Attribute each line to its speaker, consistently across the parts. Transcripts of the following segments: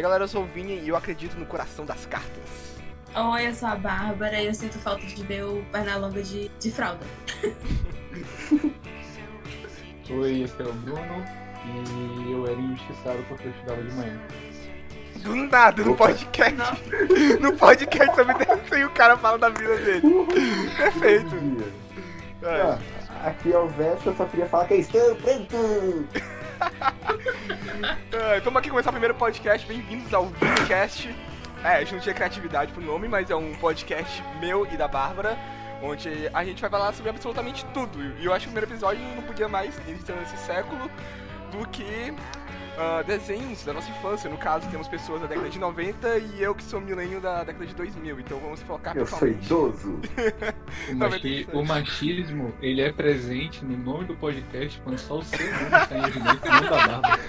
Speaker 1: galera, eu sou o Vini e eu acredito no coração das cartas.
Speaker 2: Oi, eu sou a Bárbara e eu sinto falta de ver o Pernalonga de, de fralda.
Speaker 3: Oi, esse é o Bruno e eu era injustiçado porque eu estudava de manhã.
Speaker 1: Do nada, no podcast. No podcast sobre desenho, o cara fala da vida dele. Perfeito. É.
Speaker 4: Ah, aqui é o Vesto, eu só queria falar que é estou preto.
Speaker 1: Ah, Vamos aqui começar o primeiro podcast. Bem-vindos ao Vincast. É, a gente não tinha criatividade pro nome, mas é um podcast meu e da Bárbara, onde a gente vai falar sobre absolutamente tudo. E eu acho que o primeiro episódio não podia mais existir nesse século do que ah, desenhos da nossa infância. No caso, temos pessoas da década de 90 e eu que sou milênio da década de 2000. Então vamos focar
Speaker 4: Eu sou
Speaker 1: principalmente...
Speaker 4: idoso.
Speaker 3: O,
Speaker 1: Não,
Speaker 3: machi-
Speaker 1: mas-
Speaker 3: o machismo, ele é presente no nome do podcast quando só o seu nome está em evidência, não da Bárbara.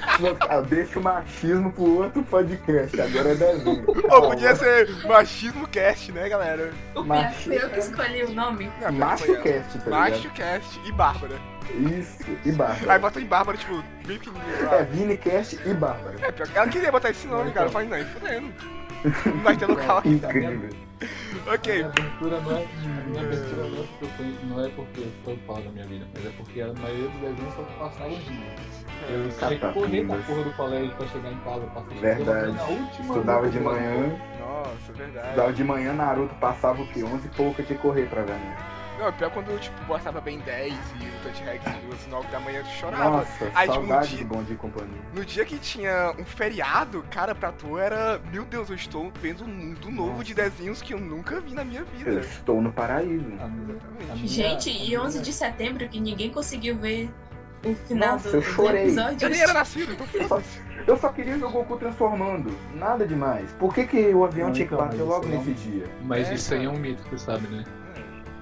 Speaker 4: Ah, Deixa o machismo pro outro podcast, agora é desenho.
Speaker 1: Ou podia ser Machismo Cast, né, galera?
Speaker 2: O pior
Speaker 4: Macho.
Speaker 2: foi eu que escolhi o nome.
Speaker 1: Não,
Speaker 4: Macho cast, tá ligado?
Speaker 1: Macho Cast e Bárbara.
Speaker 4: Isso, e
Speaker 1: Aí
Speaker 4: Bárbara.
Speaker 1: botou em Bárbara, tipo, bem pequenininho lá.
Speaker 4: É Vini Cast e Bárbara.
Speaker 1: É, pior que ela queria botar esse nome, cara. Eu falei, não, é fudendo. Não vai ter local aqui.
Speaker 4: Incrível.
Speaker 3: Minha
Speaker 1: Ok.
Speaker 3: abertura não é, minha abertura não é porque eu fui- não é porque foi pau da minha vida, mas é porque a maioria dos desenhos só passava os dias. Eu saí
Speaker 4: Catacumbas.
Speaker 3: correndo da porra do colégio pra chegar em casa, pra assistir
Speaker 4: Verdade.
Speaker 3: na última
Speaker 4: Estudava
Speaker 3: noite
Speaker 4: de
Speaker 3: do
Speaker 4: manhã,
Speaker 1: Nossa, verdade.
Speaker 4: estudava de manhã, Naruto passava o quê? 11 e pouco eu tinha que correr pra ver. né?
Speaker 1: Não, pior quando, tipo, botava bem 10 e o Touch Rex às 9 da manhã, tu chorava.
Speaker 4: Nossa,
Speaker 1: Aí, tipo, um
Speaker 4: saudade
Speaker 1: dia-
Speaker 4: do Bom Dia e Companhia.
Speaker 1: No dia que tinha um feriado, cara, pra tu era. Meu Deus, eu estou vendo um mundo novo de desenhos que eu nunca vi na minha
Speaker 4: Eu
Speaker 1: vida.
Speaker 4: estou no paraíso.
Speaker 3: A minha- a minha-
Speaker 2: Gente,
Speaker 3: a
Speaker 2: e
Speaker 3: minha-
Speaker 2: 11 de setembro que ninguém conseguiu ver o final
Speaker 4: Nossa,
Speaker 2: do,
Speaker 4: eu
Speaker 2: do
Speaker 4: chorei.
Speaker 2: episódio.
Speaker 1: Eu nem era nascido, então
Speaker 4: Eu só, eu só queria ver o Goku transformando. Nada demais. Por que, que o avião
Speaker 3: Não,
Speaker 4: tinha que
Speaker 3: então,
Speaker 4: bater
Speaker 3: mas
Speaker 4: logo
Speaker 3: isso não-
Speaker 4: nesse dia?
Speaker 3: Mas
Speaker 1: É,
Speaker 3: isso aí é
Speaker 1: cara.
Speaker 3: um mito, você sabe, né?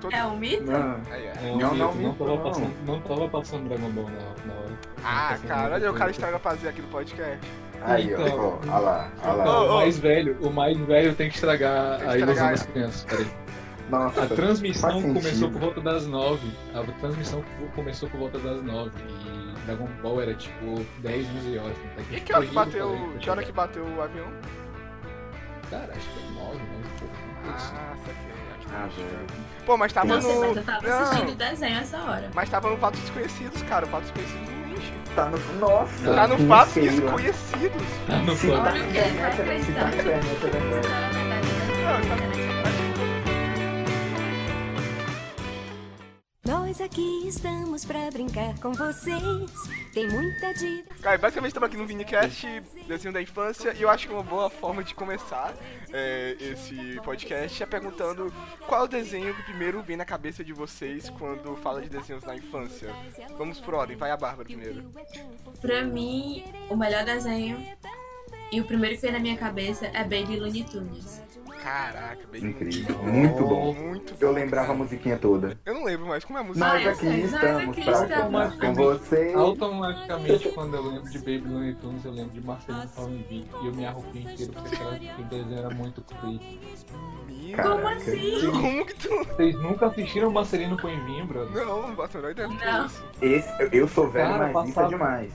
Speaker 1: Todo...
Speaker 2: É o mito?
Speaker 4: Não.
Speaker 1: Aí, é.
Speaker 3: É um
Speaker 4: Não,
Speaker 3: mito,
Speaker 4: não,
Speaker 3: não,
Speaker 4: mito,
Speaker 3: tava
Speaker 4: não.
Speaker 3: Passando, não tava passando Dragon Ball na, na hora.
Speaker 1: Ah,
Speaker 4: é
Speaker 3: Não tava
Speaker 1: cara, olha o cara
Speaker 3: passando
Speaker 1: estraga fazer aqui do podcast.
Speaker 4: Aí, ó,
Speaker 3: Então.
Speaker 4: ó, ó lá, ó lá.
Speaker 3: Não,
Speaker 1: Ô, ô.
Speaker 3: Ah, o mais velho, o mais velho tem que
Speaker 1: Tem
Speaker 3: estragar
Speaker 1: que
Speaker 3: a ilusão
Speaker 1: estragar.
Speaker 3: das crianças, peraí.
Speaker 4: Nossa,
Speaker 3: A transmissão
Speaker 4: faz
Speaker 3: começou
Speaker 4: sentido.
Speaker 3: por volta das nove. A transmissão co- começou por volta das nove. E Dragon Ball era tipo 10, 11 horas. Então,
Speaker 1: E
Speaker 3: tipo,
Speaker 1: que hora que
Speaker 3: corrido,
Speaker 1: bateu.
Speaker 3: falei,
Speaker 1: Que hora que bateu o avião?
Speaker 3: Cara, acho que é 9, 9 e pouco. não sei.
Speaker 1: Ah, saquei. Acho que
Speaker 4: Ah,
Speaker 1: tá
Speaker 4: velho.
Speaker 1: bom. Pô, mas tava
Speaker 2: Não sei,
Speaker 1: no. Ah.
Speaker 2: mas eu tava
Speaker 1: Não.
Speaker 2: assistindo o desenho essa hora.
Speaker 1: Mas tava no Fatos Desconhecidos, cara. Fatos Desconhecidos não mente.
Speaker 4: Tá né? no... Nossa.
Speaker 1: Tá no
Speaker 4: que
Speaker 1: Fatos
Speaker 4: mistério.
Speaker 1: Desconhecidos.
Speaker 3: Tá no
Speaker 4: Se
Speaker 3: plano.
Speaker 4: tá na
Speaker 2: Olha o que,
Speaker 4: internet,
Speaker 2: vai
Speaker 4: se tá na
Speaker 2: acreditar.
Speaker 4: internet, é verdade.
Speaker 1: Ah, tá.
Speaker 5: Nós aqui estamos pra brincar com vocês. Tem muita diversão.
Speaker 1: Cara, basicamente estamos aqui no Vinicast, desenho da infância, e eu acho que uma boa forma de começar é, esse podcast é perguntando qual é o desenho que primeiro vem na cabeça de vocês quando fala de desenhos na infância. Vamos por ordem, vai a Bárbara primeiro.
Speaker 2: Pra mim, o melhor desenho e o primeiro que veio na minha cabeça é Baby Looney Tunes.
Speaker 1: Caraca, bem
Speaker 4: Incrível. Muito bom.
Speaker 1: Muito bom.
Speaker 4: Eu lembrava a musiquinha toda.
Speaker 1: Eu não lembro mais como é a música.
Speaker 4: Nós
Speaker 2: eu
Speaker 4: aqui
Speaker 2: sei, nós
Speaker 4: estamos
Speaker 2: aqui
Speaker 4: pra
Speaker 2: estamos.
Speaker 4: conversar com vocês.
Speaker 3: Automaticamente, quando eu lembro de Baby Looney Tunes, eu lembro de Marcelo Fallenbeck e eu me arrupei inteiro porque aquela- aquele desenho era muito creepy.
Speaker 1: Amigo,
Speaker 4: Caraca.
Speaker 2: Como assim?
Speaker 1: Como que tu.
Speaker 3: Vocês nunca assistiram Marcelino Coimbim, brother?
Speaker 1: Não, não faço a menor ideia do que é
Speaker 2: Não.
Speaker 1: isso.
Speaker 4: Esse, eu- eu sou velho,
Speaker 3: Cara,
Speaker 4: mas isso é
Speaker 3: passava.
Speaker 4: demais.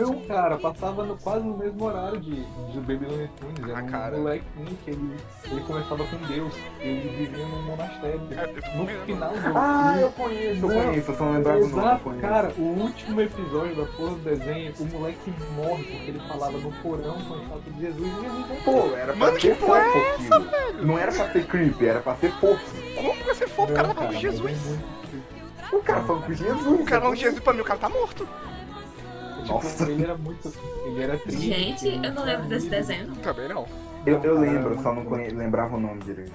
Speaker 3: Não, cara, passava no- quase no mesmo horário de, de Baby Looney Tunes. Era
Speaker 1: Ah, cara.
Speaker 3: um molequinho que ele, ele conversava com Deus, ele vivia num monastério.
Speaker 1: É, eu tô com
Speaker 3: No
Speaker 1: medo.
Speaker 3: final do
Speaker 4: Ah, eu conheço, eu
Speaker 3: Não.
Speaker 4: conheço, eu só não lembrava o nome. eu
Speaker 3: Exato,
Speaker 4: conheço.
Speaker 3: cara, o último episódio da porra do desenho, o moleque morre porque ele falava no porão com a estátua de Jesus e Jesus é
Speaker 4: Pô, era pra
Speaker 1: Mano,
Speaker 4: ser
Speaker 1: que porra é
Speaker 4: fofo aquilo. Não era pra ser creepy, era pra ser fofo.
Speaker 1: Como que vai ser fofo? O cara tá
Speaker 3: é
Speaker 1: falando de Jesus.
Speaker 4: O cara falou com Jesus.
Speaker 1: O cara falando de Jesus pra mim, o cara tá morto.
Speaker 4: Nossa.
Speaker 3: Tipo, ele era muito. Ele era triste.
Speaker 2: Gente,
Speaker 3: ele
Speaker 2: eu não
Speaker 3: tinha
Speaker 2: lembro desse
Speaker 3: medo.
Speaker 2: desenho. não.
Speaker 1: Também não.
Speaker 4: Eu, eu lembro,
Speaker 3: Não,
Speaker 4: só
Speaker 3: cara,
Speaker 4: não
Speaker 3: muito
Speaker 4: conhe... lembrava o nome direito.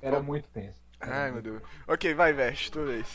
Speaker 3: Era muito tenso.
Speaker 1: Ai, meu Deus. Ok, vai, Veste, tua vez.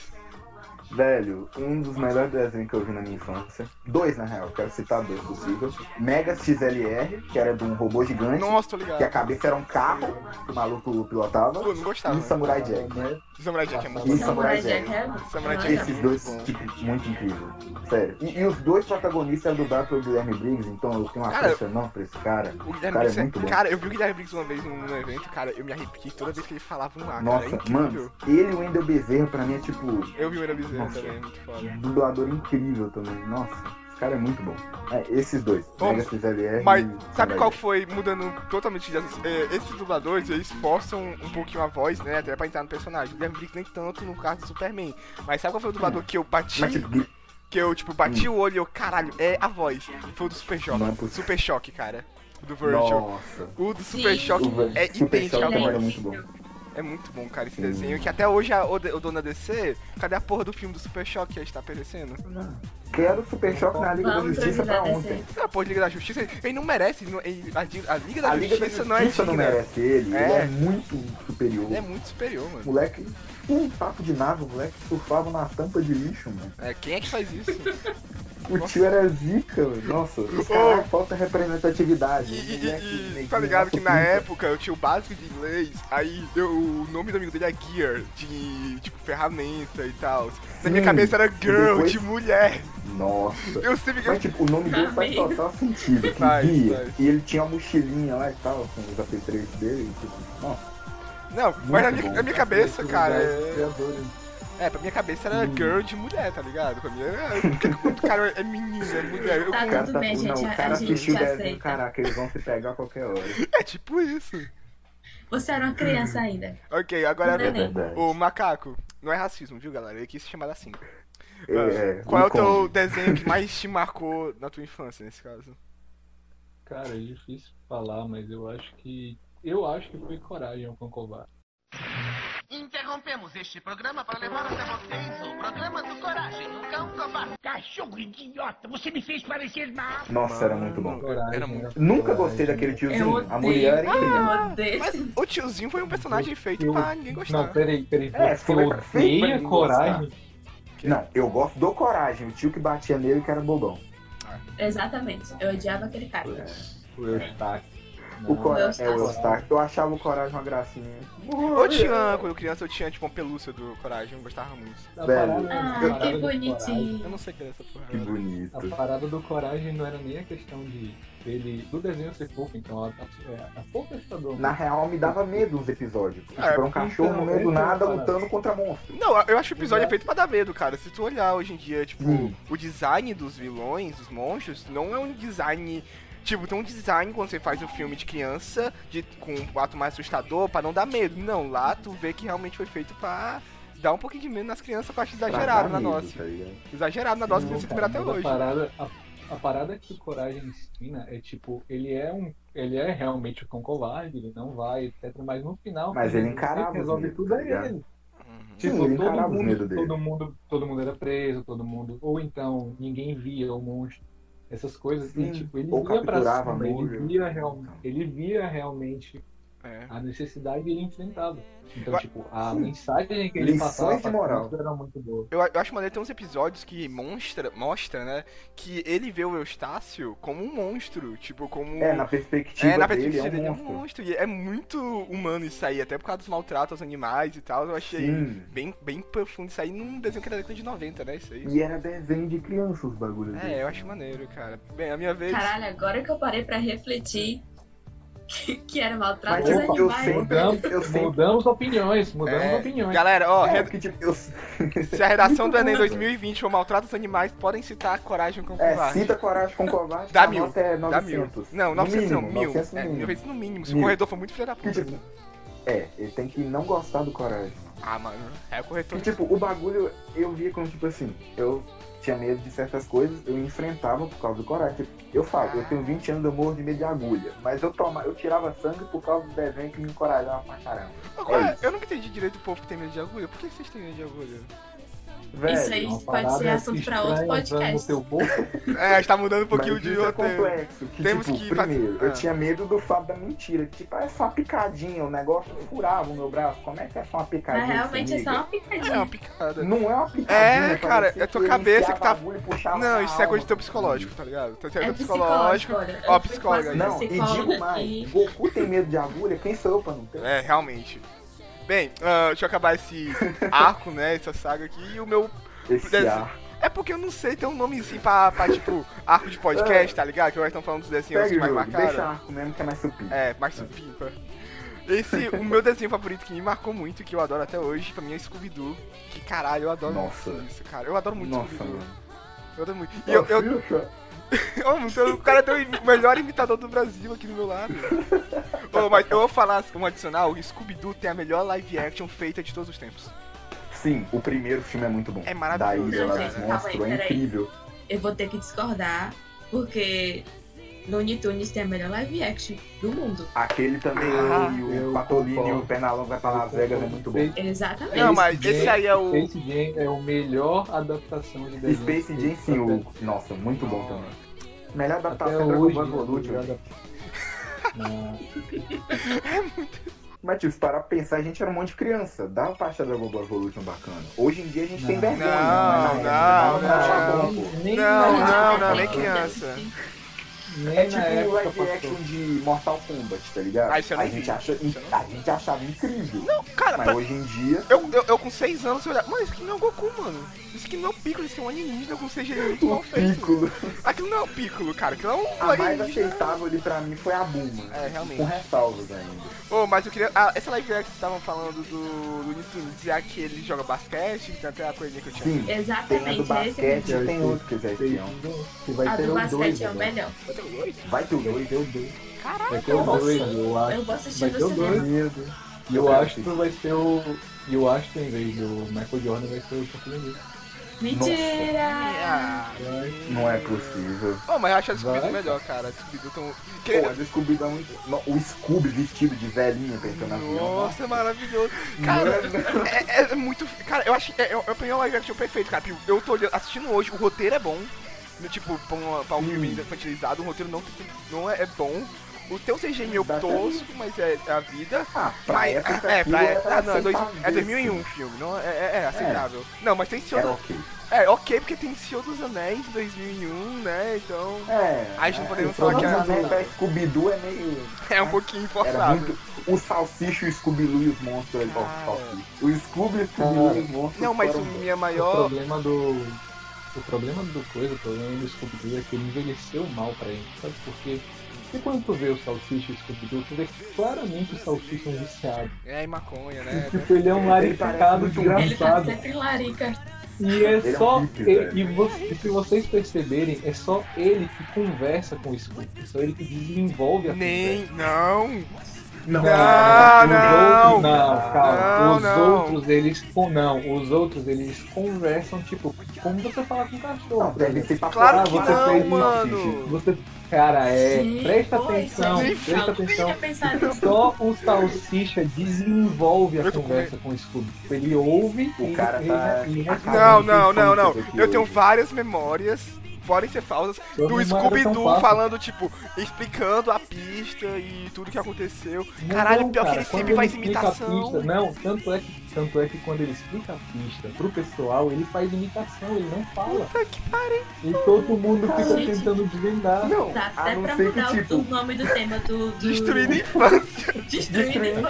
Speaker 4: Velho, um dos melhores desenhos que eu vi na minha infância. Dois, na real, quero citar dois possíveis. Mega XLR, que era de um robô gigante,
Speaker 1: Nossa, tô
Speaker 4: que
Speaker 1: ligado.
Speaker 4: a cabeça era um carro que o maluco pilotava.
Speaker 1: Pô, não gostava.
Speaker 4: E um
Speaker 1: né?
Speaker 4: Samurai Jack.
Speaker 3: Né?
Speaker 1: Samurai Jack é muito
Speaker 4: Isso. um
Speaker 1: bom.
Speaker 4: Samurai Jack.
Speaker 2: é-
Speaker 1: Samurai Jack.
Speaker 4: Esses dois, tipo, muito incrível. Sério. E, e os dois protagonistas eram dublados pelo Guilherme Briggs, então eu tenho uma
Speaker 1: Cara,
Speaker 4: festa enorme pra esse cara.
Speaker 1: O Guilherme
Speaker 4: Cara, é
Speaker 1: Briggs
Speaker 4: muito bom.
Speaker 1: Cara, eu vi o Guilherme Briggs uma vez num num evento, cara, eu me arrepiei toda vez que ele falava um ar, cara, é
Speaker 4: Nossa,
Speaker 1: incrível.
Speaker 4: mano, ele e o Wendel Bezerra, pra mim, é tipo,
Speaker 1: Eu vi o Guilherme Bezerra
Speaker 4: Nossa.
Speaker 1: também, é muito foda.
Speaker 4: um dublador incrível também. Nossa, Cara, é muito bom. É, esses dois.
Speaker 1: Bom,
Speaker 4: Mega XLR
Speaker 1: Mas
Speaker 4: e
Speaker 1: sabe
Speaker 4: Mega.
Speaker 1: qual foi, mudando totalmente de assunto? É, esses dubladores, eles forçam um pouquinho a voz, né? Até pra entrar no personagem. O Guilherme Briggs nem tanto no caso do Superman. Mas sabe qual foi o dublador que eu bati?
Speaker 4: Mas tipo, Gui-
Speaker 1: Que eu, tipo, bati o olho e eu, caralho, é a voz. Foi o do Super Choque.
Speaker 4: Não é possível.
Speaker 1: Super Choque, cara. O do Virgil.
Speaker 4: nossa.
Speaker 1: O do Super
Speaker 2: Sim.
Speaker 1: Choque
Speaker 4: O
Speaker 1: é
Speaker 4: Super
Speaker 1: idêntico
Speaker 4: Choque
Speaker 1: à
Speaker 4: é
Speaker 1: voz.
Speaker 4: era muito bom.
Speaker 1: É muito bom, cara, esse
Speaker 4: Sim.
Speaker 1: desenho. Que até hoje a o o dona DC, cadê a porra do filme do Super Choque que está perecendo?
Speaker 4: Quero Super Choque na Liga da
Speaker 2: Vamos
Speaker 4: Justiça pra
Speaker 2: terminar
Speaker 4: ontem.
Speaker 2: desse.
Speaker 1: Ah, porra, Liga da Justiça, ele ele não merece. ele não- ele- a, di- a Liga da
Speaker 4: A Liga da
Speaker 1: Justiça não é
Speaker 4: Justiça não
Speaker 1: digna.
Speaker 4: merece ele. Ele
Speaker 1: É.
Speaker 4: é muito superior.
Speaker 1: Ele é muito superior, mano.
Speaker 4: Moleque, um papo de nave, o moleque surfava na tampa de lixo, mano.
Speaker 1: É, quem é que faz isso?
Speaker 4: O tio era zica, velho. Nossa, os
Speaker 1: Ô.
Speaker 4: caras falta representatividade.
Speaker 1: E,
Speaker 4: O
Speaker 1: e-
Speaker 4: moleque,
Speaker 1: e- e
Speaker 4: neguinho,
Speaker 1: tá ligado que na
Speaker 4: nossa,
Speaker 1: época eu tinha o básico de inglês, aí eu- o nome do amigo dele é Gear, de tipo ferramenta e tal. Na minha
Speaker 4: Sim,
Speaker 1: cabeça era
Speaker 4: e
Speaker 1: Girl,
Speaker 4: depois-
Speaker 1: de mulher.
Speaker 4: Nossa.
Speaker 1: Eu sempre
Speaker 4: Mas tipo, o nome dele faz
Speaker 2: Amém.
Speaker 4: total sentido. Que
Speaker 1: Faz,
Speaker 4: guia.
Speaker 1: faz.
Speaker 4: E ele tinha uma mochilinha lá e tal, com os apetretos dele. E, tipo, nossa,
Speaker 1: Não, mas na
Speaker 4: muito Hum.
Speaker 1: minha,
Speaker 4: bom.
Speaker 1: na minha cabeça, cara, é,
Speaker 3: Criadores.
Speaker 1: é, pra minha cabeça era Girl de mulher, tá ligado? Pra mim era. Por que que quando o cara é menino, é mulher? Eu-
Speaker 2: Tá
Speaker 4: o cara
Speaker 2: tudo
Speaker 4: tá-
Speaker 2: bem, gente,
Speaker 4: não,
Speaker 2: a-
Speaker 4: o cara
Speaker 2: a gente
Speaker 4: assistiu o desenho,
Speaker 2: aceita.
Speaker 4: um caraca, eles vão se pegar a qualquer hora.
Speaker 1: É tipo isso.
Speaker 2: Você era uma criança ainda.
Speaker 1: Ok, agora
Speaker 2: Não, é não.
Speaker 4: verdade.
Speaker 1: o macaco. Não é racismo, viu, galera? Ele quis se chamar assim.
Speaker 4: É,
Speaker 1: Qual é o teu
Speaker 4: incômodo.
Speaker 1: desenho que mais te marcou na tua infância, nesse caso?
Speaker 3: Cara, é difícil falar, mas eu acho que. Eu acho que foi coragem ao Concobar.
Speaker 6: Interrompemos este programa para levar até vocês o programa do Coragem, o Cão Covarde.
Speaker 7: Cachorro idiota, você me fez parecer mal.
Speaker 4: Nossa, era muito bom.
Speaker 3: Coragem. né?
Speaker 1: Era muito-
Speaker 4: Nunca gostei daquele tipo.
Speaker 2: Eu
Speaker 4: tiozinho.
Speaker 2: odeio. Ah!
Speaker 4: A mulher era incrível.
Speaker 2: Eu odeio.
Speaker 1: Mas o tiozinho foi um personagem feito pra ninguém
Speaker 3: Não,
Speaker 1: gostar.
Speaker 3: peraí, peraí.
Speaker 4: É,
Speaker 3: Você
Speaker 4: foi feio pra
Speaker 3: odeia
Speaker 4: ninguém
Speaker 3: coragem?
Speaker 4: Não, eu gosto do Coragem, o tio que batia nele que era bobão.
Speaker 2: Exatamente. Eu odiava aquele cara.
Speaker 3: O Eustáquio.
Speaker 4: O
Speaker 3: Não.
Speaker 4: Cora-
Speaker 2: Eustáquio.
Speaker 4: é o Eustáquio. Eu achava o Coragem uma gracinha.
Speaker 1: Eu tinha, quando criança, eu tinha tipo uma pelúcia do Coragem, eu gostava muito.
Speaker 3: A
Speaker 4: Velho.
Speaker 3: parada- a
Speaker 2: Ah,
Speaker 3: parada
Speaker 2: que
Speaker 3: do coragem-
Speaker 1: Eu
Speaker 2: bonitinho.
Speaker 1: não sei que era essa porra.
Speaker 4: Que bonito.
Speaker 3: A parada do coragem não era nem a questão de ele. Do desenho ser pouco, então a, a, a pouco assustador.
Speaker 4: Na real, me dava medo os episódios. Tipo,
Speaker 1: É,
Speaker 4: era um cachorro no meio
Speaker 3: então,
Speaker 4: do nada
Speaker 3: cara.
Speaker 4: lutando contra monstro.
Speaker 1: Não, eu acho que o episódio é feito pra dar medo, cara. Se tu olhar hoje em dia, tipo,
Speaker 4: Hum.
Speaker 1: o design dos vilões, dos monstros, não é um design. Tipo, tem um design quando você faz o filme de criança, de, com um ato mais assustador, pra não dar medo. Não, lá tu vê que realmente foi feito pra dar um pouquinho de medo nas crianças, que eu acho exagerado na
Speaker 4: tá
Speaker 1: dose. Exagerado na dose que
Speaker 3: Não,
Speaker 1: você segura até
Speaker 3: cara, mas é
Speaker 1: hoje.
Speaker 3: A parada, a, a parada que o Coragem ensina é tipo, ele é um. Ele é realmente o cão covarde, ele não vai, etc. Mas no final.
Speaker 4: Mas
Speaker 3: quando
Speaker 4: ele
Speaker 3: vai,
Speaker 4: encarava os
Speaker 3: resolve
Speaker 4: medos,
Speaker 3: tudo
Speaker 4: tá
Speaker 3: a
Speaker 4: ligado?
Speaker 3: ele. Tipo,
Speaker 1: Uhum.
Speaker 4: Sim, ele encarava
Speaker 3: todo
Speaker 4: os
Speaker 3: mundo,
Speaker 4: medos dele.
Speaker 3: todo mundo, todo mundo era preso, todo mundo. Ou então, ninguém via o monstro. Essas coisas.
Speaker 4: Sim.
Speaker 3: E, tipo, ele
Speaker 4: Ou
Speaker 3: via pra
Speaker 4: capturava então.
Speaker 3: cima, ele
Speaker 4: molho.
Speaker 3: via, real, ele via realmente
Speaker 1: É.
Speaker 3: a necessidade e ele enfrentava. Então,
Speaker 1: Mas-
Speaker 3: tipo, a
Speaker 4: Sim.
Speaker 3: mensagem que ele
Speaker 4: Lições
Speaker 3: passava
Speaker 4: de
Speaker 3: pra
Speaker 4: moral.
Speaker 3: criança era muito boa.
Speaker 1: Eu, eu acho maneiro tem uns episódios que mostra, mostra, né, que ele vê o Eustácio como um monstro, tipo, como...
Speaker 4: É, na perspectiva,
Speaker 1: é, na
Speaker 4: dele, é
Speaker 1: perspectiva
Speaker 4: um
Speaker 1: dele é um
Speaker 4: monstro.
Speaker 1: monstro. E é muito humano isso aí, até por causa dos maltratos aos animais e tal. Eu achei
Speaker 4: Sim.
Speaker 1: bem, bem profundo isso aí num desenho que era da década de 90, né? Isso aí.
Speaker 4: E era desenho de criança os bagulhos dele.
Speaker 1: É, eu acho maneiro, cara. Bem, a minha vez.
Speaker 2: Caralho, agora que eu parei pra refletir que, que era maltrato é dos
Speaker 4: Mas eu, eu
Speaker 2: animais.
Speaker 4: sempre...
Speaker 3: Mudamos,
Speaker 4: Eu sempre...
Speaker 3: mudamos opiniões, mudamos
Speaker 1: É,
Speaker 3: opiniões.
Speaker 1: Galera, ó,
Speaker 4: É,
Speaker 1: re-
Speaker 4: porque, tipo, eu-
Speaker 1: se a redação do Enem 2020 for maltrato aos animais, podem citar Coragem com
Speaker 4: é,
Speaker 1: Covarde.
Speaker 4: cita coragem com covarde,
Speaker 1: Dá
Speaker 4: a
Speaker 1: mil,
Speaker 4: nota é
Speaker 1: Dá mil.
Speaker 4: 900.
Speaker 1: Não,
Speaker 4: No
Speaker 1: 900 não,
Speaker 4: mínimo,
Speaker 1: mil.
Speaker 4: 900 no
Speaker 1: É, mil
Speaker 4: mínimo.
Speaker 1: vezes no mínimo. Se o
Speaker 4: Mil.
Speaker 1: corredor for muito filho da
Speaker 4: Que,
Speaker 1: puta.
Speaker 4: tipo, é, ele tem que não gostar do coragem.
Speaker 1: Ah, mano. É o corretor.
Speaker 4: E, tipo, o bagulho eu via como, tipo assim, eu tinha medo de certas coisas, eu enfrentava por causa do coragem. Tipo, eu falo, eu tenho 20 anos, eu morro de medo de agulha. Mas eu toma, eu tirava sangue por causa do desenho que me encorajava pra caramba.
Speaker 1: Agora,
Speaker 4: é
Speaker 1: eu nunca entendi direito o povo que tem medo de agulha. Por que vocês têm medo de agulha?
Speaker 4: Velho,
Speaker 2: aí
Speaker 3: Uma
Speaker 2: pode
Speaker 3: parada
Speaker 2: ser assunto pra outro
Speaker 3: estranha entrando
Speaker 2: podcast.
Speaker 3: no teu bolso.
Speaker 1: É, a gente tá mudando um pouquinho
Speaker 4: mas
Speaker 1: de
Speaker 4: isso é
Speaker 1: roteiro.
Speaker 4: complexo. Que,
Speaker 1: Temos
Speaker 4: tipo,
Speaker 1: que fazer-
Speaker 4: primeiro,
Speaker 1: Ah.
Speaker 4: eu tinha medo do fato da mentira. Que, tipo, ah, é só uma picadinha, o negócio furava o meu braço. Como é que é só uma picadinha?
Speaker 2: Mas realmente é só
Speaker 4: formiga?
Speaker 2: uma
Speaker 1: É
Speaker 2: picadinha.
Speaker 1: uma picada.
Speaker 4: Não é uma picadinha.
Speaker 1: É, cara,
Speaker 4: parecia
Speaker 1: é tua
Speaker 4: eu
Speaker 1: cabeça que
Speaker 4: enfiava
Speaker 1: tá-
Speaker 4: a agulha e puxava
Speaker 1: Não,
Speaker 4: a
Speaker 1: isso é coisa do
Speaker 4: alma.
Speaker 1: teu psicológico, tá ligado? Tá certo?
Speaker 2: É
Speaker 1: Teu psicológico.
Speaker 2: olha.
Speaker 1: Ó,
Speaker 2: Eu fui
Speaker 1: psicóloga. né?
Speaker 2: quase
Speaker 4: Não, e digo
Speaker 2: psicóloga
Speaker 4: mais, Goku tem medo de agulha, quem sou eu pra não ter?
Speaker 1: É, realmente. Bem, ah, deixa eu acabar esse arco, né? Essa saga aqui. E o meu.
Speaker 4: Esse
Speaker 1: Deve-
Speaker 4: ar.
Speaker 1: É porque eu não sei ter um nome assim pra, pra, tipo, arco de podcast, tá ligado? Que nós estamos falando dos desenhos
Speaker 4: Pega
Speaker 1: que
Speaker 4: o
Speaker 1: mais
Speaker 4: jogo, deixa
Speaker 1: marcaram.
Speaker 4: arco mesmo que é mais supinho.
Speaker 1: É, mais supimpa. Esse, o meu desenho favorito que me marcou muito, que eu adoro até hoje, pra mim é Scooby-Doo. Que caralho, eu adoro
Speaker 4: Nossa.
Speaker 1: muito isso, cara. Eu adoro muito
Speaker 4: Nossa,
Speaker 1: Scooby-Doo.
Speaker 4: mano.
Speaker 1: Eu amo muito. E eu, eu,
Speaker 4: Viu, cara?
Speaker 1: eu amo, então o cara é tão im- o melhor imitador do Brasil aqui do meu lado. Ô, mas eu vou falar um adicional, o Scooby-Doo tem a melhor live action feita de todos os tempos.
Speaker 4: Sim, o primeiro filme é muito bom.
Speaker 1: É maravilhoso,
Speaker 4: Da
Speaker 1: cara.
Speaker 4: Ilha dos Monstros,
Speaker 2: Calma aí,
Speaker 4: é
Speaker 2: peraí.
Speaker 4: incrível.
Speaker 2: Eu vou ter que discordar, porque Looney Tunes tem a melhor live action do mundo.
Speaker 4: Aquele também,
Speaker 1: Ah,
Speaker 4: e
Speaker 3: eu
Speaker 4: o Patolini e o
Speaker 3: concordo.
Speaker 4: Pernalonga vai pra
Speaker 3: Ah,
Speaker 4: Las Vegas, é muito bom.
Speaker 3: Space-
Speaker 2: Exatamente.
Speaker 1: Não, mas
Speaker 3: Jam-
Speaker 1: esse aí é o-
Speaker 3: Space Jam é o melhor adaptação de desenho.
Speaker 4: Space Jam, sim,
Speaker 3: feito
Speaker 4: o... Nossa, muito bom
Speaker 1: Nossa.
Speaker 4: também. Melhor
Speaker 3: né? até, até
Speaker 4: adaptação é
Speaker 3: hoje.
Speaker 4: Dragon Ball Evolution.
Speaker 3: né? Não,
Speaker 4: Mas, tipo, se parar pra pensar, a gente era um monte de criança. Dava pra achar Dragon Ball Evolution bacana. Hoje em dia a gente tem
Speaker 3: Não.
Speaker 4: vergonha.
Speaker 1: Não, não,
Speaker 4: né? Mas
Speaker 3: tá
Speaker 4: achava
Speaker 1: não.
Speaker 4: bom, pô.
Speaker 3: nem
Speaker 1: Não,
Speaker 3: na-
Speaker 1: não,
Speaker 2: Ah,
Speaker 1: não, nem
Speaker 2: é.
Speaker 1: criança.
Speaker 3: nem na
Speaker 4: É tipo
Speaker 3: época
Speaker 4: o live
Speaker 3: passou.
Speaker 4: action de Mortal Kombat, tá ligado?
Speaker 1: Ah, isso eu não
Speaker 4: a,
Speaker 1: vi.
Speaker 4: gente acha,
Speaker 1: Isso eu não
Speaker 4: a gente achava incrível.
Speaker 1: Cara,
Speaker 4: mas
Speaker 1: pra-
Speaker 4: hoje em dia.
Speaker 1: eu, eu, eu com 6 anos, eu olhar, mano, isso aqui não é o Goku, mano. Isso aqui não é o Piccolo, isso aqui é um alienígena com CG muito mal feito.
Speaker 4: Piccolo. Ah,
Speaker 1: Aquilo não é o Piccolo, cara, aquilo é um
Speaker 4: A mais
Speaker 1: alienígena.
Speaker 4: aceitável ali pra mim foi a Bulma.
Speaker 1: É,
Speaker 4: Com
Speaker 1: realmente.
Speaker 4: ressalvas ainda.
Speaker 1: Ô, mas eu queria. Ah, essa live action que vocês estavam falando do Looney Tunes, é a que ele joga basquete, tem até a coisinha que eu tinha.
Speaker 4: Sim, tem a do
Speaker 2: Exatamente, é esse
Speaker 4: basquete
Speaker 2: mesmo.
Speaker 4: e tem outro que já
Speaker 3: Space
Speaker 4: tinham.
Speaker 3: Jam, que vai
Speaker 2: A do
Speaker 3: ter o dois né?
Speaker 2: basquete é o
Speaker 3: agora.
Speaker 2: melhor.
Speaker 4: Vai ter o dois, eu dou.
Speaker 3: Vai ter o
Speaker 2: Nossa.
Speaker 3: dois, né? eu acho.
Speaker 2: Eu vou assistir
Speaker 3: Vai
Speaker 2: no
Speaker 3: ter o
Speaker 2: cinema.
Speaker 3: dois. E
Speaker 4: Eu
Speaker 3: eu
Speaker 4: quero
Speaker 3: acho que vai ser o. E eu acho que em vez do Michael Jordan vai ser o Shaquille O'Neal.
Speaker 2: Mentira!
Speaker 1: Ah,
Speaker 4: Não é possível.
Speaker 1: Ô, mas eu acho a Scooby-Doo
Speaker 3: Vai,
Speaker 1: melhor, cara. A Scooby-Doo tão. Que-
Speaker 4: Pô, a do Scooby dá muito. No- O Scooby vestido de assim, velhinho tentando avião.
Speaker 1: Nossa, é maravilhoso. Cara, é, é muito. Cara, eu acho. É, é, é o primeiro live action perfeito, cara. porque Eu tô olhando- assistindo hoje, o roteiro é bom. No, tipo, pra, uma- pra um filme infantilizado, o roteiro não, tem- não é, é bom. O teu CG é meio
Speaker 4: Dá até
Speaker 1: tosco, mas é, é a vida.
Speaker 4: Ah, pra
Speaker 1: Mas,
Speaker 4: época
Speaker 1: é,
Speaker 4: aquilo
Speaker 1: pra,
Speaker 4: era
Speaker 1: ah, não, é, dois, é
Speaker 4: aceitável.
Speaker 1: 2001 o filme, não, é, é, é aceitável. Não, mas tem Senhor
Speaker 4: Era
Speaker 1: do,
Speaker 4: ok.
Speaker 1: É, ok, porque tem Senhor dos Anéis de 2001, né? Então.
Speaker 4: É.
Speaker 1: Aí a gente não podemos
Speaker 4: o
Speaker 1: falar que
Speaker 4: programa,
Speaker 1: era-
Speaker 4: né, pra Scooby-Doo é meio.
Speaker 1: É um pouquinho
Speaker 4: Era
Speaker 1: forçado.
Speaker 4: muito. O Salsicha, o Scooby-Doo e os monstros. ali, ó,
Speaker 1: Cara.
Speaker 4: Salsicha. O Scooby, o Scooby-Doo e os monstros.
Speaker 1: Não, mas o
Speaker 4: foram-
Speaker 1: minha
Speaker 3: O
Speaker 1: maior.
Speaker 3: problema do. O problema do coisa, o problema do Scooby-Doo é que ele envelheceu mal pra ele, sabe por quê? Porque quando tu vê o Salsicha e o Scooby-Doo, tu vê que claramente o Salsicha é um viciado.
Speaker 1: É, e maconha, né?
Speaker 3: Tipo, ele é um laricado
Speaker 4: Ele
Speaker 2: Ele tá
Speaker 3: desgraçado.
Speaker 2: sempre larica.
Speaker 3: E é
Speaker 4: Ele é um
Speaker 3: só.
Speaker 4: hippie,
Speaker 3: e-
Speaker 4: velho.
Speaker 3: e, vo- e se vocês perceberem, é só ele que conversa com o Scooby, é só ele que desenvolve a
Speaker 1: Nem. Não!
Speaker 4: Não,
Speaker 1: Não,
Speaker 3: Os outros,
Speaker 1: não!
Speaker 3: não, calma.
Speaker 1: Não,
Speaker 3: os
Speaker 1: não.
Speaker 3: outros eles com não, os outros eles conversam tipo como você fala com um cachorro.
Speaker 4: Não,
Speaker 3: por
Speaker 4: deve
Speaker 3: exemplo.
Speaker 4: ser pra
Speaker 1: Claro
Speaker 3: Ah,
Speaker 1: que
Speaker 3: você
Speaker 1: não,
Speaker 3: fez um
Speaker 1: mano!
Speaker 3: Você, cara, é,
Speaker 2: Sim,
Speaker 3: presta
Speaker 2: foi,
Speaker 3: atenção,
Speaker 2: sim.
Speaker 3: presta atenção.
Speaker 2: Nunca pensar nisso.
Speaker 3: Só o salsicha desenvolve a
Speaker 1: Eu tô com
Speaker 3: conversa com o Scooby. Tipo, Ele ouve
Speaker 4: O
Speaker 3: e
Speaker 4: cara
Speaker 3: ele,
Speaker 4: tá-
Speaker 3: ele responde.
Speaker 1: Não, não, não, não.
Speaker 4: Aqui hoje.
Speaker 1: Eu tenho várias memórias, podem ser falsas,
Speaker 3: Suas
Speaker 1: do
Speaker 3: memórias são
Speaker 1: Scooby-Doo
Speaker 3: falsas.
Speaker 1: falando, tipo, explicando a pista e tudo que aconteceu.
Speaker 3: Não,
Speaker 1: Caralho, pior que
Speaker 3: cara,
Speaker 1: ele
Speaker 3: quando
Speaker 1: sempre faz
Speaker 3: explica a
Speaker 1: imitação.
Speaker 3: pista- não, tanto é, que, tanto é que quando ele explica a pista pro pessoal, ele faz imitação, ele não fala.
Speaker 1: Puta que
Speaker 3: E todo mundo fica
Speaker 2: Gente.
Speaker 3: tentando desvendar.
Speaker 4: Não,
Speaker 2: Tá
Speaker 4: a
Speaker 2: até
Speaker 4: não
Speaker 2: pra
Speaker 4: ser que
Speaker 2: mudar o-
Speaker 4: tipo.
Speaker 2: o nome do tema do. do...
Speaker 1: Destruindo a infância.
Speaker 2: Destruindo.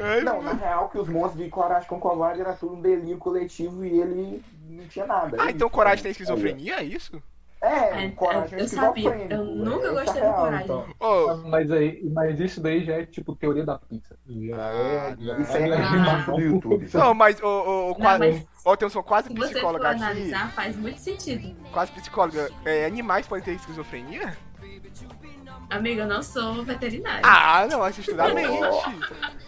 Speaker 1: Ai,
Speaker 4: Não, na real que os monstros de Coragem com Covarde era tudo um delírio coletivo e ele não tinha nada.
Speaker 1: Ah,
Speaker 4: Ele-
Speaker 1: então Coragem tem esquizofrenia, é isso?
Speaker 4: É,
Speaker 2: É,
Speaker 4: o Coragem é
Speaker 2: eu sabia,
Speaker 4: esquizofrênico.
Speaker 2: eu nunca
Speaker 4: Essa
Speaker 2: gostei
Speaker 4: é
Speaker 2: do
Speaker 4: a real,
Speaker 2: Coragem.
Speaker 4: então.
Speaker 1: Oh,
Speaker 3: Mas, aí, mas isso daí já é tipo teoria da pizza. Já é. Já
Speaker 4: Isso aí
Speaker 3: é
Speaker 4: é embaixo do YouTube.
Speaker 1: não, mas, ô, ô, ô,
Speaker 2: Não,
Speaker 1: quase.
Speaker 2: mas
Speaker 1: Ó, tem um som quase
Speaker 2: se você for
Speaker 1: psicóloga aqui.
Speaker 2: analisar, faz muito sentido.
Speaker 1: Quase psicóloga. É, animais podem ter esquizofrenia?
Speaker 2: Amiga, eu não sou veterinária.
Speaker 1: Ah, não, é se estudar a mente.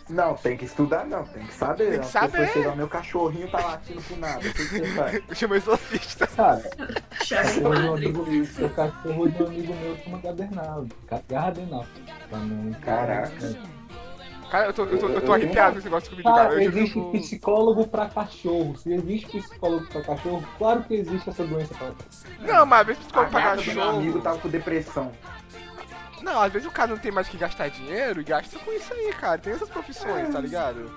Speaker 4: Não, tem que estudar, não. Tem que saber.
Speaker 1: Tem que
Speaker 4: As pessoas
Speaker 1: saber.
Speaker 4: chegam, meu cachorrinho tá latindo pro nada. O que que você faz?
Speaker 1: Eu chamei exorcista.
Speaker 3: Cara,
Speaker 2: Chora em
Speaker 3: cachorro de um
Speaker 2: quadro.
Speaker 3: amigo meu, o cachorro de um amigo meu chama Gardenal. Gardenal. Pra não- Ah,
Speaker 4: Caraca.
Speaker 1: Cara, eu tô, eu tô, eu
Speaker 4: Eu-
Speaker 1: tô
Speaker 4: eu-
Speaker 1: arrepiado com esse negócio do Scooby-Doo, cara.
Speaker 2: Tá,
Speaker 3: Cara,
Speaker 1: Eu juro que
Speaker 3: existe um
Speaker 1: eu vou-
Speaker 3: psicólogo pra cachorro. Se existe psicólogo pra cachorro, claro que existe essa doença pra cachorro.
Speaker 1: Não, mas às vezes
Speaker 4: A
Speaker 1: psicólogo pra
Speaker 4: gata do meu amigo tá-
Speaker 1: cachorro.
Speaker 4: tava com depressão.
Speaker 1: Não, às vezes o cara não tem mais o que gastar dinheiro e gasta com isso aí, cara. Tem essas profissões, tá ligado?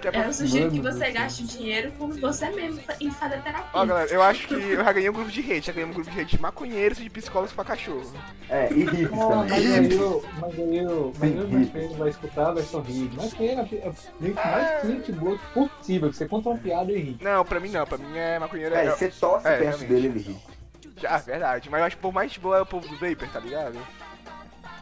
Speaker 1: Que é pra-
Speaker 2: Eu sugiro que
Speaker 3: Mano do
Speaker 2: você
Speaker 3: céu.
Speaker 2: gaste o dinheiro com você mesmo em fazer
Speaker 1: Ó,
Speaker 2: terapia.
Speaker 1: galera, eu acho que eu já ganhei um grupo de rede. Já ganhei um grupo de rede de maconheiros e de psicólogos pra cachorro.
Speaker 4: É, e hippies
Speaker 3: Ah, Mas
Speaker 4: também.
Speaker 3: aí eu, mas aí eu, mas aí
Speaker 4: Sim,
Speaker 3: o Matheus vai escutar, vai sorrir. Mas tem a a- a gente mais gente boa possível, que você conta uma piada e ri.
Speaker 1: Não, pra mim não. Pra mim é maconheiro.
Speaker 4: É,
Speaker 1: É,
Speaker 4: você tosse
Speaker 1: É,
Speaker 4: perto
Speaker 1: realmente.
Speaker 4: dele, ele ri.
Speaker 1: Ah, verdade. Mas eu acho que o povo mais boa é o povo do Vapor, tá ligado?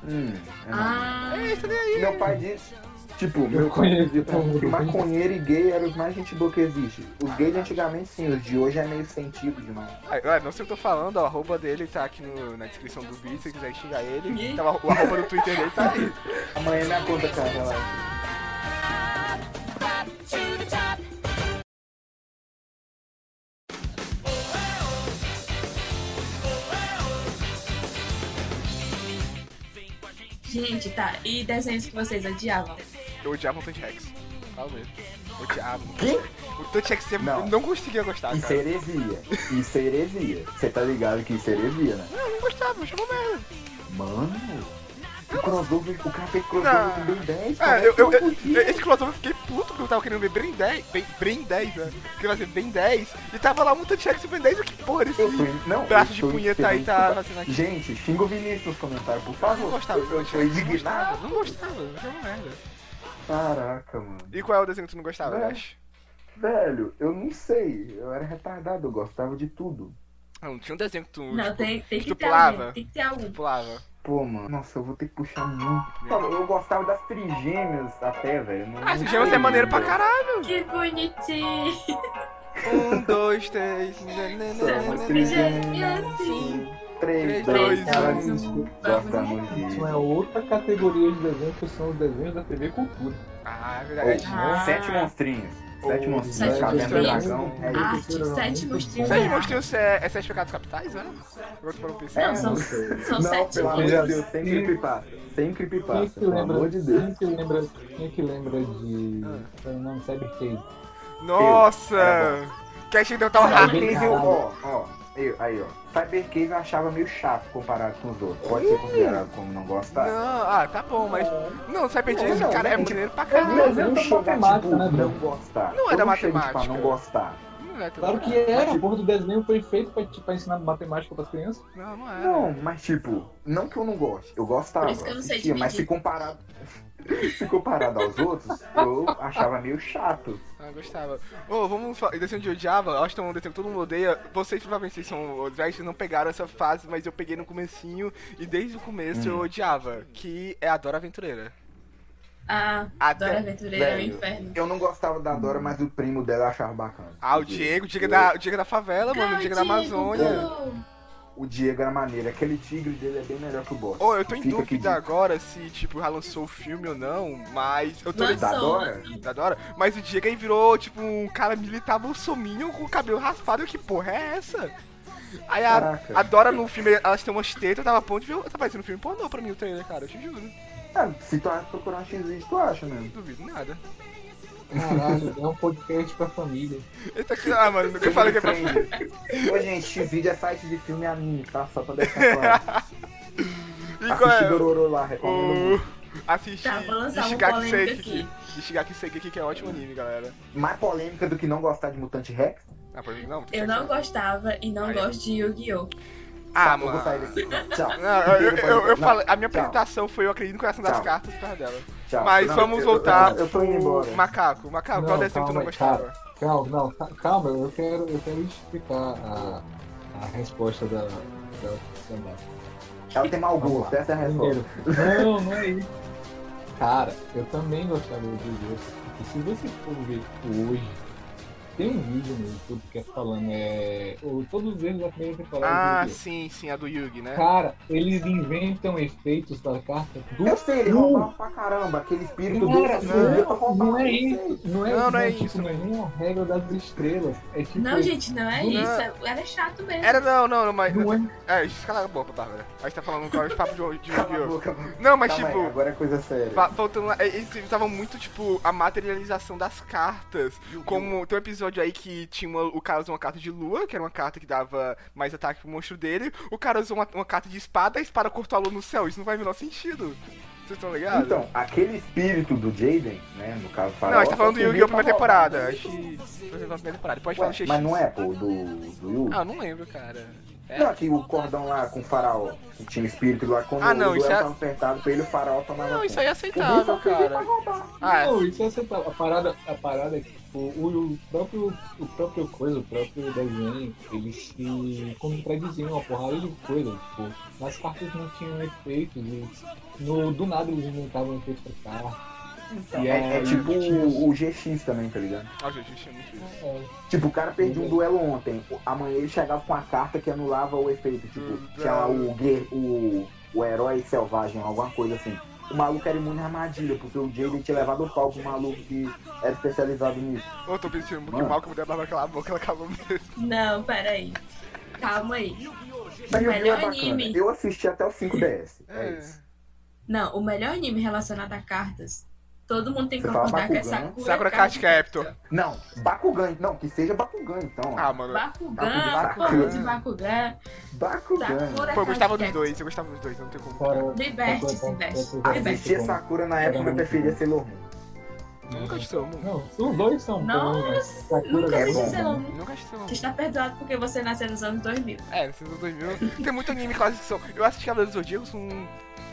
Speaker 4: Hum, é.
Speaker 2: Ah,
Speaker 1: É isso, né?
Speaker 4: Meu pai disse. Tipo, meu
Speaker 3: conheci um todo mundo.
Speaker 4: que maconheiro e gay eram os mais gente boa que existe. Os gays de antigamente sim, os de hoje é meio sentido demais.
Speaker 1: Ah, ué, não sei o que eu tô falando, ó, o arroba dele tá aqui no- na descrição do vídeo, se você quiser xingar ele. Tá, o arroba do Twitter dele tá aí.
Speaker 4: Amanhã é minha conta, cara, lá.
Speaker 2: Gente, tá. E desenhos que vocês odiavam?
Speaker 1: Eu odiava o Touch Rex. Fala mesmo. Odiava.
Speaker 4: Quê?
Speaker 1: O Touch Rex sempre-
Speaker 4: Não.
Speaker 1: eu não conseguia gostar,
Speaker 4: Isso
Speaker 1: cara.
Speaker 4: é heresia. Isso é heresia. Você tá ligado que isso é heresia, né?
Speaker 1: Não, eu não gostava, me chamou merda.
Speaker 4: Mano, o crossover, o cara fez crossover com
Speaker 1: Não.
Speaker 4: o Ben 10,
Speaker 1: Ah,
Speaker 4: cara. é tipo
Speaker 1: eu, eu,
Speaker 4: Não
Speaker 1: eu-
Speaker 4: podia.
Speaker 1: esse crossover eu fiquei puto porque eu tava querendo ver Ben 10, Ben, Ben 10, né? Queria fazer Ben 10 e tava lá um Touch Rex e o Ben 10, o que porra desse
Speaker 4: Eu fui- não,
Speaker 1: braço
Speaker 4: eu
Speaker 1: de
Speaker 4: fui
Speaker 1: punheta aí tá
Speaker 4: diferente.
Speaker 1: fazendo aqui.
Speaker 4: Gente, xinga o Vinícius nos comentários, por
Speaker 1: Eu
Speaker 4: favor.
Speaker 1: não gostava do
Speaker 4: eu
Speaker 1: Touch
Speaker 4: tô
Speaker 1: Rex, não
Speaker 4: indignado.
Speaker 1: gostava, não gostava, me chamou merda.
Speaker 4: Caraca, mano.
Speaker 1: E qual é o desenho que tu não gostava,
Speaker 4: É.
Speaker 1: Ash?
Speaker 4: Velho, eu não sei. Eu era retardado, eu gostava de tudo.
Speaker 1: Ah, Não, tinha um desenho que tu
Speaker 2: Não, tem, tem que
Speaker 1: tu
Speaker 2: ter
Speaker 1: pulava?
Speaker 2: algum. Tem que ter algum.
Speaker 1: pulava.
Speaker 4: Pô, mano, nossa, eu vou ter que puxar muito. Tá, Eu gostava das trigêmeas até, velho. Não-
Speaker 1: Ah, esse
Speaker 4: não
Speaker 1: gêmeo é
Speaker 4: sei,
Speaker 1: maneiro pra
Speaker 4: velho.
Speaker 1: caralho.
Speaker 2: Que bonitinho.
Speaker 1: Um, dois, três.
Speaker 2: é
Speaker 1: né,
Speaker 4: Somos
Speaker 2: Trigêmeas,
Speaker 4: trigêmeas,
Speaker 2: sim.
Speaker 1: Três,
Speaker 4: Três, dois,
Speaker 1: dois,
Speaker 2: um.
Speaker 4: um. Gostamos disso.
Speaker 3: Isso é outra categoria de desenhos que são os desenhos da TV Cultura.
Speaker 1: Ah, é verdade.
Speaker 2: Ah.
Speaker 4: Ô, Sete monstrinhos. Sete
Speaker 1: Ô,
Speaker 4: monstrinhos,
Speaker 2: Sete
Speaker 4: Caverna do
Speaker 2: monstrinhos. Ah,
Speaker 4: Dragão. É isso.
Speaker 2: Arte, sete monstrinhos.
Speaker 1: Vocês mostram se é, é Sete Pecados Capitais, né? Agora tu falou
Speaker 4: É,
Speaker 1: pensar.
Speaker 2: Não, são,
Speaker 4: não sei.
Speaker 2: Ah, são
Speaker 4: Não,
Speaker 2: sete
Speaker 4: pelo amor de
Speaker 2: livros.
Speaker 4: Deus, sem creepypasta. Sem
Speaker 3: Quem
Speaker 4: creepypasta,
Speaker 3: que
Speaker 4: pelo
Speaker 3: lembra,
Speaker 4: amor de Deus.
Speaker 3: Quem que lembra, quem que lembra de. Qual é o nome? Cyber Case.
Speaker 1: Nossa!
Speaker 4: Era
Speaker 1: Que a gente deu tava
Speaker 4: Cyber
Speaker 1: rápido.
Speaker 3: bem
Speaker 4: Cave, Ah, eu-
Speaker 3: caralho.
Speaker 4: ó, ó, eu- aí, ó. Cyber Cave eu achava meio chato comparado com os outros. Pode ser considerado como não gostar.
Speaker 1: Não, ah, tá bom, mas. Não, Cyber Jays,
Speaker 4: Não,
Speaker 1: cara, é
Speaker 4: não, tipo,
Speaker 1: maneiro pra
Speaker 3: não,
Speaker 1: caralho.
Speaker 3: não.
Speaker 4: eu
Speaker 3: é da
Speaker 4: chegar,
Speaker 3: matemática,
Speaker 4: tipo,
Speaker 3: né,
Speaker 4: não
Speaker 3: Bruno?
Speaker 4: gostar.
Speaker 1: Não é
Speaker 4: Eu
Speaker 1: da
Speaker 4: chego, tipo, a
Speaker 1: matemática.
Speaker 4: não gostar.
Speaker 1: Não é tão-
Speaker 3: Claro que era, a porra do desenho foi feito pra, tipo, pra ensinar matemática pras crianças.
Speaker 1: Não, não é.
Speaker 4: Não, mas tipo, não que eu não goste. Eu gostava.
Speaker 2: Por isso que eu não sei
Speaker 4: assistia, mas se
Speaker 2: dividir.
Speaker 4: comparado. se comparado aos outros, eu achava meio chato.
Speaker 1: Ah, gostava. Ô, vamos falar. Desenho de odiava, eu acho que é um desenho que todo mundo odeia. Vocês provavelmente vocês são os velhos, vocês não pegaram essa fase, mas eu peguei no comecinho e desde o começo eu odiava. Que é a Dora Aventureira.
Speaker 2: Ah,
Speaker 1: Até.
Speaker 2: Dora Aventureira é o
Speaker 4: Velho,
Speaker 2: inferno.
Speaker 4: Eu não gostava da Dora, mas o primo dela eu achava bacana.
Speaker 1: Ah, o Diego, o Diego, é da, o Diego é da favela, mano, o Diego é da
Speaker 2: então.
Speaker 1: Amazônia.
Speaker 4: O Diego era maneiro. Aquele tigre dele é bem melhor que o boss.
Speaker 1: Ô, eu tô em
Speaker 4: Fica aqui
Speaker 1: dúvida agora se, tipo, já lançou o filme ou não, mas eu tô
Speaker 2: Lançou.
Speaker 1: ligado
Speaker 4: Da Dora?
Speaker 1: da Dora, mas o Diego aí virou, tipo, um cara militar bolsominion com o cabelo raspado, eu, que porra é essa? Aí a,
Speaker 4: Caraca.
Speaker 1: a Dora no filme, elas têm umas tetas, eu tava a ponto de ver, tá parecendo um filme pornô pra mim o trailer, cara, eu te juro, não
Speaker 4: Ah, se tu acha, procurar um x tu acha mesmo.
Speaker 1: duvido nada.
Speaker 3: Caralho, é um podcast pra família.
Speaker 1: Ele tá aqui, ah, mano, nunca falei que é pra...
Speaker 4: pra Ô, gente, X-Video é site de filme anime, tá? Só pra deixar claro.
Speaker 1: E qual
Speaker 4: Assiste
Speaker 1: é?
Speaker 4: Dororo lá, recomendo muito.
Speaker 1: O... Assiste
Speaker 2: Tá, vou lançar uma
Speaker 1: Ishigaki
Speaker 2: polêmica
Speaker 1: Seikiki. Ishigaki Seikiki que é um ótimo anime, galera.
Speaker 4: Mais polêmica do que não gostar de Mutante Rex?
Speaker 1: Ah, pra mim não.
Speaker 2: Eu não gostava e não
Speaker 1: Aí.
Speaker 2: gosto de Yu-Gi-Oh!
Speaker 1: Ah,
Speaker 4: Tá, eu vou sair
Speaker 1: mano.
Speaker 4: daqui. Tchau.
Speaker 1: Não, eu, eu,
Speaker 4: Não,
Speaker 1: eu, eu
Speaker 4: não,
Speaker 1: falei, a minha
Speaker 4: tchau.
Speaker 1: apresentação foi eu acredito no coração das
Speaker 4: Tchau.
Speaker 1: cartas por causa dela.
Speaker 4: Tchau.
Speaker 1: Mas
Speaker 4: Não,
Speaker 1: vamos
Speaker 4: eu- eu-
Speaker 1: voltar.
Speaker 4: Eu, tô indo
Speaker 1: pro
Speaker 4: embora.
Speaker 1: Macaco, macaco, qual
Speaker 3: Não,
Speaker 1: desenho que tu
Speaker 3: calma
Speaker 1: não
Speaker 3: aí,
Speaker 1: gostava?
Speaker 3: Calma, não, ca- calma, eu quero, eu quero explicar a, a resposta da. da, da
Speaker 4: Ela tem mau
Speaker 3: Vamos
Speaker 4: gosto,
Speaker 3: lá.
Speaker 4: essa é a resposta.
Speaker 3: Primeiro. Não, não é isso. Cara, eu também gostava de Deus. E se você for ver hoje, tem um vídeo no YouTube que é falando, é. o- Todos eles da primeira temporada.
Speaker 1: Ah,
Speaker 3: de Yu-Gi-Oh.
Speaker 1: sim, sim, a do Yugi, né?
Speaker 3: Cara, eles inventam efeitos da carta do.
Speaker 4: Eu sei, ele
Speaker 3: cu.
Speaker 4: roubava pra caramba. Aquele espírito
Speaker 3: Não, era-
Speaker 4: dele né?
Speaker 3: não,
Speaker 4: servia pra roubar.
Speaker 3: não é
Speaker 4: eu sei.
Speaker 3: isso, não é,
Speaker 1: Não, não é
Speaker 3: tipo,
Speaker 1: isso.
Speaker 3: Não é nem a regra das estrelas. É tipo.
Speaker 2: Não, gente, não é
Speaker 3: Não.
Speaker 2: isso. Era chato mesmo.
Speaker 1: Era não, não, não, mas.
Speaker 3: Não é
Speaker 1: É, isso, cala a boca, Bárbara. A gente tá falando agora de papo de, de
Speaker 4: Cala a
Speaker 1: Yu-Gi-Oh!
Speaker 4: boca,
Speaker 1: Não, mas
Speaker 4: Calma aí,
Speaker 1: tipo.
Speaker 4: agora é coisa séria.
Speaker 1: fa- Faltando lá, eles estavam muito, tipo, a materialização das cartas. Como tem um episódio aí que tinha uma- o cara usou uma carta de lua, que era uma carta que dava mais ataque pro monstro dele. O cara usou uma, uma carta de espada, a espada cortou a lua no céu. Isso não faz o menor sentido. Vocês estão ligados?
Speaker 4: Então, aquele espírito do Jaden, né? No caso,
Speaker 1: não,
Speaker 4: farol,
Speaker 1: a gente tá falando do
Speaker 4: servia
Speaker 1: Yu-Gi-Oh!
Speaker 4: pra
Speaker 1: primeira
Speaker 4: roubar.
Speaker 1: temporada. A gente tá falando da primeira temporada. Pode falar
Speaker 4: Ué,
Speaker 1: do Xixi.
Speaker 4: mas não é, pô, do, do Yu.
Speaker 1: Ah, eu não lembro, cara. é.
Speaker 4: Não, que o cordão lá com o faraó, que tinha o espírito lá, quando
Speaker 1: Ah, não,
Speaker 4: o
Speaker 1: isso
Speaker 4: duelo
Speaker 1: é-
Speaker 4: tava apertado pra ele, o faraó tomava
Speaker 1: Não,
Speaker 4: conta.
Speaker 1: isso aí é
Speaker 4: O Yu
Speaker 1: aceitável,
Speaker 4: só servia pra
Speaker 1: cara.
Speaker 4: roubar.
Speaker 1: Ah, é.
Speaker 3: não, isso é aceitável. A parada, a parada é que tipo, o, o próprio, o próprio coisa, o próprio desenho, eles se contradiziam uma porrada de coisa. Tipo, nas cartas não tinham efeitos e no, do nada eles inventavam efeitos pra carta.
Speaker 4: Então,
Speaker 3: E
Speaker 4: é,
Speaker 3: é-
Speaker 4: é tipo
Speaker 3: e
Speaker 4: o, o GX também, tá ligado?
Speaker 1: Ah, gente, é muito isso.
Speaker 4: Tipo, o cara perdia um duelo ontem. Amanhã ele chegava com a carta que anulava o efeito. Tipo, tinha lá o, guer- o, o herói selvagem, alguma coisa assim. O maluco era imune à armadilha, porque o Jaden tinha levado o pau pro maluco que era especializado nisso.
Speaker 1: Ô, eu tô pensando que
Speaker 4: Mano.
Speaker 1: mal que a mulher Bárbara cala a boca, ela calou mesmo.
Speaker 2: Não, peraí. Calma aí.
Speaker 4: Mas
Speaker 2: O
Speaker 4: eu vi, é
Speaker 2: melhor
Speaker 4: bacana.
Speaker 2: anime.
Speaker 4: Eu assisti até o 5DS. É isso.
Speaker 2: Não, o melhor anime relacionado a cartas. Todo mundo tem que
Speaker 4: Você fala
Speaker 2: concordar que é
Speaker 4: Bakugan, né?
Speaker 2: Sakura.
Speaker 1: Sakura Card
Speaker 2: Card
Speaker 1: Captor.
Speaker 4: Não, Bakugan. Não, que seja Bakugan, então.
Speaker 1: Ah, mano.
Speaker 2: Bakugan,
Speaker 4: Bakugan.
Speaker 2: povo de Bakugan,
Speaker 4: Bakugan.
Speaker 2: Sakura
Speaker 1: Pô, eu gostava dos
Speaker 2: Card
Speaker 1: dois, eu gostava dos dois, não tem como.
Speaker 3: Fora-
Speaker 2: Liberte-se,
Speaker 3: fora-
Speaker 2: Veste.
Speaker 3: fora- fora-
Speaker 4: Assistia Sakura na época, mas preferia Sailor Moon.
Speaker 1: Nunca te amo.
Speaker 3: Não, os dois são
Speaker 2: Não,
Speaker 3: bons. né?
Speaker 2: Captor.
Speaker 3: Sakura
Speaker 2: Nunca
Speaker 3: é
Speaker 2: assisti
Speaker 3: bom,
Speaker 2: Sailor
Speaker 3: né?
Speaker 2: Moon.
Speaker 1: Nunca te amo.
Speaker 2: Você está perdoado porque você nasceu nos anos 2000.
Speaker 1: É, nos anos 2000. Tem muito anime clássico que são. Eu assisti Cavaleiros do Zodíaco com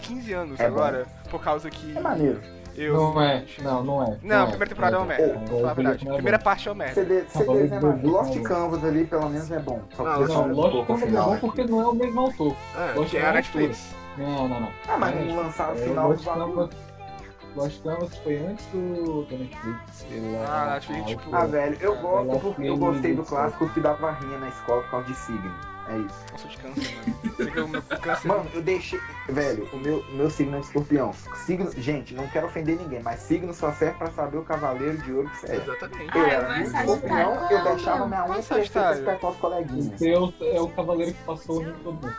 Speaker 1: 15 anos
Speaker 4: É
Speaker 1: agora, por causa que
Speaker 4: É maneiro.
Speaker 1: eu.
Speaker 3: Não é, não, não é.
Speaker 1: Não,
Speaker 3: é,
Speaker 1: a primeira temporada é uma
Speaker 4: Ô,
Speaker 1: merda, vou falar a verdade.
Speaker 3: não é
Speaker 1: Primeira
Speaker 3: bom.
Speaker 1: parte é uma merda.
Speaker 4: CD,
Speaker 3: Cavaleiro
Speaker 4: CDs é
Speaker 3: do
Speaker 4: mais.
Speaker 3: Zodíaco,
Speaker 4: Lost
Speaker 3: né?
Speaker 4: Canvas ali, pelo menos, é bom. Só
Speaker 1: Não,
Speaker 4: que
Speaker 1: não,
Speaker 4: eu só
Speaker 3: Não,
Speaker 4: um
Speaker 3: lógico que
Speaker 4: pouco
Speaker 3: é
Speaker 4: o
Speaker 3: melhor
Speaker 4: final, né?
Speaker 3: porque não é o mesmo autor.
Speaker 1: Ah,
Speaker 3: Lost
Speaker 1: tem a
Speaker 3: Canvas
Speaker 1: Netflix.
Speaker 3: Não, não, não.
Speaker 4: Ah, mas não lançar o
Speaker 3: É,
Speaker 4: final do
Speaker 3: Lost
Speaker 4: bagulho.
Speaker 3: Canvas- Lost Canvas foi antes do do Netflix. eu-
Speaker 1: Ah, Netflix, tipo-
Speaker 4: Ah, velho, eu gosto
Speaker 3: é Lost
Speaker 4: porque eu
Speaker 3: Canvas, é
Speaker 4: gostei do
Speaker 3: isso.
Speaker 4: clássico que dava rinha na escola por causa de signo. É isso.
Speaker 1: Nossa, de câncer, mano. Você viu o meu câncer?
Speaker 4: Mano, eu deixei. Velho, o meu, meu signo é escorpião. Signo. Gente, não quero ofender ninguém, mas signo só serve pra saber o cavaleiro de ouro que você é.
Speaker 1: Exatamente.
Speaker 4: Eu
Speaker 2: Ai,
Speaker 4: era
Speaker 2: vai
Speaker 4: muito
Speaker 2: Sagitário.
Speaker 4: escorpião,
Speaker 3: é
Speaker 4: eu deixava minha unha
Speaker 1: Vai
Speaker 4: pra
Speaker 1: Sagitário.
Speaker 4: respeitar os coleguinhas.
Speaker 3: Deus é o cavaleiro que passou o mundo todo.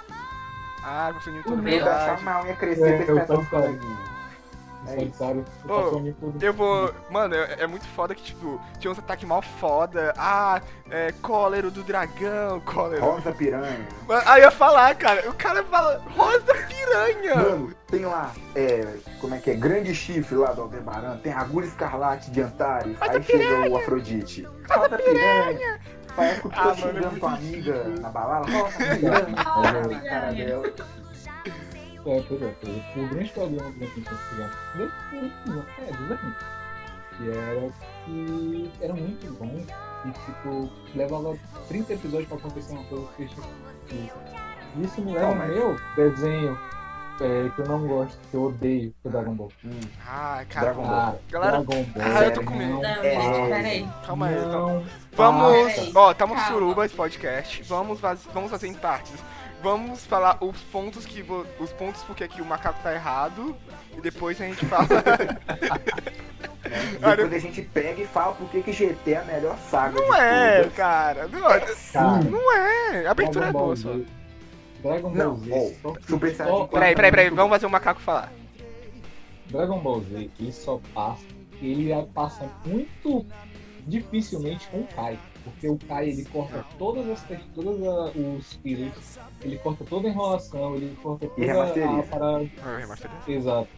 Speaker 1: Ah, você não todo
Speaker 2: O
Speaker 1: mundo.
Speaker 2: meu- tá
Speaker 4: Eu deixava
Speaker 1: verdade.
Speaker 4: minha unha
Speaker 3: É,
Speaker 4: crescer pra
Speaker 3: eu
Speaker 4: respeitar os
Speaker 3: também.
Speaker 4: coleguinhas.
Speaker 3: O
Speaker 4: É isso.
Speaker 3: Solitário que passou o mundo todo.
Speaker 1: Eu vou. Mano, é, é muito foda que, tipo, tinha uns ataques mal foda. Ah, é. Cólero do dragão, cólero.
Speaker 4: Rosa piranha.
Speaker 1: Mano, Aí eu ia falar, cara. O cara fala rosa piranha.
Speaker 4: Mano, tem lá, é, como é que é? Grande chifre lá do Aldebaran, tem agulha escarlate de Antares, aí chega o Afrodite. Rosa piranha! Parece que eu tô
Speaker 1: Ah, mano, é
Speaker 4: xingando
Speaker 1: muito
Speaker 4: tua amiga na balada, rosa piranha, olha na cara dela.
Speaker 3: É, pois é, pois é. O grande problema do Netflix antes de chegar- é, diz aí. Que era que era muito bom e tipo, levava 30 episódios pra acontecer uma coisa que tipo, Isso me leva
Speaker 4: Não,
Speaker 3: ao
Speaker 4: mas-
Speaker 3: meu desenho é, que eu não gosto, que eu odeio, que é Dragon Ball.
Speaker 4: Hum,
Speaker 1: Ah, cara.
Speaker 4: Dragon Ball.
Speaker 3: Ah,
Speaker 1: Galera-
Speaker 3: Dragon Ball.
Speaker 1: Ah, eu tô com medo.
Speaker 3: não-
Speaker 2: Não,
Speaker 4: É.
Speaker 2: gente, peraí.
Speaker 1: Calma aí. Calma.
Speaker 3: não
Speaker 1: Vamos.
Speaker 2: peraí.
Speaker 1: Ó, tá uma
Speaker 2: Calma.
Speaker 1: suruba esse podcast. Vamos, faz- vamos fazer em partes. Vamos falar os pontos que. vo- Os pontos porque aqui o macaco tá errado. E depois a gente fala. Olha,
Speaker 4: Depois a gente pega e fala por que que GT é a melhor saga
Speaker 1: Não
Speaker 4: de
Speaker 1: é,
Speaker 4: todas. tá?
Speaker 1: cara. Não,
Speaker 3: Cara,
Speaker 1: não é. A abertura é
Speaker 3: Dragon Ball
Speaker 1: boa só.
Speaker 3: Z. Dragon Ball
Speaker 4: Não,
Speaker 3: Z.
Speaker 4: ó,
Speaker 3: só-
Speaker 4: Super Saiyajin
Speaker 3: só-
Speaker 4: quatro.
Speaker 1: Peraí, peraí, peraí. Vamos fazer o macaco falar.
Speaker 3: Dragon Ball Z, ele só passa, ele é- passa muito dificilmente com o Kai, porque o Kai ele corta todas as todos os fillers, ele corta toda a enrolação, ele corta
Speaker 4: E
Speaker 3: toda a
Speaker 4: remasteriza.
Speaker 3: parada,
Speaker 1: Ah, remasteriza.
Speaker 3: exato.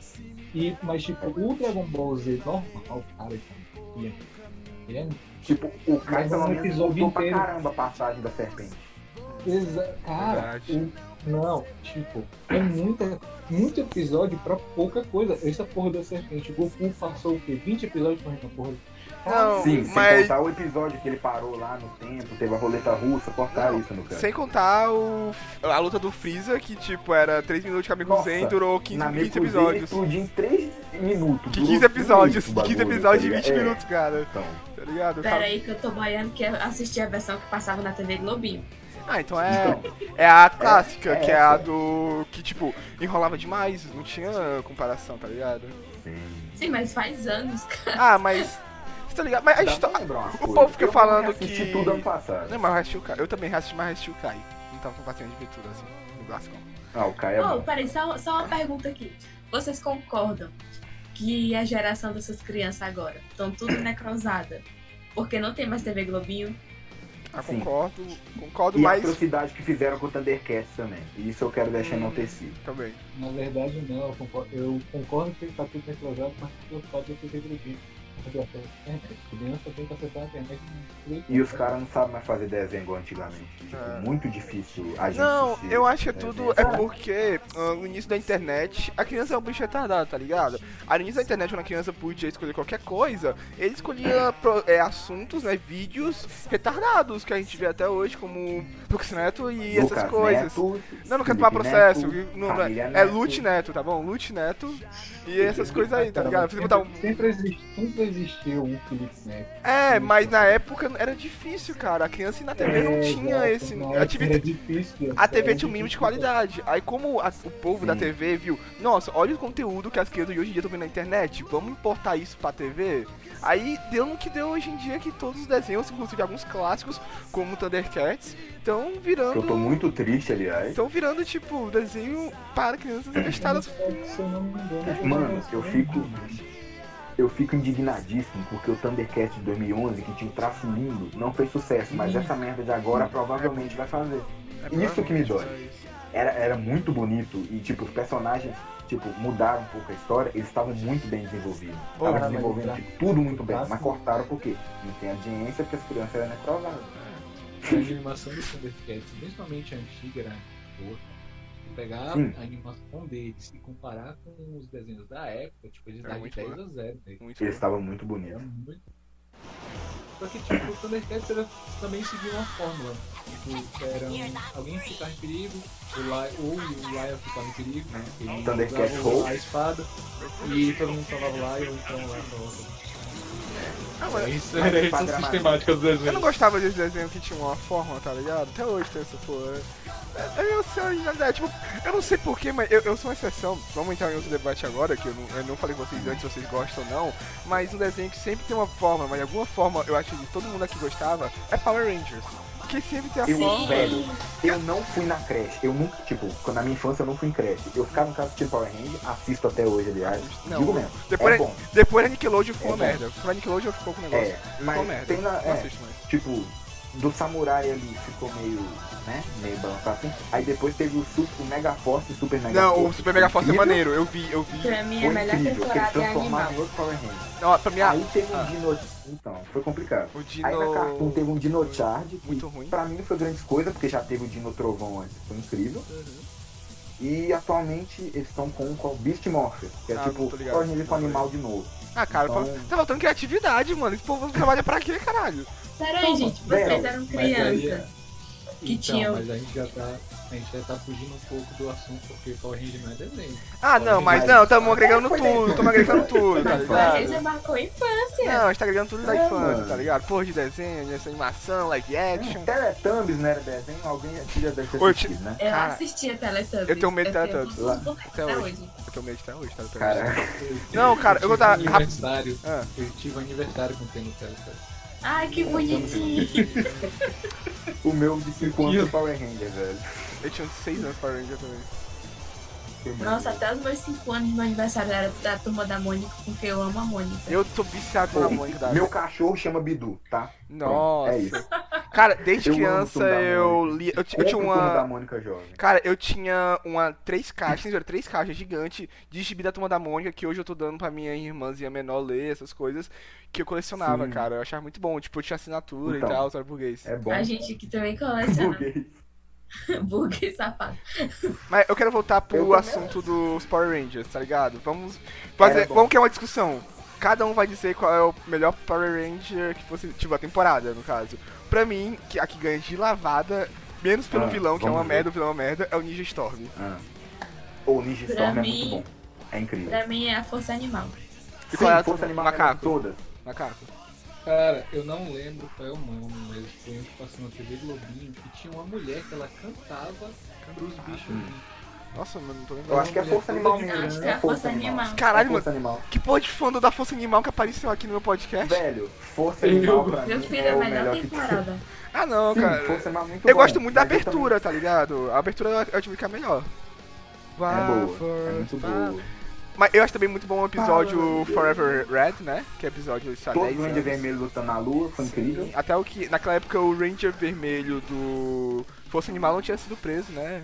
Speaker 3: E mas tipo, o Dragon Ball Z normal, cara, ele é uma filha. ele é
Speaker 4: Tipo, o Kai
Speaker 3: Mas
Speaker 4: pelo
Speaker 3: um
Speaker 4: menos
Speaker 3: episódio
Speaker 4: mudou pra
Speaker 3: inteiro.
Speaker 4: caramba a passagem da serpente.
Speaker 3: Exa- Cara,
Speaker 1: Verdade.
Speaker 3: o- não, tipo, é muita, muito episódio pra pouca coisa. Essa porra da serpente, Goku passou o quê? 20 episódios correndo a porra.
Speaker 1: Não,
Speaker 4: Sim, sem
Speaker 1: mas
Speaker 4: contar o episódio que ele parou lá no tempo, teve a roleta russa, cortaram isso no cara.
Speaker 1: sem contar o, a luta do Freeza, que tipo era 3 minutos de Kamikuzen,
Speaker 4: Nossa,
Speaker 1: durou 15,
Speaker 4: Na
Speaker 1: 20
Speaker 4: Mercuzei,
Speaker 1: episódios.
Speaker 4: Tudo em 3 minutos.
Speaker 1: Que
Speaker 4: durou
Speaker 1: 15 episódios,
Speaker 4: muito o
Speaker 1: 15
Speaker 4: bagulho,
Speaker 1: episódios de
Speaker 4: tá
Speaker 1: 20
Speaker 4: ligado? É,
Speaker 1: minutos, cara,
Speaker 4: então.
Speaker 1: tá ligado?
Speaker 2: Peraí que eu tô boiando que eu assisti a versão que passava na TV Globinho.
Speaker 1: Ah, então é,
Speaker 4: Então,
Speaker 1: é a clássica,
Speaker 4: é
Speaker 1: que é a
Speaker 4: essa.
Speaker 1: do. que tipo, enrolava demais, não tinha comparação, tá ligado?
Speaker 2: Sim, mas faz anos, cara.
Speaker 1: Ah, mas. Você tá ligado? Mas a
Speaker 4: dá
Speaker 1: história.
Speaker 4: pra lembrar umas
Speaker 1: o
Speaker 4: coisas.
Speaker 1: povo fica
Speaker 4: Eu
Speaker 1: falando
Speaker 4: assisti
Speaker 1: que-
Speaker 4: tudo ano passado.
Speaker 1: Não, mas eu assisti o Kai. Eu também assisti, mas assisti o Kai. Não tava com paciência de ver tudo assim, no Glasgow.
Speaker 4: Ah, o Caio é
Speaker 2: Ô,
Speaker 4: bom.
Speaker 1: tá
Speaker 2: peraí, só, só uma pergunta aqui. Vocês concordam que a geração dessas crianças agora estão tudo necrosada? Porque não tem mais TV Globinho?
Speaker 1: Ah,
Speaker 4: Sim.
Speaker 1: concordo, concordo,
Speaker 4: E a
Speaker 1: mas.
Speaker 4: atrocidade que fizeram com o Thundercats também. E isso eu quero
Speaker 1: Hum.
Speaker 4: deixar enaltecido.
Speaker 1: Também.
Speaker 3: Na verdade, não, eu concordo, eu concordo que ele tá tudo necrosado, mas eu falo que eu fiquei Criança tem que acessar a internet.
Speaker 4: E os caras não sabem mais fazer desenho igual antigamente. Tipo,
Speaker 1: É.
Speaker 4: muito difícil a gente.
Speaker 1: Não,
Speaker 4: se-
Speaker 1: eu acho que é
Speaker 4: né,
Speaker 1: tudo
Speaker 4: ver.
Speaker 1: é porque ah, no início da internet a criança é um bicho retardado, tá ligado? Aí no início da internet, quando a criança podia escolher qualquer coisa, ele escolhia pro- é, assuntos, né? Vídeos retardados que a gente vê até hoje, como Lucas Neto e
Speaker 4: Lucas
Speaker 1: essas coisas.
Speaker 4: Neto,
Speaker 1: Não, não quer
Speaker 4: Felipe
Speaker 1: tomar processo.
Speaker 4: Neto,
Speaker 1: não, não é-
Speaker 4: Família
Speaker 1: é
Speaker 4: Neto.
Speaker 1: Lute Neto, tá bom? Lute Neto e essas coisas aí, tá
Speaker 3: Cara,
Speaker 1: ligado?
Speaker 3: mas
Speaker 1: Você botar um
Speaker 3: sempre, sempre, existe, sempre existiu um Felipe Neto.
Speaker 1: É, mas na época era difícil, cara. A criança na TV não tinha
Speaker 3: exato,
Speaker 1: esse.
Speaker 3: na
Speaker 1: A
Speaker 3: época
Speaker 1: TV,
Speaker 3: É, era difícil,
Speaker 1: a
Speaker 3: era
Speaker 1: TV tinha um mínimo de
Speaker 3: difícil.
Speaker 1: qualidade. Aí, como a- o povo da
Speaker 4: Sim.
Speaker 1: TV viu, nossa, olha o conteúdo que as crianças de hoje em dia estão vendo na internet, vamos importar isso pra TV. Aí deu no que deu hoje em dia, que todos os desenhos, inclusive alguns clássicos, como Thundercats, estão
Speaker 4: que eu tô
Speaker 1: virando.
Speaker 4: muito triste, aliás.
Speaker 1: Estão virando, tipo, desenho para crianças afastadas.
Speaker 3: é Se eu não me engano,
Speaker 4: Mano, eu fico. Eu fico indignadíssimo porque o Thundercat de 2011, que tinha um traço lindo, não fez sucesso, mas essa merda de agora provavelmente vai fazer. Isso que me dói. Era, era muito bonito e, tipo, os personagens, tipo, mudaram um pouco a história, eles estavam muito bem desenvolvidos.
Speaker 1: Oh,
Speaker 4: Estavam
Speaker 3: mas
Speaker 4: desenvolvendo
Speaker 3: tá.
Speaker 4: tipo, tudo muito bem,
Speaker 3: Tá,
Speaker 4: mas
Speaker 3: sim.
Speaker 4: cortaram por quê? Não tem audiência porque as crianças eram necrosadas.
Speaker 3: A animação do Thundercats, principalmente a antiga, era boa. Se Pegar
Speaker 4: Sim.
Speaker 3: a animação deles e comparar com os desenhos da época, tipo, eles
Speaker 4: É
Speaker 1: Era
Speaker 3: davam
Speaker 1: muito
Speaker 3: 10
Speaker 1: boa.
Speaker 3: a 0. né?
Speaker 1: Muito
Speaker 4: Eles estavam muito
Speaker 3: Era
Speaker 4: bonitos.
Speaker 3: muito. Só que, tipo, o Thundercats era, também seguia uma fórmula. Tipo, era um- alguém ficar em perigo, o Li- ou o Lion ficava em perigo, né? Ele
Speaker 4: Thundercats
Speaker 3: usava
Speaker 4: Hulk.
Speaker 3: a espada e todo mundo salvava o Lion, então o Lion salvava.
Speaker 1: Ah, mas-
Speaker 3: Isso era
Speaker 4: essa
Speaker 3: essa
Speaker 4: sistemática
Speaker 3: sistemática dos
Speaker 1: Eu não
Speaker 3: desenhos.
Speaker 1: gostava desse desenho que tinha uma forma, tá ligado? Até hoje tem essa porra. É, é, Eu sei, é, é, tipo, eu não sei porquê, mas eu, eu sou uma exceção. Vamos entrar em outro debate agora, que eu não, eu não falei com vocês antes se vocês gostam ou não. Mas um desenho que sempre tem uma forma, mas de alguma forma eu acho que todo mundo aqui gostava, é Power Rangers. Que sempre tem a
Speaker 4: Eu,
Speaker 1: forma.
Speaker 4: velho, eu não fui na creche. Eu nunca, tipo, quando- na minha infância eu não fui em creche. Eu ficava em casa assistindo Power Rangers, assisto até hoje, aliás.
Speaker 1: Não.
Speaker 4: Digo mesmo.
Speaker 1: Depois
Speaker 4: é bom.
Speaker 1: Depois a Nickelodeon ficou
Speaker 4: É
Speaker 1: uma
Speaker 4: bom.
Speaker 1: merda. Pra Nickelodeon ficou com o negócio.
Speaker 4: É,
Speaker 1: ficou uma
Speaker 4: mas
Speaker 1: merda.
Speaker 4: tem na.
Speaker 1: Não
Speaker 4: É,
Speaker 1: assisto mais.
Speaker 4: tipo, do samurai ali ficou meio, né? Meio balançado assim. Aí depois teve o, super, o Mega Force e o Super Mega
Speaker 1: Não,
Speaker 4: Force.
Speaker 1: o Super Mega Force é
Speaker 4: Incrível,
Speaker 1: maneiro, eu vi, eu vi.
Speaker 2: Pra mim, a
Speaker 4: Foi
Speaker 2: melhor
Speaker 4: incrível, que eles
Speaker 2: temporada é
Speaker 4: transformaram
Speaker 2: animal.
Speaker 4: em outro Power Rangers.
Speaker 1: Não, pra mim, a-
Speaker 4: Aí teve um
Speaker 1: ah.
Speaker 4: Dino... Então, foi complicado.
Speaker 1: o Dino...
Speaker 4: Aí na Cartoon teve um Dino Charge, que
Speaker 1: Muito ruim.
Speaker 4: pra mim não foi grande coisa, porque já teve o Dino Trovão antes, foi incrível.
Speaker 1: Uhum.
Speaker 4: E atualmente eles estão com, com o Beast Morpher, que é
Speaker 1: Ah,
Speaker 4: tipo
Speaker 1: tô
Speaker 4: Power
Speaker 1: ligado.
Speaker 4: Rangers com animal de novo.
Speaker 1: Ah, cara,
Speaker 4: Então-
Speaker 1: tá- tá faltando criatividade, mano. Esse povo trabalha pra quê, caralho?
Speaker 2: Pera aí, gente, vocês
Speaker 4: velho,
Speaker 2: eram
Speaker 3: mas aí,
Speaker 2: crianças. que
Speaker 3: então,
Speaker 2: tinha-
Speaker 3: Mas a gente já tá. A gente já tá fugindo um pouco do assunto, porque Power Ranger não é desenho.
Speaker 1: Ah, não, mas não, tamo agregando tudo, tamo agregando tudo, tá
Speaker 2: A
Speaker 1: ligado?
Speaker 2: gente é marcou a infância.
Speaker 1: Não, a gente tá agregando tudo da
Speaker 4: É,
Speaker 1: infância,
Speaker 4: mano.
Speaker 1: tá ligado? Porra de desenho, né? essa animação, live action.
Speaker 4: Teletubbies não era desenho, alguém já deve ter
Speaker 1: Ô,
Speaker 4: assistido, né?
Speaker 2: Eu
Speaker 1: Cara,
Speaker 2: assistia Teletubbies.
Speaker 1: eu tenho medo de
Speaker 2: tenho
Speaker 1: Teletubbies.
Speaker 2: todos os bonecos
Speaker 1: Até
Speaker 2: até
Speaker 1: hoje.
Speaker 2: hoje.
Speaker 4: É.
Speaker 1: Eu tô meio até hoje, tá? Eu tô meio-
Speaker 4: Caraca,
Speaker 1: Não, cara, eu vou dar-
Speaker 3: tive um aniversário.
Speaker 1: Ah.
Speaker 3: Eu tive um aniversário com o Teletubbies.
Speaker 2: Ai, que bonitinho.
Speaker 4: o meu de 5 anos é Power Ranger, velho.
Speaker 1: Eu tinha uns 6 anos para Ranger também.
Speaker 2: Nossa, até os meus 5 anos, meu aniversário era da turma da Mônica, porque eu amo a Mônica.
Speaker 1: Eu tô viciado na Mônica
Speaker 2: tá-
Speaker 1: da
Speaker 4: Meu cachorro chama Bidu, tá? Pronto, É
Speaker 1: Nossa.
Speaker 4: isso.
Speaker 1: Cara, desde
Speaker 4: Eu amo
Speaker 1: criança
Speaker 4: Turma da
Speaker 1: eu
Speaker 4: Mônica.
Speaker 1: li. Eu, ti- eu
Speaker 4: Compre
Speaker 1: tinha
Speaker 4: o Turma da
Speaker 1: uma.
Speaker 4: Mônica Jovem.
Speaker 1: Cara, eu tinha uma três caixas, era três caixas gigantes de gibi da Turma da Mônica, que hoje eu tô dando pra minha irmãzinha menor ler, essas coisas, que eu colecionava,
Speaker 4: Sim.
Speaker 1: cara. Eu achava muito bom. Tipo, eu tinha assinatura
Speaker 4: Então.
Speaker 1: e tal, sabe burguês.
Speaker 4: É bom.
Speaker 2: A gente que também coleciona
Speaker 4: Porque
Speaker 2: burger e safado.
Speaker 1: Mas eu quero voltar
Speaker 4: Eu
Speaker 1: pro
Speaker 4: também
Speaker 1: assunto dos Power Rangers, tá ligado? Vamos fazer.
Speaker 4: bom.
Speaker 1: vamos criar uma discussão. Cada um vai dizer qual é o melhor Power Ranger que você. Tipo, a temporada, no caso. Pra mim, que a que ganha de lavada, menos pelo
Speaker 4: Ah,
Speaker 1: vilão, que é
Speaker 4: vamos
Speaker 1: uma
Speaker 4: ver.
Speaker 1: merda, o vilão é uma merda, é o Ninja Storm.
Speaker 4: Ah. O Ninja
Speaker 2: Pra
Speaker 4: Storm é
Speaker 2: mim-
Speaker 4: muito bom. É incrível.
Speaker 2: Pra mim é a força animal.
Speaker 1: E qual é a
Speaker 4: força
Speaker 1: tua-
Speaker 4: animal
Speaker 1: macaco?
Speaker 4: todas.
Speaker 1: Macaco.
Speaker 3: Cara, eu não lembro qual é o nome, mas foi um que passou na TV Globinho que tinha uma mulher que ela cantava pros bichos.
Speaker 1: Nossa, mano, não tô lembrando.
Speaker 4: Eu acho que é força animal mesmo.
Speaker 2: Acho que
Speaker 4: né?
Speaker 2: é a força animal.
Speaker 1: Caralho,
Speaker 4: É força animal.
Speaker 1: Que porra de fã do da Força Animal que apareceu aqui no meu podcast?
Speaker 4: Velho, força
Speaker 3: Eu-
Speaker 4: animal pra
Speaker 2: Meu
Speaker 4: mim
Speaker 2: filho,
Speaker 4: é
Speaker 2: a
Speaker 4: o
Speaker 2: melhor
Speaker 4: melhor que tem.
Speaker 2: temporada.
Speaker 1: Ah, não,
Speaker 4: Sim,
Speaker 1: cara.
Speaker 4: força animal é muito
Speaker 1: eu
Speaker 4: bom,
Speaker 1: gosto muito da
Speaker 4: mas eu também-
Speaker 1: abertura, tá ligado? A abertura eu admito que é a melhor.
Speaker 4: É boa, é
Speaker 1: Vá,
Speaker 4: muito
Speaker 1: vá.
Speaker 4: boa.
Speaker 1: Mas eu acho também muito bom o episódio Forever Red, né? Que é episódio isso há
Speaker 4: Todo
Speaker 1: 10
Speaker 4: Ranger
Speaker 1: anos.
Speaker 4: Vermelho lutando na lua, foi incrível.
Speaker 1: Até o que. Naquela época o Ranger Vermelho do Força Animal não tinha sido preso, né?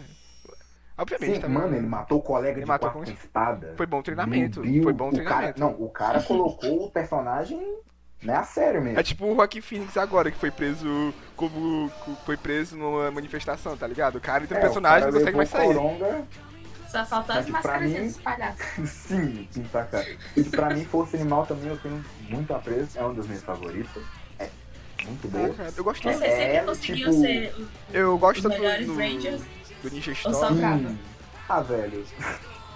Speaker 1: Obviamente,
Speaker 4: Sim,
Speaker 1: tá
Speaker 4: mano, ele matou o colega
Speaker 1: Ele
Speaker 4: de
Speaker 1: matou
Speaker 4: quarta
Speaker 1: com-
Speaker 4: espada.
Speaker 1: Foi bom treinamento.
Speaker 4: Meu Deus,
Speaker 1: Foi bom
Speaker 4: o cara,
Speaker 1: treinamento.
Speaker 4: não, o cara colocou o personagem né, a sério mesmo.
Speaker 1: É tipo o Rock Phoenix agora, que foi preso como. co- Foi preso numa manifestação, tá ligado? O cara entra no
Speaker 4: É, o
Speaker 1: personagem
Speaker 4: cara
Speaker 1: não consegue
Speaker 4: levou
Speaker 1: mais sair.
Speaker 4: Coronga,
Speaker 2: Só faltou
Speaker 4: Mas
Speaker 2: as
Speaker 4: pra
Speaker 2: máscaras
Speaker 4: mim-
Speaker 2: dos palhaços.
Speaker 4: sim, pintar a cara. E pra mim, Força Animal também eu tenho muito apreço. É um dos meus favoritos. É muito
Speaker 1: Ah,
Speaker 4: boa.
Speaker 1: cara, eu gosto.
Speaker 2: Você
Speaker 4: É,
Speaker 2: sempre conseguiu
Speaker 4: tipo,
Speaker 2: ser o-
Speaker 1: Eu gosto
Speaker 2: os
Speaker 1: tanto
Speaker 2: melhores
Speaker 1: do,
Speaker 2: Rangers.
Speaker 1: do Ninja
Speaker 2: Ou só
Speaker 1: Storm.
Speaker 2: brava.
Speaker 4: Ah, velho.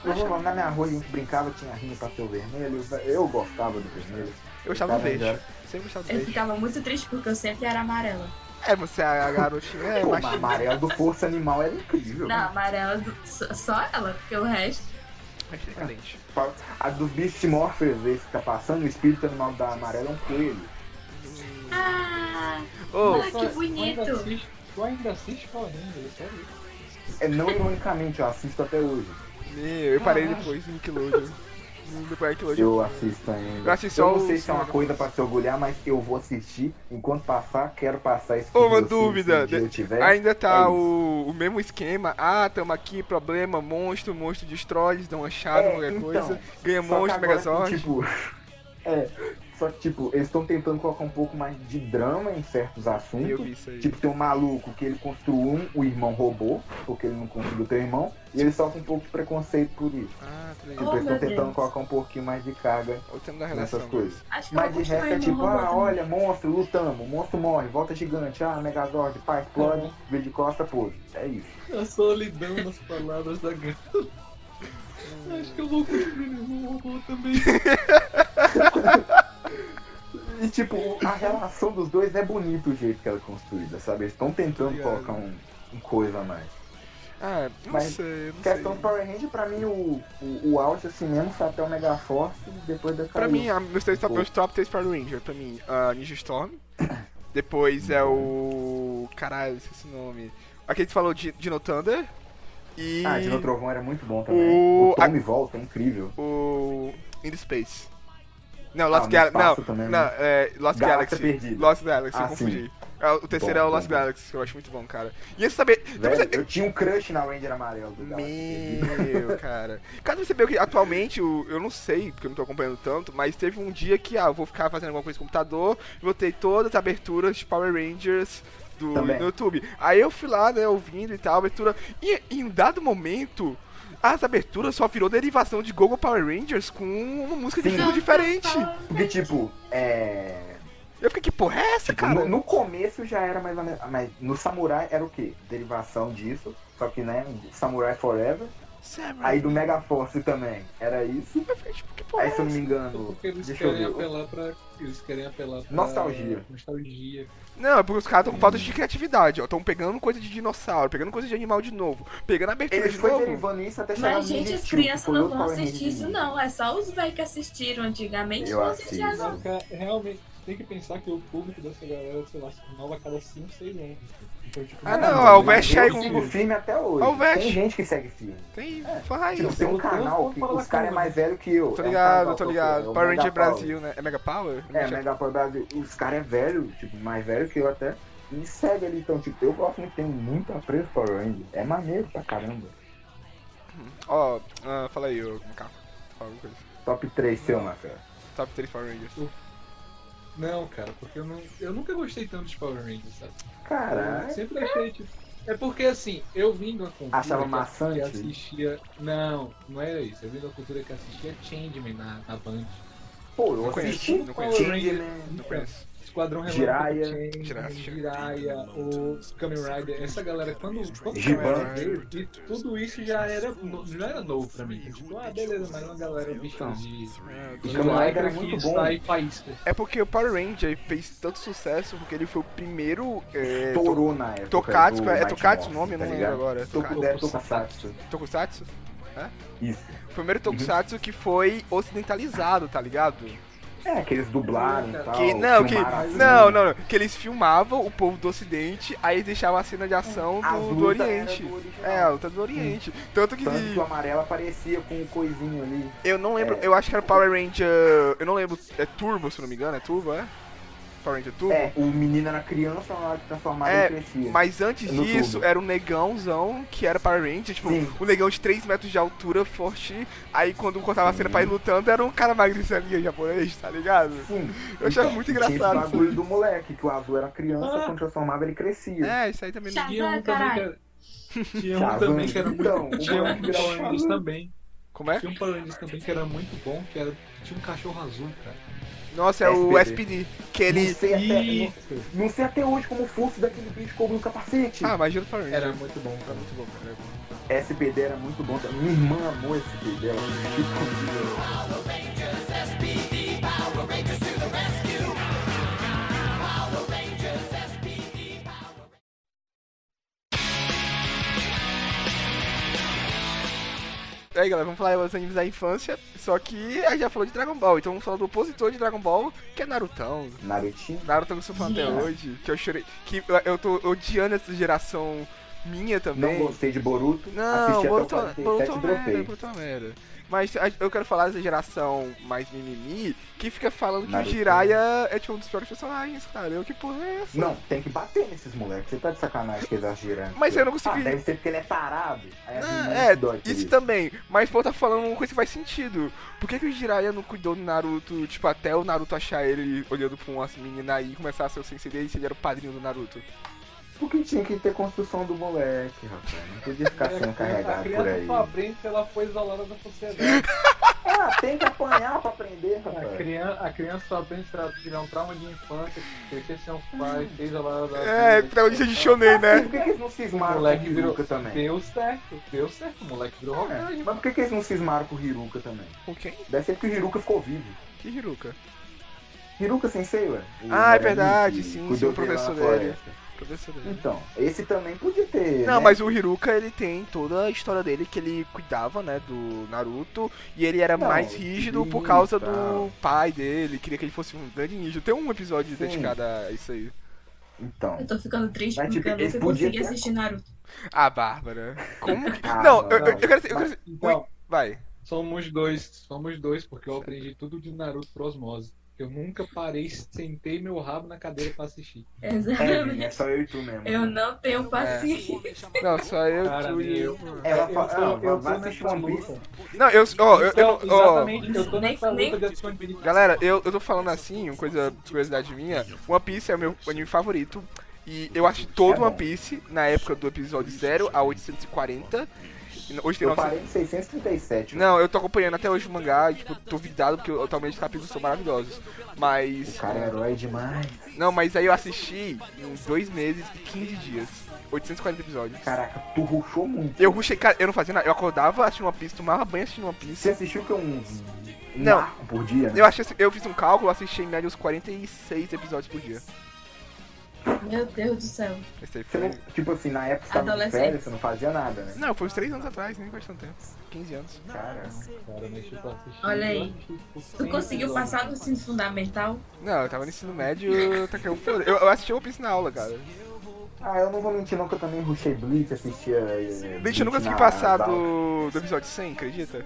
Speaker 4: Eu vou lá na minha rua, a gente brincava, tinha rinha pra ser o vermelho. Eu gostava do vermelho.
Speaker 1: Eu gostava do
Speaker 4: Cara,
Speaker 1: Verde.
Speaker 4: já-
Speaker 1: Sempre gostava do
Speaker 2: Eu
Speaker 1: Verde.
Speaker 2: ficava muito triste porque eu sempre era amarela.
Speaker 1: É, você é a garotinha. É,
Speaker 4: Pô,
Speaker 1: mas.
Speaker 4: mas a amarela do Força Animal era incrível.
Speaker 2: Não, amarela, do- só- só ela, porque o resto.
Speaker 1: Mas é decadente.
Speaker 4: A do Beast Morphers, esse que tá passando, o espírito animal da amarela é um coelho.
Speaker 2: Ah,
Speaker 1: Ô,
Speaker 2: Ah, que bonito.
Speaker 3: Tu ainda assiste- Tu ainda assiste Power Rangers, sério.
Speaker 4: É, não ironicamente, eu assisto até hoje.
Speaker 1: meu, eu parei depois do Nickelodeon. Depois do Nickelodeon.
Speaker 4: Eu assisto ainda.
Speaker 1: Eu assisto
Speaker 4: eu
Speaker 1: só
Speaker 4: não sei
Speaker 1: os-
Speaker 4: se é uma coisa pra se orgulhar, mas eu vou assistir. Enquanto passar, quero passar esse
Speaker 1: Ô, uma
Speaker 4: vídeo, se-
Speaker 1: dúvida.
Speaker 4: se um dia eu tiver.
Speaker 1: Ainda
Speaker 4: É
Speaker 1: tá
Speaker 4: isso.
Speaker 1: o, o mesmo esquema. Ah, tamo aqui, problema, monstro, monstro destrói, eles dão uma chave,
Speaker 4: É,
Speaker 1: qualquer
Speaker 4: então.
Speaker 1: coisa. Ganha
Speaker 4: Só que
Speaker 1: monstro,
Speaker 4: agora,
Speaker 1: Megazord.
Speaker 4: Tipo, é, só que, tipo, eles estão tentando colocar um pouco mais de drama em certos
Speaker 1: Eu
Speaker 4: assuntos.
Speaker 1: vi isso aí.
Speaker 4: Tipo, tem um maluco que ele construiu um, o irmão roubou, porque ele não conseguiu ter irmão, e ele sofre um pouco de preconceito por isso.
Speaker 1: Ah, tá
Speaker 4: Tipo,
Speaker 1: ligado.
Speaker 2: Oh,
Speaker 4: eles
Speaker 2: meu
Speaker 4: estão tentando
Speaker 2: Deus.
Speaker 4: colocar um pouquinho mais de carga
Speaker 1: O tema da relação. né?
Speaker 4: nessas coisas.
Speaker 2: acho que eu
Speaker 4: Mas de
Speaker 2: vou
Speaker 4: resto é
Speaker 2: continuar
Speaker 4: tipo,
Speaker 2: tipo,
Speaker 4: ah, olha, monstro, lutamos, monstro morre, volta gigante, ah, Megazord,
Speaker 1: Tá
Speaker 4: pá, explode, vira de costa, pô. É isso.
Speaker 3: A solidão nas palavras da Gana. Acho que eu vou cumprir, eu vou, vou também.
Speaker 4: E tipo, a relação dos dois é bonita o jeito que ela é construída, sabe? Eles estão tentando
Speaker 1: Obrigado.
Speaker 4: colocar um, um coisa a mais.
Speaker 1: Ah, não
Speaker 4: Mas
Speaker 1: sei, não sei.
Speaker 4: Questão do Power Ranger, pra mim, o, o, o auge assim mesmo foi até o Mega Force e depois da
Speaker 1: Pra
Speaker 4: caiu.
Speaker 1: mim, a- meus, três,
Speaker 4: um
Speaker 1: top- meus top 3 Power Ranger, pra mim, a Ninja Storm. Depois é o. Caralho, esqueci o nome. Aquele que falou de Dino Thunder. E.
Speaker 4: Ah, Dino Trovão era muito bom também.
Speaker 1: O-
Speaker 4: O, Tommy volta, é incrível.
Speaker 1: o. In the Space. Não,
Speaker 4: Ah,
Speaker 1: Lost
Speaker 4: no
Speaker 1: Galaxy. Não,
Speaker 4: espaço também,
Speaker 1: não
Speaker 4: né?
Speaker 1: é, Lost
Speaker 4: Galáxia
Speaker 1: Galaxy.
Speaker 4: Perdida.
Speaker 1: Lost Galaxy, eu
Speaker 4: Ah,
Speaker 1: confundi. Ah, O terceiro
Speaker 4: Bom,
Speaker 1: é o Lost
Speaker 4: bom.
Speaker 1: Galaxy, que eu acho muito bom, cara. E esse também. também
Speaker 4: Velho, eu tinha um crush na Ranger amarela do Galaxy.
Speaker 1: Meu, cara. Cara, você viu que atualmente, o- eu não sei, porque eu não tô acompanhando tanto, mas teve um dia que, ah, eu vou ficar fazendo alguma coisa no computador, botei todas as aberturas de Power Rangers do
Speaker 4: Também.
Speaker 1: no YouTube. Aí eu fui lá, né, ouvindo e tal, abertura. E em um dado momento, as aberturas só virou derivação de Google Power Rangers com uma música de
Speaker 4: Sim.
Speaker 1: filme diferente.
Speaker 4: Porque, tipo, é.
Speaker 1: Eu fiquei, que porra é essa, cara?
Speaker 4: Tipo, No, no começo já era mais ou menos. Mas no Samurai era o quê? Derivação disso. Só que, né? Samurai Forever.
Speaker 1: Sério,
Speaker 4: Aí do Mega Force também era isso.
Speaker 1: eu fiquei, tipo, que porra é
Speaker 4: Aí, se
Speaker 1: essa?
Speaker 4: eu não me engano.
Speaker 3: Porque Então, eles
Speaker 4: Deixa eu
Speaker 3: querem
Speaker 4: ver.
Speaker 3: apelar pra. Eles querem apelar pra.
Speaker 4: Nostalgia.
Speaker 3: Nostalgia.
Speaker 1: Não, é porque os caras estão com falta de criatividade, ó. Estão pegando coisa de dinossauro, pegando coisa de animal de novo, pegando abertura
Speaker 4: Ele
Speaker 1: de
Speaker 4: foi
Speaker 1: novo.
Speaker 4: derivando isso até chegar
Speaker 2: Mas,
Speaker 4: no
Speaker 2: gente, as
Speaker 4: Mewtwo, que
Speaker 2: crianças
Speaker 4: foi
Speaker 2: não
Speaker 4: outro
Speaker 2: vão
Speaker 4: Power Ranger
Speaker 2: assistir isso,
Speaker 4: de
Speaker 2: não. É só os velhos que assistiram antigamente
Speaker 4: Eu
Speaker 2: vão assistir
Speaker 4: assisto.
Speaker 2: agora.
Speaker 3: Não, Então, cara, é realmente, tem que pensar que o público dessa galera, sei lá, se renova a cada 5, 6 anos. Então, tipo,
Speaker 1: Ah,
Speaker 4: Mewtwo.
Speaker 1: não,
Speaker 4: Mas
Speaker 1: é o Vest
Speaker 4: eu
Speaker 1: aí com-
Speaker 4: sigo firme até hoje.
Speaker 1: É o Vest.
Speaker 4: Tem gente que segue firme.
Speaker 1: Tem, faz.
Speaker 4: Tipo, tem um
Speaker 3: eu tô-
Speaker 4: canal
Speaker 3: eu
Speaker 4: que
Speaker 3: falo
Speaker 4: os
Speaker 3: assim,
Speaker 4: caras é
Speaker 3: mano.
Speaker 4: mais velho que eu.
Speaker 1: Tô
Speaker 4: É um
Speaker 1: ligado,
Speaker 4: canal,
Speaker 1: tô
Speaker 4: é o
Speaker 1: ligado. Power Ranger
Speaker 4: Mega Power.
Speaker 1: Brasil, né? É Mega Power?
Speaker 4: É, Mega Power Brasil. Os caras é velho, tipo, mais velho que eu até. E segue ali, então, tipo, eu gosto muito, tenho muito apreço para o Ranger. É maneiro pra caramba.
Speaker 1: Hum. Ó, ah, fala aí, ô Macaco. Fala alguma coisa.
Speaker 4: Top 3 seu, Maca.
Speaker 1: Top 3 Power Rangers.
Speaker 3: Não, cara, porque eu, não, eu nunca gostei tanto de Power Rangers, sabe? Eu
Speaker 4: Caralho.
Speaker 3: sempre achei, tipo. É porque assim, eu vim de uma cultura
Speaker 4: Achava
Speaker 3: que-
Speaker 4: maçante?
Speaker 3: que assistia. Não, não era isso. Eu vim de uma cultura que assistia Changeman na, na Band.
Speaker 4: Pô, eu
Speaker 1: Não conheço,
Speaker 4: assisti né?
Speaker 1: não conheço.
Speaker 4: Changeman.
Speaker 1: Não conheço.
Speaker 3: Esquadrão
Speaker 4: Jiraiya.
Speaker 3: Relâmpago,
Speaker 1: Jiraiya.
Speaker 3: Changeman, Jiraiya, o Kamen Rider, essa galera, quando, quando o
Speaker 4: Giban.
Speaker 3: Kamen Rider veio, e tudo isso já era, no- já era novo pra mim. Tipo, ah, beleza, mas uma galera vestida de, de
Speaker 4: Kamen Rider era
Speaker 3: Rider
Speaker 4: muito
Speaker 3: que
Speaker 4: bom.
Speaker 3: sai faísca.
Speaker 1: É porque o Power Ranger fez tanto sucesso porque ele foi o primeiro. É, to-
Speaker 4: Estourou na época.
Speaker 1: Tokatsu,
Speaker 4: do
Speaker 1: é
Speaker 4: Mighty
Speaker 1: Tokatsu o nome?
Speaker 4: Morphin,
Speaker 1: Eu
Speaker 4: tá
Speaker 1: não lembro
Speaker 4: ligado?
Speaker 1: agora.
Speaker 4: Toku-
Speaker 1: Toku-
Speaker 4: é Tokusatsu.
Speaker 1: Tokusatsu?
Speaker 4: Isso. Uhum.
Speaker 1: Foi o primeiro Tokusatsu que foi ocidentalizado, tá ligado?
Speaker 4: É, que eles dublaram e tal.
Speaker 1: Que, não, que,
Speaker 4: filmaram assim.
Speaker 1: não, não, não. Que eles filmavam o povo do ocidente, aí eles deixavam a cena de ação
Speaker 4: As
Speaker 1: do, do
Speaker 4: lutas eram
Speaker 1: oriente.
Speaker 4: do original.
Speaker 1: É, a luta do oriente. Tanto que.
Speaker 4: Tanto que o amarelo aparecia com um coisinho ali.
Speaker 1: Eu não lembro,
Speaker 4: É.
Speaker 1: eu acho que era Power Ranger. Eu não lembro, é Turbo, se não me engano, é Turbo, é? Power Ranger Turbo.
Speaker 4: É, o menino era criança na hora que transformava
Speaker 1: É,
Speaker 4: ele crescia.
Speaker 1: Mas antes
Speaker 4: É No
Speaker 1: disso,
Speaker 4: tubo.
Speaker 1: era um negãozão que era Power Ranger, tipo,
Speaker 4: Sim.
Speaker 1: um negão de 3 metros de altura, forte. Aí quando cortava a cena pra ir lutando, era um cara magricelinha japonês, tá ligado?
Speaker 4: Sim. Então,
Speaker 1: Eu achava muito
Speaker 4: Tinha
Speaker 1: engraçado.
Speaker 4: esse bagulho do moleque, que o azul era criança,
Speaker 3: Ah.
Speaker 4: quando transformava ele crescia.
Speaker 1: É, isso aí também não.
Speaker 2: Chato.
Speaker 3: Tinha um também que era. Tinha um
Speaker 4: Shazam.
Speaker 3: também que era muito.
Speaker 4: Então, o
Speaker 3: Tinha um
Speaker 4: moleque
Speaker 3: que
Speaker 4: virava
Speaker 3: Power Rangers
Speaker 4: Shazam.
Speaker 3: também.
Speaker 1: Como é?
Speaker 3: Tinha um Power Rangers também que era muito bom, que era. Tinha um cachorro azul, cara.
Speaker 1: Nossa, é o SPD.
Speaker 4: SPD.
Speaker 1: Que
Speaker 4: Não
Speaker 1: ele.
Speaker 4: sei até,
Speaker 3: Ih,
Speaker 4: não, não sei até hoje como o fluxo daquele bicho cobriu o capacete.
Speaker 1: Ah, imagina o Power Ranger.
Speaker 3: Era muito bom, era muito bom, cara.
Speaker 4: SPD era muito bom também. Minha irmã amou SPD. Ela é assistiu
Speaker 1: Hum.
Speaker 4: comigo.
Speaker 1: Aí galera, vamos falar dos animes da infância. Só que a gente já falou de Dragon Ball, então vamos falar do opositor de Dragon Ball, que é Narutão.
Speaker 4: Narutinho.
Speaker 1: Naruto eu sou fã até
Speaker 2: Yeah.
Speaker 1: hoje, que eu chorei. Que eu- eu tô odiando essa geração minha também.
Speaker 4: Não gostei de Boruto.
Speaker 1: Não,
Speaker 4: assisti
Speaker 1: Boruto,
Speaker 4: até o 47
Speaker 1: Boruto é
Speaker 4: e
Speaker 1: uma merda,
Speaker 4: dropei.
Speaker 1: Boruto é uma merda. Mas a- eu quero falar dessa geração mais mimimi, que fica falando que
Speaker 4: Naruto.
Speaker 1: o Jiraiya é tipo um dos piores personagens, cara. Eu, que porra é essa?
Speaker 4: Não, tem que bater nesses moleques. Você tá de sacanagem que eles exagerando.
Speaker 1: Mas eu não consegui-
Speaker 4: Ah, deve ser porque ele é tarado. Aí
Speaker 1: Não,
Speaker 4: assim, não
Speaker 1: é,
Speaker 4: dói por
Speaker 1: isso também. Mas, pô, tá falando uma coisa que faz sentido. Por que, que o Jiraiya não cuidou do Naruto, tipo, até o Naruto achar ele olhando pra umas meninas aí e começar a ser o sensei dele se ele era o padrinho do Naruto?
Speaker 4: Porque tinha que ter construção do moleque, rapaz. Não podia ficar
Speaker 3: É, a
Speaker 4: sendo carregado por
Speaker 3: criança
Speaker 4: aí.
Speaker 3: pobre, ela foi isolada da sociedade.
Speaker 4: Ah, tem que apanhar pra aprender,
Speaker 3: A
Speaker 4: rapaz.
Speaker 3: criança, a criança só aprende se ela tiver um trauma de infância, crescer sem um
Speaker 4: Hum.
Speaker 3: pai, fez a lá da.
Speaker 1: É, protagonista de Shonen,
Speaker 4: E
Speaker 1: né?
Speaker 4: Por que, que eles não
Speaker 3: O
Speaker 4: cismaram
Speaker 3: moleque
Speaker 4: com o
Speaker 3: virou.
Speaker 4: Hiruka também?
Speaker 3: Deu certo, deu certo, o moleque virou
Speaker 4: É,
Speaker 3: Hokage.
Speaker 4: Mas por que, que eles não cismaram com o Hiruka também?
Speaker 1: Com quem?
Speaker 4: Deve ser porque o Hiruka ficou vivo.
Speaker 1: Que Hiruka?
Speaker 4: Hiruka Sensei, ué. O
Speaker 1: Ah, é
Speaker 4: moleque
Speaker 1: verdade,
Speaker 4: que
Speaker 1: sim, sim,
Speaker 4: cuidou
Speaker 1: o
Speaker 4: dele lá na
Speaker 1: professor dele.
Speaker 4: floresta.
Speaker 1: Professor dele.
Speaker 4: Então, esse também podia ter.
Speaker 1: Não,
Speaker 4: né?
Speaker 1: mas o Hiruka, ele tem toda a história dele que ele cuidava, né, do Naruto, e ele era
Speaker 4: Não,
Speaker 1: mais rígido por
Speaker 4: sim,
Speaker 1: causa
Speaker 4: tal.
Speaker 1: do pai dele, queria que ele fosse um grande ninja. Tem um episódio
Speaker 4: Sim.
Speaker 1: dedicado a isso aí.
Speaker 4: Então.
Speaker 2: Eu tô ficando triste
Speaker 4: Mas,
Speaker 2: porque
Speaker 4: tipo,
Speaker 2: eu
Speaker 4: eles
Speaker 2: nunca
Speaker 4: podiam
Speaker 2: consegui
Speaker 4: ter-
Speaker 2: assistir Naruto.
Speaker 1: Ah, Bárbara. Como que...
Speaker 4: Ah,
Speaker 1: não,
Speaker 4: não,
Speaker 1: eu, eu- eu quero... Eu
Speaker 4: não.
Speaker 1: quero...
Speaker 3: Então,
Speaker 1: Vai.
Speaker 3: somos dois, somos dois, porque eu aprendi tudo de Naruto por osmose. Eu nunca parei, sentei meu rabo na cadeira pra assistir.
Speaker 4: É,
Speaker 2: Exatamente.
Speaker 4: Vini, é só eu e tu mesmo.
Speaker 2: Eu não tenho paciência.
Speaker 1: Não, só eu,
Speaker 3: Cara,
Speaker 1: tu e eu.
Speaker 3: meu.
Speaker 4: Ela
Speaker 3: eu,
Speaker 4: fala,
Speaker 3: eu, eu
Speaker 4: vai
Speaker 3: tô
Speaker 4: assistir
Speaker 3: nessa
Speaker 4: One Piece.
Speaker 3: luta.
Speaker 1: Não, eu... Ó, eu, eu,
Speaker 3: Então,
Speaker 1: ó,
Speaker 3: exatamente, eu tô
Speaker 2: Nem-
Speaker 3: nessa
Speaker 2: nem-
Speaker 3: luta de disponibilidade.
Speaker 1: Galera, eu, eu tô falando assim, uma coisa, curiosidade minha, One Piece é o meu anime favorito. E eu assisti todo One Piece na época do episódio 0 a 840. e Hoje tem 900.
Speaker 4: Eu parei em 637.
Speaker 1: Não, eu tô acompanhando até hoje o mangá, e, tipo, tô vidado porque atualmente os capítulos são maravilhosos.
Speaker 4: O
Speaker 1: Mas.
Speaker 4: cara é herói demais.
Speaker 1: Não, mas aí eu assisti em dois meses e 15 dias. 840 episódios.
Speaker 4: Caraca, tu ruxou muito.
Speaker 1: Eu rushei, cara, eu não fazia nada. Eu acordava assistindo One Piece, tomava banho assistindo One
Speaker 4: Você
Speaker 1: Piece.
Speaker 4: assistiu que um, um
Speaker 1: Não.
Speaker 4: arco por dia? né?
Speaker 1: Eu, achei, eu fiz um cálculo, eu assisti em média uns 46 episódios por dia.
Speaker 2: Meu Deus do céu.
Speaker 1: Esse aí
Speaker 4: Você
Speaker 1: foi.
Speaker 4: não, tipo assim, na época você tava de
Speaker 2: Adolescente.
Speaker 4: férias, você não fazia nada, né?
Speaker 1: Não, foi uns 3 anos atrás, nem faz tanto tempo. 15 anos.
Speaker 4: Cara,
Speaker 3: Cara, mas tipo, eu assisti-
Speaker 2: Olha aí.
Speaker 3: eu assisti
Speaker 2: Tu
Speaker 3: por cem
Speaker 2: conseguiu
Speaker 3: episódios.
Speaker 2: passar no ensino fundamental?
Speaker 1: Não, eu tava no ensino médio, eu taquei o foda. Eu, eu assisti One Piece na aula, cara.
Speaker 4: ah, eu não vou mentir não que eu também ruxei Bleach, assistia... eh,
Speaker 1: Gente, eu nunca consegui
Speaker 4: na-
Speaker 1: passar
Speaker 4: na-
Speaker 1: do, do episódio 100, acredita?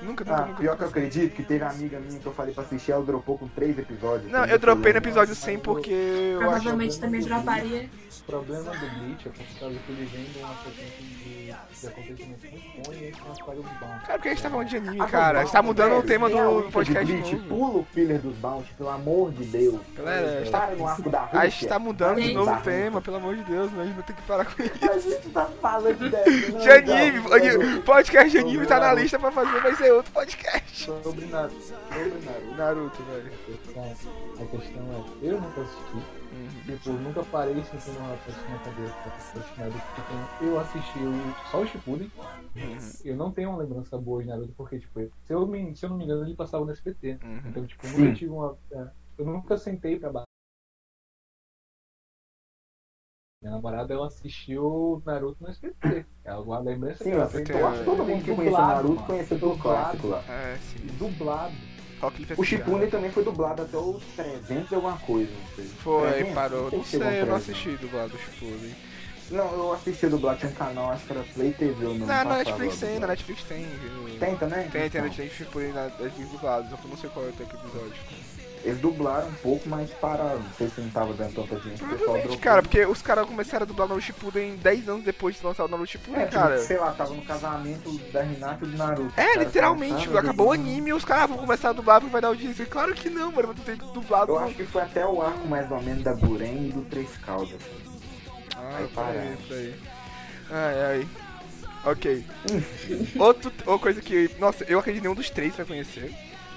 Speaker 1: Nunca, nunca,
Speaker 4: tá. Ah,
Speaker 1: nunca.
Speaker 4: pior que eu acredito que teve amiga minha que eu falei pra assistir, ela dropou com três episódios.
Speaker 1: Não,
Speaker 4: Foi
Speaker 1: eu
Speaker 4: muito
Speaker 1: dropei no
Speaker 4: longo.
Speaker 1: episódio 100 porque eu acho.
Speaker 2: Provavelmente também droparia.
Speaker 3: O problema do Bleach é por causa que ele vem de uma sequência de, de acontecimentos muito bons e ele transfere os bons.
Speaker 1: Cara, por que a gente tá falando de anime,
Speaker 4: Ah,
Speaker 1: cara? A gente tá
Speaker 4: não,
Speaker 1: mudando
Speaker 4: velho,
Speaker 1: o tema
Speaker 4: tem a luta
Speaker 1: do
Speaker 4: de
Speaker 1: podcast
Speaker 4: Bleach,
Speaker 1: novo.
Speaker 4: Pula o filler dos Bounty, pelo amor de Deus.
Speaker 1: Galera, a gente tá-
Speaker 4: Para no arco da Rússia.
Speaker 1: a gente tá mudando de
Speaker 2: Gente.
Speaker 1: novo
Speaker 4: Da
Speaker 1: o tema, pelo amor de Deus, né? A gente vai ter que parar com isso.
Speaker 4: A gente tá falando de,
Speaker 1: De anime, anime- podcast de anime tá na
Speaker 3: Naruto.
Speaker 1: lista pra fazer, vai ser outro podcast.
Speaker 3: Sobre Naruto, sobre Naruto,
Speaker 1: Naruto, velho.
Speaker 3: a questão, né? a questão é, eu nunca assisti,
Speaker 1: Uhum.
Speaker 3: tipo, eu nunca parei sentindo uma pessoa na cabeça pra assistir Naruto, porque Tipo, eu assisti o- só o Shippuden,
Speaker 1: Uhum.
Speaker 3: eu não tenho uma lembrança boa de Naruto, porque, tipo, se eu, me, se eu não me engano, ele passava no SPT,
Speaker 1: Uhum.
Speaker 3: então, tipo, eu
Speaker 4: Sim.
Speaker 3: nunca tive uma... é, eu nunca sentei pra baixo. Minha namorada, ela assistiu Naruto no SPT, é uma lembrança
Speaker 4: Sim,
Speaker 3: que
Speaker 4: eu
Speaker 3: ela
Speaker 4: acho que
Speaker 3: tem.
Speaker 4: todo mundo que conheceu
Speaker 3: Dublado,
Speaker 4: Naruto
Speaker 3: mano.
Speaker 4: conheceu pelo
Speaker 3: Dublado.
Speaker 4: clássico lá.
Speaker 1: É, sim.
Speaker 3: dublado.
Speaker 1: Qual clipe é
Speaker 4: O
Speaker 1: esse, cara?
Speaker 4: Shippuden também foi dublado até os 300 e alguma coisa, não sei.
Speaker 1: Foi,
Speaker 4: 300?
Speaker 1: parou.
Speaker 4: Quem
Speaker 1: Não
Speaker 4: chegou
Speaker 1: sei, eu não
Speaker 4: atrás,
Speaker 1: assisti do lado do Shippuden.
Speaker 4: Não, eu assisti dublado, tinha um canal, acho que era Play TV ou
Speaker 1: Na,
Speaker 4: não.
Speaker 1: na
Speaker 4: passava
Speaker 1: Netflix tem, na
Speaker 4: dublado.
Speaker 1: Netflix tem. viu?
Speaker 4: Tem também?
Speaker 1: Tem, tem,
Speaker 4: Então.
Speaker 1: tem Shippuden na Netflix do lado, só que eu não sei qual é o episódio.
Speaker 4: Eles dublaram um pouco, mas pararam. Não sei se não tava dando tanta gente. O pessoal
Speaker 1: Provavelmente,
Speaker 4: dropou. É,
Speaker 1: cara, porque os caras começaram a dublar Naruto Shippuden 10 anos depois de lançar o Naruto Shippuden,
Speaker 4: É,
Speaker 1: cara.
Speaker 4: tipo, sei lá, tava no casamento da Renata e do Naruto. Os
Speaker 1: É,
Speaker 4: caras
Speaker 1: literalmente,
Speaker 4: começaram,
Speaker 1: acabou o
Speaker 4: eles-
Speaker 1: anime e os caras "Ah, vão começar a dublar porque vai dar audiência. Claro que não, mano, tu tem dublado.
Speaker 4: Eu acho que foi até o arco mais ou menos da Buren e do Três Caldas.
Speaker 1: Ai,
Speaker 4: Aí para.
Speaker 1: isso aí. Ai, ai. Ok. Outro, outra coisa que. Nossa, eu acredito que nenhum dos três vai conhecer.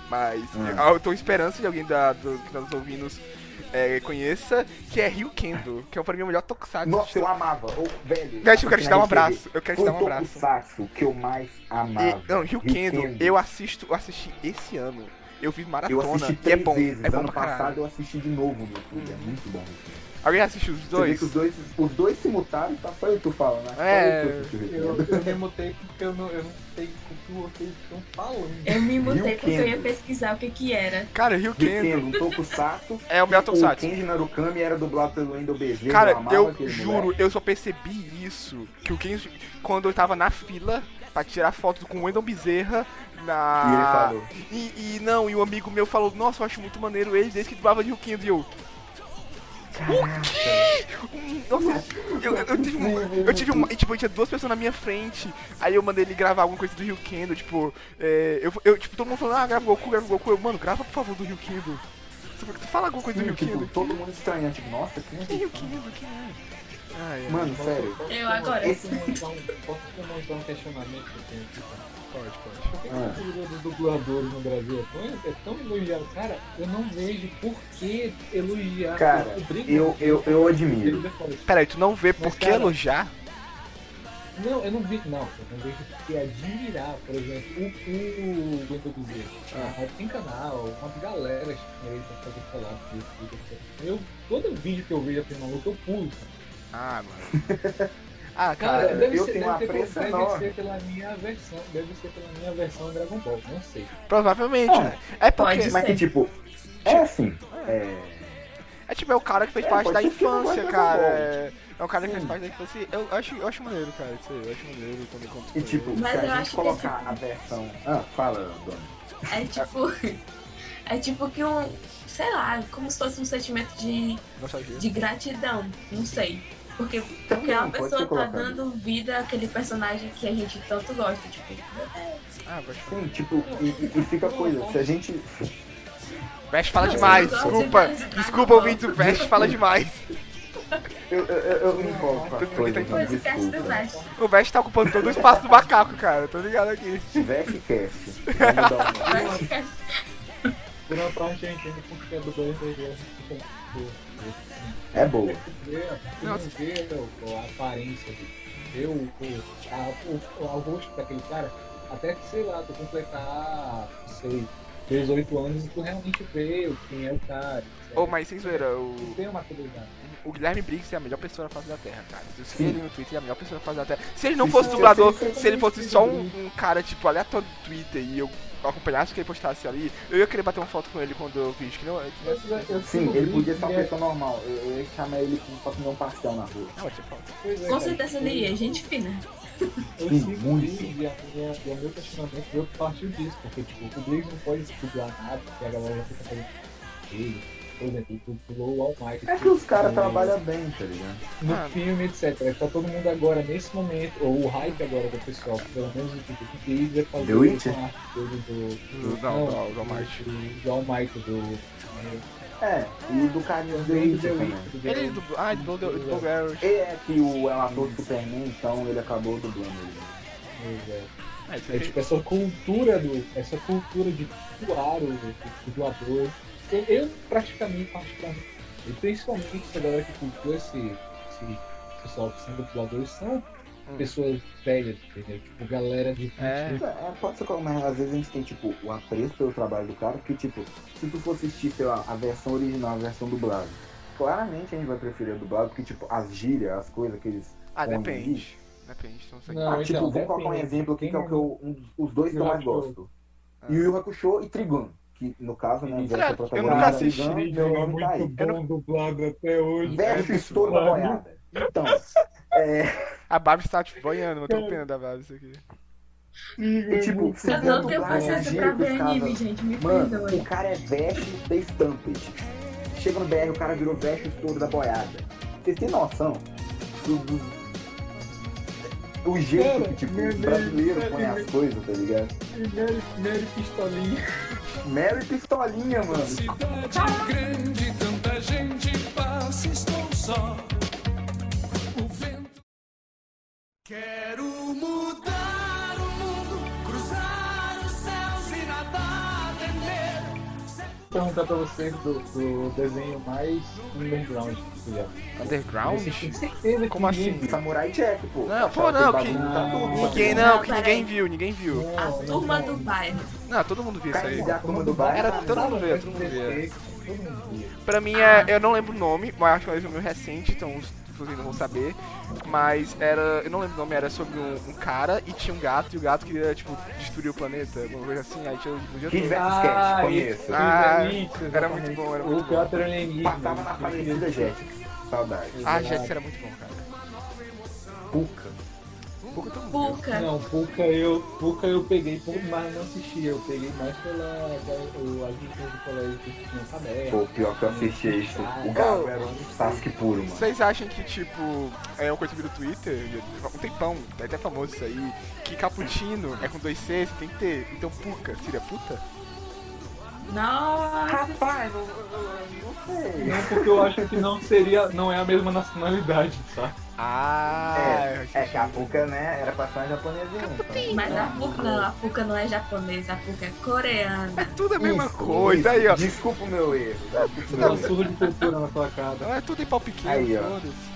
Speaker 1: Mas
Speaker 4: Ah.
Speaker 1: eu tô em esperança de alguém da, do, que tá nos ouvindo é, conheça, que é Ryu Kendo, que é pra mim o melhor Tokusatsu.
Speaker 4: Nossa, eu amava. Ô, velho.
Speaker 1: Gente, tá. eu quero te dar um abraço. Eu
Speaker 4: Foi
Speaker 1: quero te dar
Speaker 4: o
Speaker 1: um abraço.
Speaker 4: tokusatsu que eu mais amava.
Speaker 1: E- não, Rio Kendo,
Speaker 4: Kendo.
Speaker 1: eu assisto, eu assisti esse ano. Eu fiz maratona,
Speaker 4: Eu assisti
Speaker 1: e é
Speaker 4: três
Speaker 1: bom,
Speaker 4: vezes.
Speaker 1: é bom
Speaker 4: ano
Speaker 1: pra caralho.
Speaker 4: passado eu assisti de novo no YouTube. É muito bom.
Speaker 1: Alguém assistiu os
Speaker 4: Você vê
Speaker 1: dois?
Speaker 4: que os dois, os dois se mutaram, tá só eu e tu falando, né? Só
Speaker 1: É.
Speaker 4: eu e tu assisti o Rio
Speaker 3: Eu,
Speaker 4: Kendo.
Speaker 3: eu me mutei porque eu não, eu não sei o que vocês estão falando.
Speaker 2: Eu me mutei porque eu ia
Speaker 4: Kendo.
Speaker 2: pesquisar o que que era.
Speaker 1: Cara, Rio
Speaker 4: Rio
Speaker 1: Kendo
Speaker 4: Kendo, um tokusatsu.
Speaker 1: é o melhor
Speaker 4: O
Speaker 1: Tokusatsu.
Speaker 4: Kenji Narukami era dublado pelo Endo Bezerra.
Speaker 1: Cara,
Speaker 4: amava
Speaker 1: eu
Speaker 4: aquele
Speaker 1: juro,
Speaker 4: moleque.
Speaker 1: eu só percebi isso que o Kenji, quando eu tava na fila pra tirar foto com o Wendon Bezerra
Speaker 4: E ele
Speaker 1: na.
Speaker 4: falou.
Speaker 1: E, e não, e um amigo meu falou, nossa, eu acho muito maneiro ele desde que dublava de Rio Kendo e eu. "Hum, Nossa, eu, eu, eu tive um. Eu tive uma. E, tipo, tinha duas pessoas na minha frente. Aí eu mandei ele gravar alguma coisa do Rio Kendo, tipo. é, eu, eu, tipo, todo mundo falando, ah, grava o Goku, grava o Goku. Eu, mano, grava por favor do Rio Kendo. Você fala- Fala alguma coisa do Rio
Speaker 4: Tipo,
Speaker 1: Kendo.
Speaker 4: todo mundo estranhando, tipo, nossa, quem
Speaker 1: Que
Speaker 4: é esse
Speaker 1: Rio Kendo, que é? Ai, ai.
Speaker 4: Mano, sério.
Speaker 2: Eu agora.
Speaker 3: Posso mandar um, posso mandar um questionamento que eu tenho aqui? cara?
Speaker 1: pode, pode.
Speaker 3: Por que, que
Speaker 4: Ah.
Speaker 3: a figura dos dubladores no Brasil é tão, é tão elogiada? Cara, eu não vejo por que elogiar.
Speaker 4: Cara,
Speaker 3: brigo-
Speaker 4: Eu, eu, eu
Speaker 3: eu
Speaker 4: admiro.
Speaker 3: brigo com isso.
Speaker 1: Peraí, tu não vê por
Speaker 3: Mas,
Speaker 1: que
Speaker 3: cara,
Speaker 1: elogiar?
Speaker 3: Não, eu não vejo. Não, eu não vejo por que admirar, por exemplo, o o Bento Bezerra. Ah, mas tem canal, uma galera chinesa pra poder falar disso, disso, disso. Eu, todo vídeo que eu vejo assim, maluco, eu pulo, cara.
Speaker 1: Ah, mano. ah,
Speaker 3: Cara,
Speaker 1: cara.
Speaker 3: deve
Speaker 4: eu
Speaker 3: ser,
Speaker 4: tenho
Speaker 3: deve
Speaker 4: um
Speaker 3: ter-
Speaker 4: apreço
Speaker 3: deve
Speaker 4: enorme.
Speaker 3: ser pela minha versão, deve ser pela minha versão Dragon Ball, não sei.
Speaker 1: Provavelmente,
Speaker 4: Ah,
Speaker 1: né? É porque.
Speaker 2: pode
Speaker 4: Mas que, tipo, é assim. É,
Speaker 1: É tipo, é o cara que fez
Speaker 4: É,
Speaker 1: parte
Speaker 4: pode
Speaker 1: da
Speaker 4: ser que não
Speaker 1: infância,
Speaker 4: goste
Speaker 1: cara.
Speaker 4: do
Speaker 1: É, é o cara que fez
Speaker 4: Sim.
Speaker 1: parte da infância. Eu acho, eu acho maneiro, cara. Isso aí, eu acho maneiro quando eu conto.
Speaker 4: e, tipo,
Speaker 2: Mas
Speaker 4: se
Speaker 2: eu
Speaker 4: a
Speaker 2: acho
Speaker 4: gente
Speaker 2: que
Speaker 4: colocar
Speaker 2: tipo-
Speaker 4: a versão. Ah, fala, dona.
Speaker 2: É tipo. É tipo que um. Sei lá, como se fosse um sentimento de,
Speaker 1: nostalgia.
Speaker 2: de gratidão. Não sei. Porque, porque uma
Speaker 4: Então, pode ser
Speaker 2: pessoa tá
Speaker 4: colocado.
Speaker 2: dando vida àquele personagem que a gente tanto gosta. Tipo,
Speaker 4: Então,
Speaker 1: Ah, eu gosto.
Speaker 4: Sim, tipo, e, e fica a coisa. Se a gente.
Speaker 1: Vest fala
Speaker 2: Não,
Speaker 1: demais,
Speaker 2: eu gosto
Speaker 1: desculpa.
Speaker 2: demais.
Speaker 1: Desculpa, ouvinte do Vest fala demais.
Speaker 4: Eu, eu, eu, eu me envolvo com as coisas, né? não,
Speaker 2: podcast do
Speaker 4: desculpa.
Speaker 2: Leste.
Speaker 1: O Vest tá ocupando todo o espaço do macaco, cara. Tô ligado aqui.
Speaker 4: Vexcast. Vamos dar um nome.
Speaker 2: né?
Speaker 3: Por uma parte um eu entendo porque a dublagem brasileira fica muito
Speaker 4: É boa.
Speaker 3: Não vê o- a aparência dele, vê o, o, a, o, o- o rosto daquele cara, até que, sei lá, tu completar, não sei, 18 anos e tu realmente vê o- quem é o cara. sabe?
Speaker 1: Ô, mas sem zoeira,
Speaker 3: Tu
Speaker 1: o,
Speaker 3: tem uma fidelidade.
Speaker 1: o Guilherme Briggs é a melhor pessoa na face da Terra, cara. Se eu seguir
Speaker 4: Sim.
Speaker 1: ele no Twitter, ele é a melhor pessoa na face da Terra. Se ele não
Speaker 4: Sim,
Speaker 1: fosse
Speaker 4: sim, eu
Speaker 1: dublador,
Speaker 3: sei, eu sei
Speaker 1: se ele fosse
Speaker 3: também
Speaker 1: só
Speaker 3: sei
Speaker 1: um, um cara, tipo, aleatório do Twitter e eu acompanhasse o que ele postasse ali, eu ia querer bater uma foto com ele quando eu né? vi. Que não, que não,
Speaker 3: Eu- eu- eu
Speaker 4: Sim, ele
Speaker 3: descobri
Speaker 4: podia
Speaker 3: que
Speaker 4: ser uma
Speaker 3: ele é-
Speaker 4: pessoa normal. Eu, eu ia chamar ele pra comer um pastel na rua.
Speaker 1: não, tinha foto.
Speaker 3: Pois é,
Speaker 2: Com
Speaker 3: cara,
Speaker 2: certeza
Speaker 3: eu-
Speaker 2: seria, gente fina.
Speaker 3: Eu
Speaker 4: Sim,
Speaker 3: sigo o
Speaker 4: muito.
Speaker 3: Briggs e, a minha, e a meu questionamento veio partiu disso, porque tipo, o Briggs não pode estudar nada, porque a galera já fica fazendo ele, por exemplo, ele pulou o All Might.
Speaker 4: É que os caras trabalham bem, tá ligado?
Speaker 3: no
Speaker 1: Ah.
Speaker 3: filme, etc. Tá todo mundo agora, nesse momento, ou o hype agora do pessoal, pelo menos o tipo, que o Briggs vai fazer
Speaker 4: The Witcher?
Speaker 3: com a arte dele do,
Speaker 1: Do- não, do- do All Might.
Speaker 3: Do, do All Might, do...
Speaker 4: É, e do carinho do
Speaker 3: Briggs é
Speaker 4: Witcher
Speaker 3: o
Speaker 4: também.
Speaker 3: Witcher, do
Speaker 1: Ele
Speaker 3: do...
Speaker 1: dublou. Ah, ele dublou ele dublou o Garrett.
Speaker 4: E é que o é um ator do Superman, então ele acabou dublando ele.
Speaker 1: Ah, isso
Speaker 3: É
Speaker 1: aí.
Speaker 3: tipo essa cultura do. Essa cultura de doar o, o doador. Eu, eu praticamente, particularmente, e principalmente essa galera que cultua esse, esse pessoal que são doadores são pessoas velhas, entendeu? Tipo, galera de 20
Speaker 1: Hum. É.
Speaker 3: anos.
Speaker 4: É, pode ser como, mas às vezes a gente tem, tipo, o apreço pelo trabalho do cara, que, tipo, se tu for assistir, sei lá, a versão original, a versão dublada, claramente a gente vai preferir a dublada, porque, tipo, as gírias, as coisas que eles...
Speaker 1: Ah, depende. Depende, não sei.
Speaker 3: Não,
Speaker 4: ah, tipo,
Speaker 3: então,
Speaker 4: vamos colocar um
Speaker 3: depende.
Speaker 4: exemplo aqui, que é o que eu, um dos- os dois que É. eu
Speaker 3: Yu
Speaker 4: mais
Speaker 3: Hakusho.
Speaker 4: gosto. E o Yu Hakusho e Trigun, que, no caso, né,
Speaker 3: Olha,
Speaker 4: versa
Speaker 1: eu
Speaker 4: protagonista
Speaker 1: nunca
Speaker 4: do
Speaker 1: assisti,
Speaker 4: Trigun, meu nome tá aí.
Speaker 1: Eu
Speaker 3: dublado até hoje.
Speaker 4: Verso
Speaker 3: cara,
Speaker 4: estouro da
Speaker 3: dublado.
Speaker 4: boiada. Então, é...
Speaker 1: A Barbie está tipo banhando, mas eu tô com pena da Barbie isso aqui.
Speaker 4: E tipo, você
Speaker 2: Eu
Speaker 4: vê a
Speaker 2: não tenho
Speaker 4: dublagem,
Speaker 2: paciência
Speaker 4: a
Speaker 2: um pra
Speaker 4: gíria
Speaker 2: ver
Speaker 4: que os
Speaker 2: anime,
Speaker 4: caras-
Speaker 2: gente. Me
Speaker 4: Mano, o
Speaker 2: perdoe.
Speaker 4: cara é veste da Stampede. Chega no BR, o cara virou veste estouro da boiada. Vocês têm noção do, do- do jeito
Speaker 3: Cara,
Speaker 4: que, tipo,
Speaker 3: meu Deus,
Speaker 4: brasileiro
Speaker 3: cara,
Speaker 4: põe
Speaker 3: meu-
Speaker 4: as coisas, tá ligado?
Speaker 3: Mary, Mary Pistolinha.
Speaker 4: Mero e pistolinha, mano.
Speaker 8: Cidade grande, tanta gente passa, estou só. O vento. Quero mudar o mundo, cruzar os céus e nadar, temer. Ser
Speaker 3: Vou perguntar pra vocês do, do desenho mais underground que fizeram.
Speaker 1: Underground?
Speaker 3: Vocês têm certeza
Speaker 1: Como
Speaker 3: que
Speaker 1: assim?
Speaker 3: ninguém-
Speaker 4: Samurai Jack, pô.
Speaker 1: Não, pô,
Speaker 4: Aquele
Speaker 1: não,
Speaker 4: bagulho
Speaker 1: que-
Speaker 4: tá tudo,
Speaker 1: Ninguém
Speaker 4: mano.
Speaker 1: não, que
Speaker 2: Não, É.
Speaker 1: ninguém
Speaker 2: peraí.
Speaker 1: viu, ninguém viu.
Speaker 3: Não,
Speaker 2: A
Speaker 4: né?
Speaker 3: não,
Speaker 2: turma
Speaker 3: não.
Speaker 2: do bairro.
Speaker 1: Não, todo mundo viu isso aí.
Speaker 4: Cara, da turma do
Speaker 3: Bairro,
Speaker 1: Era
Speaker 4: bairro.
Speaker 1: todo mundo
Speaker 3: sabe?
Speaker 1: vê, todo mundo vê.
Speaker 3: Todo mundo vê.
Speaker 1: Pra mim é. Eu não lembro o nome, mas acho que é um filme recente, então os- vocês não vão saber. Mas era. Eu não lembro o nome, era sobre um, um cara e tinha um gato, e o gato queria, tipo, destruir o planeta, alguma coisa assim, aí tinha o dia
Speaker 4: Que
Speaker 1: todo.
Speaker 4: diversos
Speaker 3: Ah,
Speaker 4: cast,
Speaker 3: isso,
Speaker 4: conheço.
Speaker 1: Ah,
Speaker 3: isso,
Speaker 1: era muito
Speaker 3: exatamente.
Speaker 1: bom, era
Speaker 3: O
Speaker 1: muito
Speaker 3: Piotr era alienígena.
Speaker 4: Passava na falecida Jéssica. Saudade.
Speaker 1: Ah, é Jets era muito bom, cara.
Speaker 4: Puca.
Speaker 1: Pouco todo mundo. viu.
Speaker 2: Puca.
Speaker 3: Não, Puka eu, Puka eu peguei, por- mas não assisti. Eu peguei mais pela o agente do colégio que tinha essa merda.
Speaker 4: Pô, pior que eu assisti é isso. O Gabo era um Sasuke puro, mano.
Speaker 1: Vocês acham que, tipo, é uma coisa que vi do Twitter, há um tempão, tá até famoso isso aí, que cappuccino é com dois Cs, tem que ter. Então puca, seria puta?
Speaker 2: Nossa.
Speaker 4: Rapaz, não, não sei.
Speaker 3: Não, porque eu acho que não seria, não é a mesma nacionalidade, sabe?
Speaker 1: Ah, eu achei
Speaker 4: É que a Puka, né, era pra ser uma japonesinha. então.
Speaker 2: Mas a Puca não, a Puca não é japonesa, a Puca é coreana.
Speaker 1: tudo é a mesma
Speaker 4: Isso,
Speaker 1: coisa, aí, ó.
Speaker 4: isso. Desculpa o meu erro. tá?
Speaker 1: Tá
Speaker 3: Dá um surdo de cultura na sua cara.
Speaker 1: Não é tudo em pau pequeno,
Speaker 4: Aí, ó.
Speaker 1: foda-se.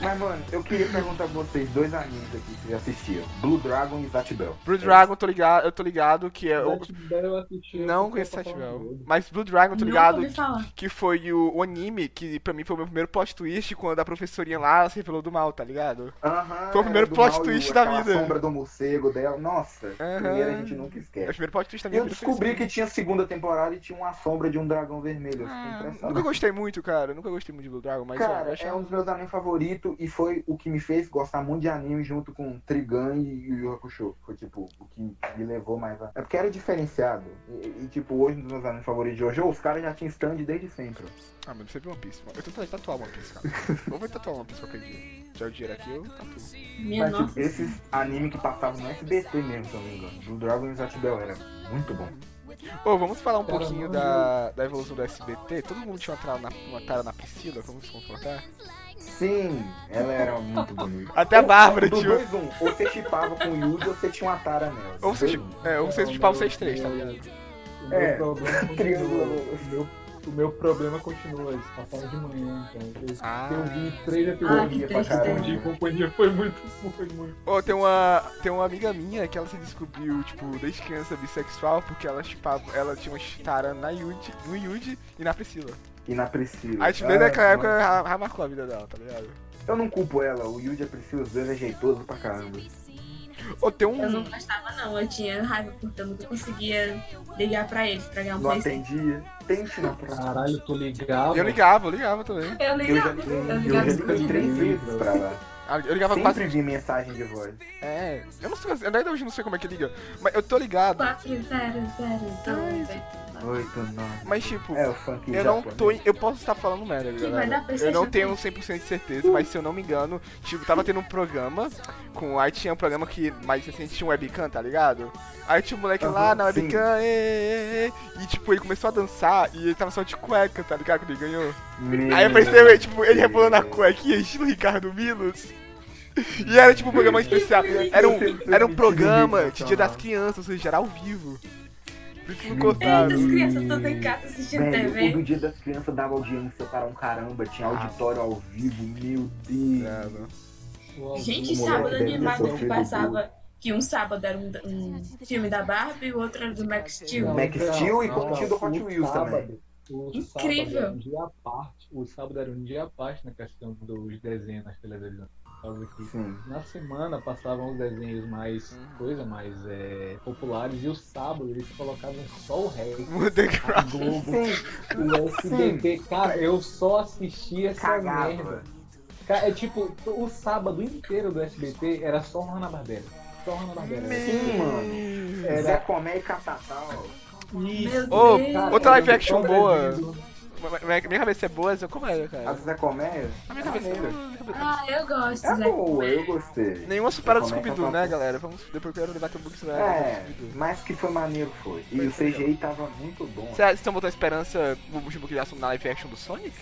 Speaker 4: Mas, mano, eu queria perguntar pra vocês dois animes aqui que já assistiram. Blue Dragon e Zatch Bell.
Speaker 1: Blue Dragon, tô ligado, eu tô ligado que é. o-
Speaker 3: Bat Bell eu assisti, eu
Speaker 1: Não
Speaker 3: só
Speaker 1: conheço
Speaker 3: tava
Speaker 1: Sete
Speaker 3: falando
Speaker 1: Bell.
Speaker 3: dele.
Speaker 1: Mas Blue Dragon, tô
Speaker 2: Nunca
Speaker 1: ligado
Speaker 2: ouvi falar.
Speaker 1: que foi o, o anime que pra mim foi o meu primeiro plot twist quando a professorinha lá se revelou do mal, tá ligado?
Speaker 4: Aham. é,
Speaker 1: Foi o primeiro
Speaker 4: do
Speaker 1: plot
Speaker 4: mal e
Speaker 1: twist
Speaker 4: aquela
Speaker 1: da vida.
Speaker 4: sombra do morcego dela. Nossa,
Speaker 1: Aham.
Speaker 4: primeiro a gente nunca
Speaker 1: É o
Speaker 4: esquece.
Speaker 1: primeiro plot twist da minha
Speaker 4: Eu
Speaker 1: vida.
Speaker 4: descobri que tinha segunda temporada e tinha uma sombra de um dragão vermelho. Eu fiquei
Speaker 1: Ah,
Speaker 4: impressionado.
Speaker 1: nunca gostei muito, cara. Nunca gostei muito de Blue Dragon, mas ó, eu
Speaker 4: Cara,
Speaker 1: achei-
Speaker 4: é um dos meus animes favoritos e foi o que me fez gostar muito de anime junto com Trigun e Yu Yu Hakusho. Foi tipo, o que me levou mais a. É porque era diferenciado. E, e, tipo, hoje um dos meus animes favoritos de hoje, os caras já tinham stand desde sempre.
Speaker 1: Ah, mano, você viu One Piece, mano. Eu tô falando de tatuar One Piece, cara. Vou ver tatuar One Piece qualquer dia. Tirar o dinheiro aqui, eu tatuo.
Speaker 2: Minha
Speaker 4: Mas
Speaker 2: nossa.
Speaker 4: tipo, esses animes que passavam no SBT mesmo, se eu não me engano. Do Dragon e Zatch Bell era muito bom.
Speaker 1: Ô, vamos falar um
Speaker 3: Cara,
Speaker 1: pouquinho
Speaker 3: mano.
Speaker 1: da, da evolução do SBT. Todo mundo tinha uma cara na, uma cara na Priscila, vamos se confrontar.
Speaker 4: Sim, ela era muito bonita.
Speaker 1: Até a Bárbara
Speaker 4: Do
Speaker 1: tinha. uma-
Speaker 4: 2 1, ou você chipava com o Yuji ou você tinha uma tara nela.
Speaker 1: Ou você,
Speaker 4: Dois,
Speaker 1: tipo,
Speaker 4: um.
Speaker 1: é, ou você
Speaker 3: Não,
Speaker 1: tipo,
Speaker 3: meu-
Speaker 1: vocês três, tá ligado?
Speaker 3: O meu
Speaker 4: É,
Speaker 3: problema continua.
Speaker 4: triângulo.
Speaker 3: O meu, o meu problema continua, eles passaram de manhã, então, cara. Eu,
Speaker 1: Ah.
Speaker 3: eu vi três
Speaker 2: Ah,
Speaker 3: episódios
Speaker 2: que
Speaker 4: Ia pra
Speaker 2: tristeza.
Speaker 4: caralho.
Speaker 3: de companhia, foi muito, foi muito.
Speaker 1: Ô, tem uma, tem uma amiga minha que ela se descobriu, tipo, desde criança bissexual, porque ela chipava, ela tinha uma chitara na Yuji, no Yuji e na Priscila.
Speaker 4: E na Priscila.
Speaker 1: Aí, tipo, desde
Speaker 4: Ah,
Speaker 1: aquela época,
Speaker 4: mano.
Speaker 1: ela já marcou a vida dela, tá ligado?
Speaker 4: Eu não culpo ela, o Yuji e a Priscila, os dois é jeitoso pra caramba.
Speaker 1: Ô, tem
Speaker 4: tipo,
Speaker 2: Eu não
Speaker 1: um...
Speaker 2: gostava não, eu tinha raiva porque eu nunca conseguia ligar pra eles pra ganhar um
Speaker 4: Não
Speaker 2: PlayStation.
Speaker 4: atendia. Tente não pra
Speaker 3: Caralho, tu ligava.
Speaker 1: Eu ligava, eu ligava também.
Speaker 2: Eu
Speaker 4: Eu já,
Speaker 2: ligava, eu
Speaker 4: eu já
Speaker 2: ligava
Speaker 4: liguei
Speaker 2: escondido.
Speaker 4: três vezes pra lá.
Speaker 1: Ah, Eu ligava
Speaker 4: Sempre
Speaker 1: quase...
Speaker 4: vi mensagem de voz.
Speaker 1: É, eu não sei, eu ainda hoje não sei como é que liga, mas eu tô ligado.
Speaker 2: 4, 0, 0, 2,
Speaker 4: Oito, nove.
Speaker 1: Mas, tipo,
Speaker 4: É, o funk
Speaker 1: eu não tô... em- Eu posso estar falando merda, tá
Speaker 2: vai dar
Speaker 1: galera. Eu
Speaker 2: PlayStation
Speaker 1: não tenho 100% de certeza, mas se eu não me engano, tipo, tava tendo um programa com... Aí tinha um programa que mais recente tinha um webcam, tá ligado? Aí tinha um moleque lá
Speaker 4: Aham,
Speaker 1: na
Speaker 4: sim.
Speaker 1: webcam, e, e tipo, ele começou a dançar e ele tava só de cueca, tá ligado? Quando ele ganhou.
Speaker 4: Meu
Speaker 1: Aí eu pensei, tipo, ele
Speaker 4: Deus.
Speaker 1: rebolando a cuequinha, estilo Ricardo Milos. E era tipo um programa especial. Era um, era um programa de Dia das Crianças, ou seja, era ao vivo. Por isso que não
Speaker 2: Eita, as
Speaker 1: cortaram.
Speaker 2: crianças tudo em casa assistindo
Speaker 4: Velho, o do
Speaker 2: TV.
Speaker 4: dia das crianças dava audiência para um caramba, tinha auditório ao vivo, meu Deus.
Speaker 2: Gente,
Speaker 4: Moleque,
Speaker 2: sábado
Speaker 4: deve ter
Speaker 2: animado que
Speaker 4: sofrido
Speaker 2: passava que um sábado era um, um filme da Barbie e o outro era do Max Steel.
Speaker 4: Max Steel e Contigo do Hot Wheels também.
Speaker 2: Incrível.
Speaker 3: Sábado era um dia à parte, o sábado era um dia à parte na questão dos desenhos nas televisões. Por causa que
Speaker 4: Sim.
Speaker 3: Na semana passavam os desenhos mais
Speaker 4: Uhum.
Speaker 3: coisa, mais é, populares, e o sábado eles colocavam só o reggae.
Speaker 1: Mudei que
Speaker 3: A Globo,
Speaker 4: Sim,
Speaker 3: o SBT, cara, eu só assistia essa merda.
Speaker 4: cagava.
Speaker 3: Cara, é tipo, o sábado inteiro do SBT era só Hanna Barbera. Só Hanna Barbera.
Speaker 4: Sim, mano.
Speaker 3: Era-
Speaker 4: Zé Comé e Catatal.
Speaker 2: Meu
Speaker 1: Ô, tá.
Speaker 2: Deus.
Speaker 3: cara,
Speaker 1: outra
Speaker 3: era
Speaker 1: live action
Speaker 3: todo
Speaker 1: boa.
Speaker 3: mundo.
Speaker 1: Minha, minha cabeça é boa, Zé- como é,
Speaker 4: A
Speaker 1: cara?
Speaker 4: do Zé Comé
Speaker 1: A minha cabeça é
Speaker 4: maneiro.
Speaker 1: boa.
Speaker 2: Ah, eu gosto,
Speaker 4: é
Speaker 2: Zé.
Speaker 4: boa, eu gostei.
Speaker 1: Nenhuma supera do
Speaker 4: Como é que
Speaker 1: Scooby-Doo, né,
Speaker 4: acontece?
Speaker 1: galera? Vamos, depois eu quero levar tudo isso, né?
Speaker 4: É, mas que foi maneiro foi. E o CGI tava muito bom.
Speaker 1: Vocês estão botando esperança no Bujibu Criação na live action do Sonic?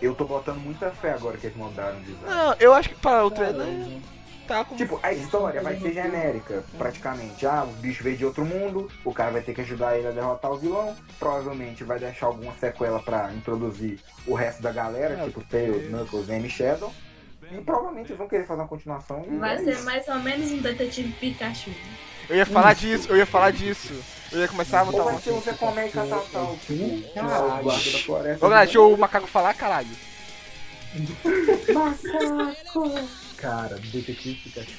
Speaker 4: Eu tô botando muita fé agora que eles mandaram o design.
Speaker 1: Não, eu acho que para o trailer tá com.
Speaker 4: Tipo, a história vai ser genérica, praticamente. Ah, o bicho veio de outro mundo, o cara vai ter que ajudar ele a derrotar o vilão. Provavelmente vai deixar alguma sequela pra introduzir o resto da galera,
Speaker 1: Ah,
Speaker 4: tipo Tails,
Speaker 1: Deus.
Speaker 4: Knuckles, M Shadow. E provavelmente eles vão querer fazer uma continuação. e
Speaker 2: Vai
Speaker 4: é
Speaker 2: ser
Speaker 4: isso.
Speaker 2: mais ou menos um detetive Pikachu.
Speaker 1: eu ia falar disso, eu ia falar disso. Eu ia começar a
Speaker 4: Ou
Speaker 1: montar
Speaker 4: vai
Speaker 1: um.
Speaker 4: ser um Zé Comé e Catatal.
Speaker 3: Sim.
Speaker 4: Ah, o guarda da floresta.
Speaker 1: Ô, galera, deixa o macaco falar, caralho.
Speaker 3: um Cara, detetive Pikachu.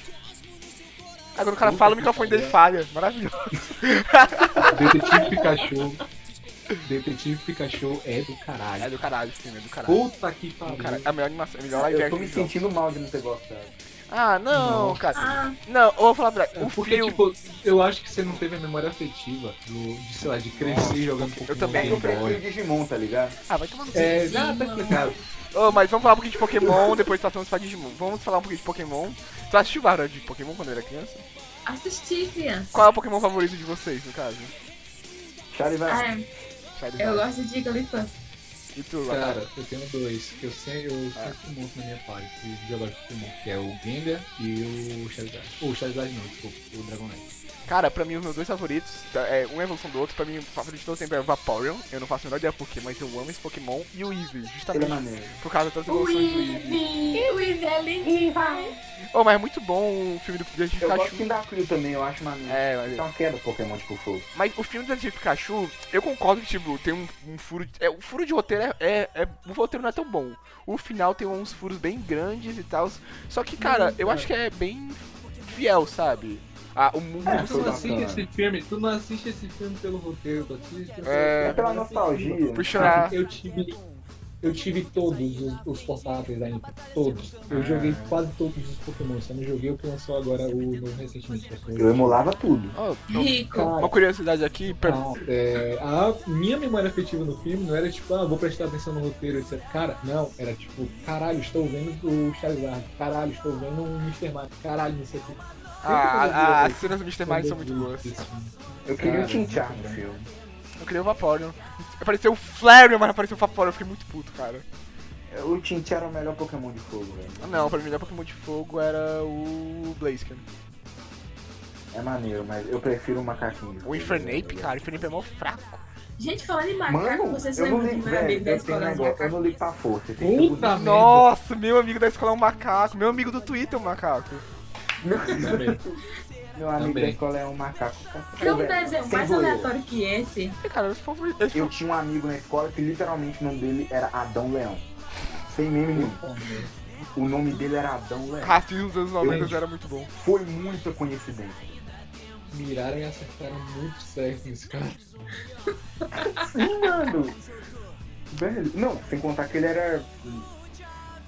Speaker 1: Aí quando o cara fala, o microfone dele falha. Maravilhoso.
Speaker 3: Detetive Pikachu. Detetive Pikachu é do
Speaker 1: É
Speaker 3: caralho.
Speaker 1: do caralho, sim, é do caralho.
Speaker 3: Puta que pariu.
Speaker 1: Do caralho. É a melhor animação, é a melhor live
Speaker 4: Eu tô me
Speaker 1: action. do jogo.
Speaker 4: sentindo mal de não ter gostado.
Speaker 1: Ah, não, cara.
Speaker 2: Ah,
Speaker 1: Não, eu vou falar pra.
Speaker 3: É
Speaker 1: O
Speaker 3: Porque,
Speaker 1: filme.
Speaker 3: tipo, eu acho que você não teve a memória afetiva do, de, sei lá, de crescer jogando Pokémon
Speaker 1: eu também.
Speaker 4: É que eu
Speaker 3: Game Boy.
Speaker 4: prefiro Digimon, tá ligado?
Speaker 1: Ah, vai tomar no cu.
Speaker 3: É, já tá explicado.
Speaker 1: Ô, mas vamos falar um pouquinho de Pokémon, depois passamos pra Digimon. Vamos falar um pouquinho de Pokémon. Tu assistiu Barra de Pokémon quando era criança?
Speaker 2: assisti, criança.
Speaker 1: Qual é o Pokémon favorito de vocês, no caso?
Speaker 4: Charizard.
Speaker 2: Ah, eu
Speaker 1: Charizard.
Speaker 2: gosto de Glipan.
Speaker 1: E tu, Lautaro?
Speaker 3: Cara, Ah. eu tenho dois. que Eu sei, eu sempre monto na minha parte de jogar de Pokémon, que é o Gengar e o Charizard. Ou o Charizard não, desculpa, o Dragonite.
Speaker 1: Cara, pra mim os meus dois favoritos, tá, é, um é a evolução do outro, pra mim o favorito de todo tempo é o Vaporeon, eu não faço a menor ideia porquê, mas eu amo esse Pokémon, e o Eevee,
Speaker 4: Ele é
Speaker 1: justamente
Speaker 4: maneiro.
Speaker 1: por causa das
Speaker 2: O
Speaker 1: evoluções do Eevee.
Speaker 2: Ivy! O Ivy é lindinho, vai!
Speaker 1: Oh, mas é muito bom o filme do Detetive
Speaker 4: Eu gosto
Speaker 1: Pikachu.
Speaker 4: de Crio também, eu acho maneiro.
Speaker 1: É, mas,
Speaker 4: Então queda Pokémon tipo fogo.
Speaker 1: mas o filme do Detetive Pikachu, eu concordo que, tipo, tem um, um furo... de- É, o furo de roteiro é, é, é- O roteiro não é tão bom. O final tem uns furos bem grandes e tal, só que,
Speaker 3: Uhum.
Speaker 1: cara, eu acho que é bem fiel, sabe? Ah, o mundo...
Speaker 4: É,
Speaker 3: Tu não
Speaker 4: foi
Speaker 3: assiste
Speaker 4: bacana.
Speaker 3: esse filme, tu não assiste esse filme pelo roteiro, tu assiste pelo-
Speaker 1: É.
Speaker 4: É pela nostalgia.
Speaker 1: Por chorar.
Speaker 3: Eu tive. Eu tive todos os, os portáteis ainda. Todos. Eu joguei
Speaker 4: É.
Speaker 3: quase todos os Pokémon. Só não joguei o que lançou agora o novo recentemente. que foi o-
Speaker 4: Eu emulava tudo.
Speaker 1: Oh,
Speaker 2: Rico.
Speaker 3: Cara,
Speaker 1: uma curiosidade aqui, pra...
Speaker 3: Não, é, a minha memória afetiva no filme não era tipo, ah, vou prestar atenção no roteiro, etc. Cara, não, era tipo, caralho, estou vendo o Charizard, caralho, estou vendo o Mr. Mario, caralho, não sei o que.
Speaker 1: Ah, a- as cenas do Mr. Mime são muito boas.
Speaker 4: Eu queria
Speaker 2: É,
Speaker 3: Cara,
Speaker 4: o Tinchar no
Speaker 3: muito
Speaker 4: filme.
Speaker 1: Eu queria o Vaporeon. Apareceu o Flareon, mas não apareceu o Vaporeon. Eu fiquei muito puto, cara.
Speaker 4: O Tinchar era o melhor Pokémon de fogo, velho.
Speaker 1: Ah, Não, pra mim, o melhor Pokémon de fogo era o Blaziken.
Speaker 4: É maneiro, mas eu prefiro o macaquinho. de
Speaker 1: O
Speaker 4: fogo,
Speaker 1: Infernape,
Speaker 4: velho.
Speaker 1: cara. O Infernape é mó fraco.
Speaker 2: Gente, falando em macaco,
Speaker 4: Mano,
Speaker 2: Ah, vocês
Speaker 4: eu não
Speaker 2: lembram do
Speaker 4: ligo,
Speaker 2: meu amigo
Speaker 4: velho,
Speaker 2: da
Speaker 4: eu tenho um
Speaker 2: escola dos
Speaker 4: negócio, eu não ligo
Speaker 2: macacos?
Speaker 4: pra força. tem que
Speaker 3: Puta merda!
Speaker 1: Nossa, meu amigo da escola é um macaco. Meu amigo do Twitter é um macaco.
Speaker 3: Também.
Speaker 4: segurar. Meu amigo
Speaker 3: Também.
Speaker 4: da escola é um macaco.
Speaker 2: Tem um
Speaker 1: é?
Speaker 4: Velho,
Speaker 2: desenho
Speaker 4: sem
Speaker 2: mais
Speaker 4: zoeira.
Speaker 2: aleatório que esse.
Speaker 1: E, cara, eles foram... eles
Speaker 4: Eu tinha um amigo na escola que literalmente o nome dele era Adão Leão. Sem meme nenhum. O nome dele era Adão
Speaker 1: foram-
Speaker 4: Leão.
Speaker 1: Racismo dos anos 90
Speaker 4: Eu-
Speaker 1: era muito bom.
Speaker 4: Foi muita coincidência.
Speaker 3: Miraram e acertaram muito certo nesse cara.
Speaker 4: Sim, mano. Velho, não, sem contar que ele era.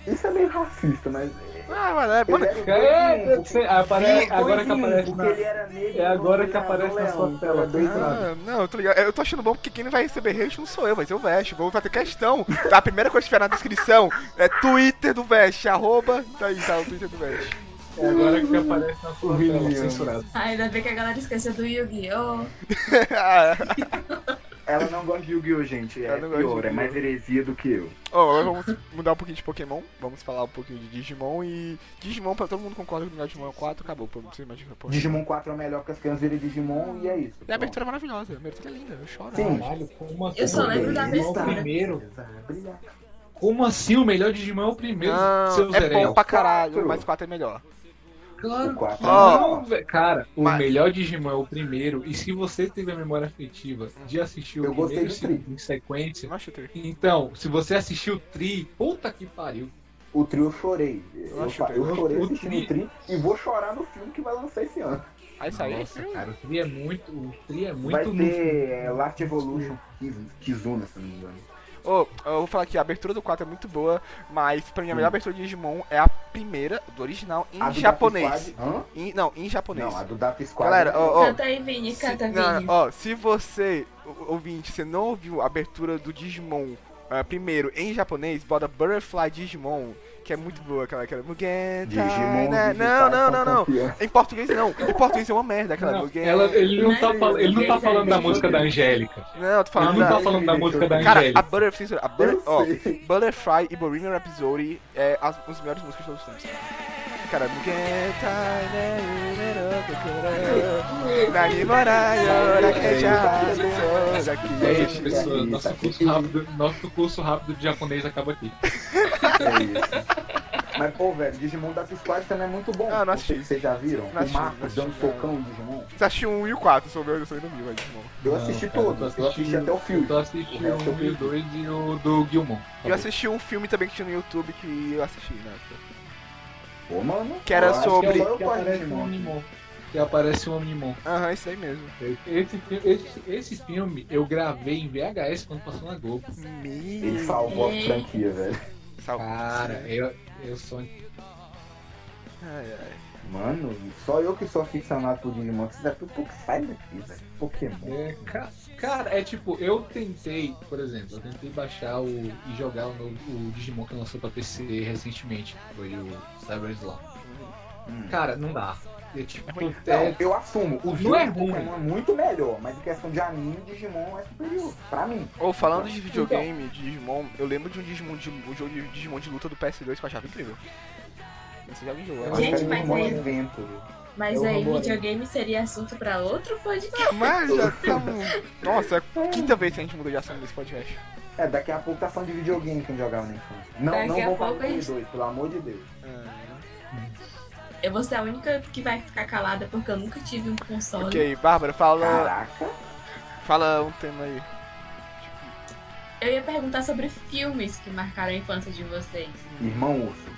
Speaker 4: Isso é meio racista, mas.
Speaker 1: Ah, mano, é...
Speaker 4: Ele
Speaker 1: Mano,
Speaker 4: era um
Speaker 3: É,
Speaker 4: doidinho,
Speaker 3: você- apare-
Speaker 4: porque-
Speaker 3: agora que
Speaker 4: doidinho,
Speaker 3: aparece
Speaker 4: porque
Speaker 3: na-
Speaker 4: ele era
Speaker 3: é
Speaker 4: negro, o nome
Speaker 3: agora
Speaker 4: dele
Speaker 3: que
Speaker 4: era
Speaker 3: aparece na
Speaker 4: Leão,
Speaker 3: sua
Speaker 4: então
Speaker 3: tela,
Speaker 4: era doidinho.
Speaker 3: doidinho.
Speaker 1: Ah, não, eu tô ligado. Eu tô achando bom porque quem não vai receber hate não sou eu, vai ser o Vest. Vou fazer questão. Tá, a primeira coisa que tiver na descrição é Twitter do Vest, arroba. Tá aí, tá, o Twitter do Vest.
Speaker 3: É agora que aparece na sua tela,
Speaker 4: Menino.
Speaker 3: censurado.
Speaker 2: Ah, ainda bem que a galera esqueceu do Yu-Gi-Oh!
Speaker 1: Ah, é.
Speaker 4: Ela não gosta de Yu-Gi-Oh, gente. É
Speaker 1: Ela não gosta de
Speaker 4: pior, é
Speaker 1: Yu-Gi-Oh.
Speaker 4: mais heresia do que eu.
Speaker 1: Ó, agora vamos mudar um pouquinho de Pokémon, vamos falar um pouquinho de Digimon e. Digimon, pra todo mundo concorda que o Digimon é o 4, acabou, pô, não precisa mais de porra.
Speaker 4: Digimon 4 é o melhor porque as crianças viram Digimon e é isso.
Speaker 1: E a abertura é maravilhosa, a abertura é linda, eu choro.
Speaker 4: Sim.
Speaker 3: Caralho, como assim?
Speaker 2: Eu só lembro da
Speaker 3: o Digimon é o
Speaker 2: abertura.
Speaker 3: primeiro.
Speaker 4: é Brilhar.
Speaker 3: Como assim o melhor Digimon é o primeiro?
Speaker 1: Não,
Speaker 3: seu
Speaker 1: é
Speaker 3: Zerel?
Speaker 1: bom pra caralho,
Speaker 4: Ah, Quatro.
Speaker 1: mas 4 é melhor.
Speaker 3: Claro.
Speaker 4: O quatro.
Speaker 1: Ó.
Speaker 3: Não, velho. cara, o
Speaker 1: Mas-
Speaker 3: melhor Digimon é o primeiro. E se você teve a memória afetiva de assistir o
Speaker 4: Eu gostei
Speaker 3: primeiro e o
Speaker 4: do tri.
Speaker 3: segundo em sequência,
Speaker 1: Eu acho que
Speaker 3: então, se você assistiu o Tri, puta que pariu.
Speaker 4: O trio eu chorei.
Speaker 1: Eu
Speaker 4: Eu,
Speaker 1: acho
Speaker 4: fa- eu
Speaker 3: que-
Speaker 4: chorei
Speaker 3: o
Speaker 4: assistindo o trio e vou chorar no filme que vai lançar esse ano.
Speaker 1: Aí saiu.
Speaker 3: Nossa, cara, o Tri é muito. O Tri é muito.
Speaker 4: vai
Speaker 3: muito-
Speaker 4: ter é, Last Evolution Kiz- Kizuna, se não me engano.
Speaker 1: Ô, eu vou falar que a abertura do 4 é muito boa, mas pra mim a melhor abertura de Digimon é a primeira, do original, em
Speaker 4: Hum. A do Dark
Speaker 1: japonês.
Speaker 4: Squad- Hã?
Speaker 1: Em- não, em japonês.
Speaker 4: Não, a do Data Squad. é
Speaker 1: Galera, ó, ó.
Speaker 2: Canta aí, Vini,
Speaker 1: Se,
Speaker 2: canta,
Speaker 1: não,
Speaker 2: Vini.
Speaker 1: ó, se você, o- ouvinte, você não ouviu a abertura do Digimon ah, primeiro em japonês, bota Butterfly Digimon, que é muito boa aquela. aquela Mugen
Speaker 4: Digimon.
Speaker 1: Taina-
Speaker 4: digitais
Speaker 1: né, Não, não, não,
Speaker 4: são
Speaker 1: não.
Speaker 4: campeões.
Speaker 1: Em português não. Em português é uma merda aquela.
Speaker 3: Não,
Speaker 1: Mugen-
Speaker 3: ela- ele não tá,
Speaker 1: Né?
Speaker 2: Mas-
Speaker 3: fal- ele não tá
Speaker 2: mas-
Speaker 3: falando da música da Angélica.
Speaker 1: Não, eu tô
Speaker 3: Ele
Speaker 1: falando
Speaker 3: não
Speaker 1: da.
Speaker 3: tá falando da música da
Speaker 1: Cara, a
Speaker 3: Angélica.
Speaker 1: Butterfly, a Butter,
Speaker 4: Eu
Speaker 1: ó,
Speaker 4: sei.
Speaker 1: Butterfly e Bohemian Rhapsody é as, as melhores músicas de todos os tempos. Cara, Mugen Taina- Nanimara yora keja- Sozaki-
Speaker 3: Gente, pessoal,
Speaker 4: Aí,
Speaker 3: nosso,
Speaker 4: tá
Speaker 3: curso
Speaker 4: aqui.
Speaker 3: rápido, nosso curso rápido de japonês acaba aqui.
Speaker 4: É isso. Mas, pô, velho, Digimon Data Squad também é muito bom.
Speaker 1: Ah, não assisti.
Speaker 4: Vocês vocês já viram?
Speaker 1: Não
Speaker 4: o
Speaker 1: assisti, não
Speaker 4: Marcos
Speaker 1: assisti,
Speaker 4: dando
Speaker 1: não.
Speaker 4: socão no Digimon?
Speaker 1: Você assistiu um e o 4, sou eu, eu sou ainda mil, mas irmão.
Speaker 4: Eu
Speaker 3: Não,
Speaker 4: assisti
Speaker 3: Ah, cara,
Speaker 4: todos, eu assisti até o filme.
Speaker 3: Eu assisti
Speaker 4: O resto eu
Speaker 3: o 1 e o
Speaker 4: perdi.
Speaker 3: 2 e o do Gilmon.
Speaker 1: Eu assisti um filme também que tinha no YouTube que eu assisti, né?
Speaker 4: Pô, mano.
Speaker 1: Que era
Speaker 4: eu acho
Speaker 1: sobre-
Speaker 4: Que
Speaker 3: Que
Speaker 4: é o maior par de
Speaker 3: aparece um
Speaker 4: Digimon.
Speaker 3: Omnimon. Que aparece um Omnimon.
Speaker 1: Aham, isso aí mesmo.
Speaker 3: Esse, fi- esse, esse filme eu gravei em VHS quando passou na Globo.
Speaker 4: Ele
Speaker 1: Me...
Speaker 4: salvou a
Speaker 2: Ei.
Speaker 4: franquia, velho.
Speaker 1: Sal...
Speaker 3: Cara, eu, eu sou. um
Speaker 1: Ai, ai.
Speaker 4: Mano, só eu que sou aficionado por Digimon. Vocês é tudo pouco sai daqui, velho. Pokémon.
Speaker 3: é, ca- cara, é tipo, eu tentei, por exemplo, eu tentei baixar o, e jogar o, novo- o Digimon que lançou pra PC recentemente. Foi o Cyber Slum.
Speaker 4: Hum.
Speaker 3: Cara, não dá. É tipo,
Speaker 4: Não,
Speaker 1: então.
Speaker 3: é,
Speaker 4: eu assumo. O
Speaker 3: Não
Speaker 4: jogo
Speaker 3: é
Speaker 4: do
Speaker 3: ruim.
Speaker 4: Pokémon é muito melhor, mas em questão de anime, Digimon é superior. Pra mim.
Speaker 1: Ou falando de videogame, de Digimon, eu lembro de um Digimon de um jogo de Digimon de luta do PS2 que eu achava incrível. Você já me jogou,
Speaker 4: Eu
Speaker 1: né?
Speaker 2: Gente,
Speaker 4: acho que é
Speaker 2: mas
Speaker 4: Digimon
Speaker 2: aí-
Speaker 4: Adventure.
Speaker 2: Mas
Speaker 3: eu
Speaker 2: aí,
Speaker 3: vou-
Speaker 2: videogame seria assunto pra outro podcast.
Speaker 1: Mas já
Speaker 4: tá
Speaker 1: estamos. Nossa, é a quinta vez que a gente mudou de assunto nesse podcast.
Speaker 4: É, daqui a pouco tá falando de videogame que a gente jogava na infância. Não,
Speaker 2: Daqui
Speaker 4: não
Speaker 2: a
Speaker 4: vou falar
Speaker 2: pouco a
Speaker 4: de
Speaker 2: gente-
Speaker 4: dois, pelo amor de Deus.
Speaker 1: Ah,
Speaker 4: É.
Speaker 2: Eu vou ser a única que vai ficar calada porque eu nunca tive um console.
Speaker 1: Ok, Bárbara, fala,
Speaker 4: Caraca.
Speaker 1: fala um tema aí.
Speaker 2: Eu ia perguntar sobre filmes que marcaram a infância de vocês.
Speaker 4: Irmão Urso,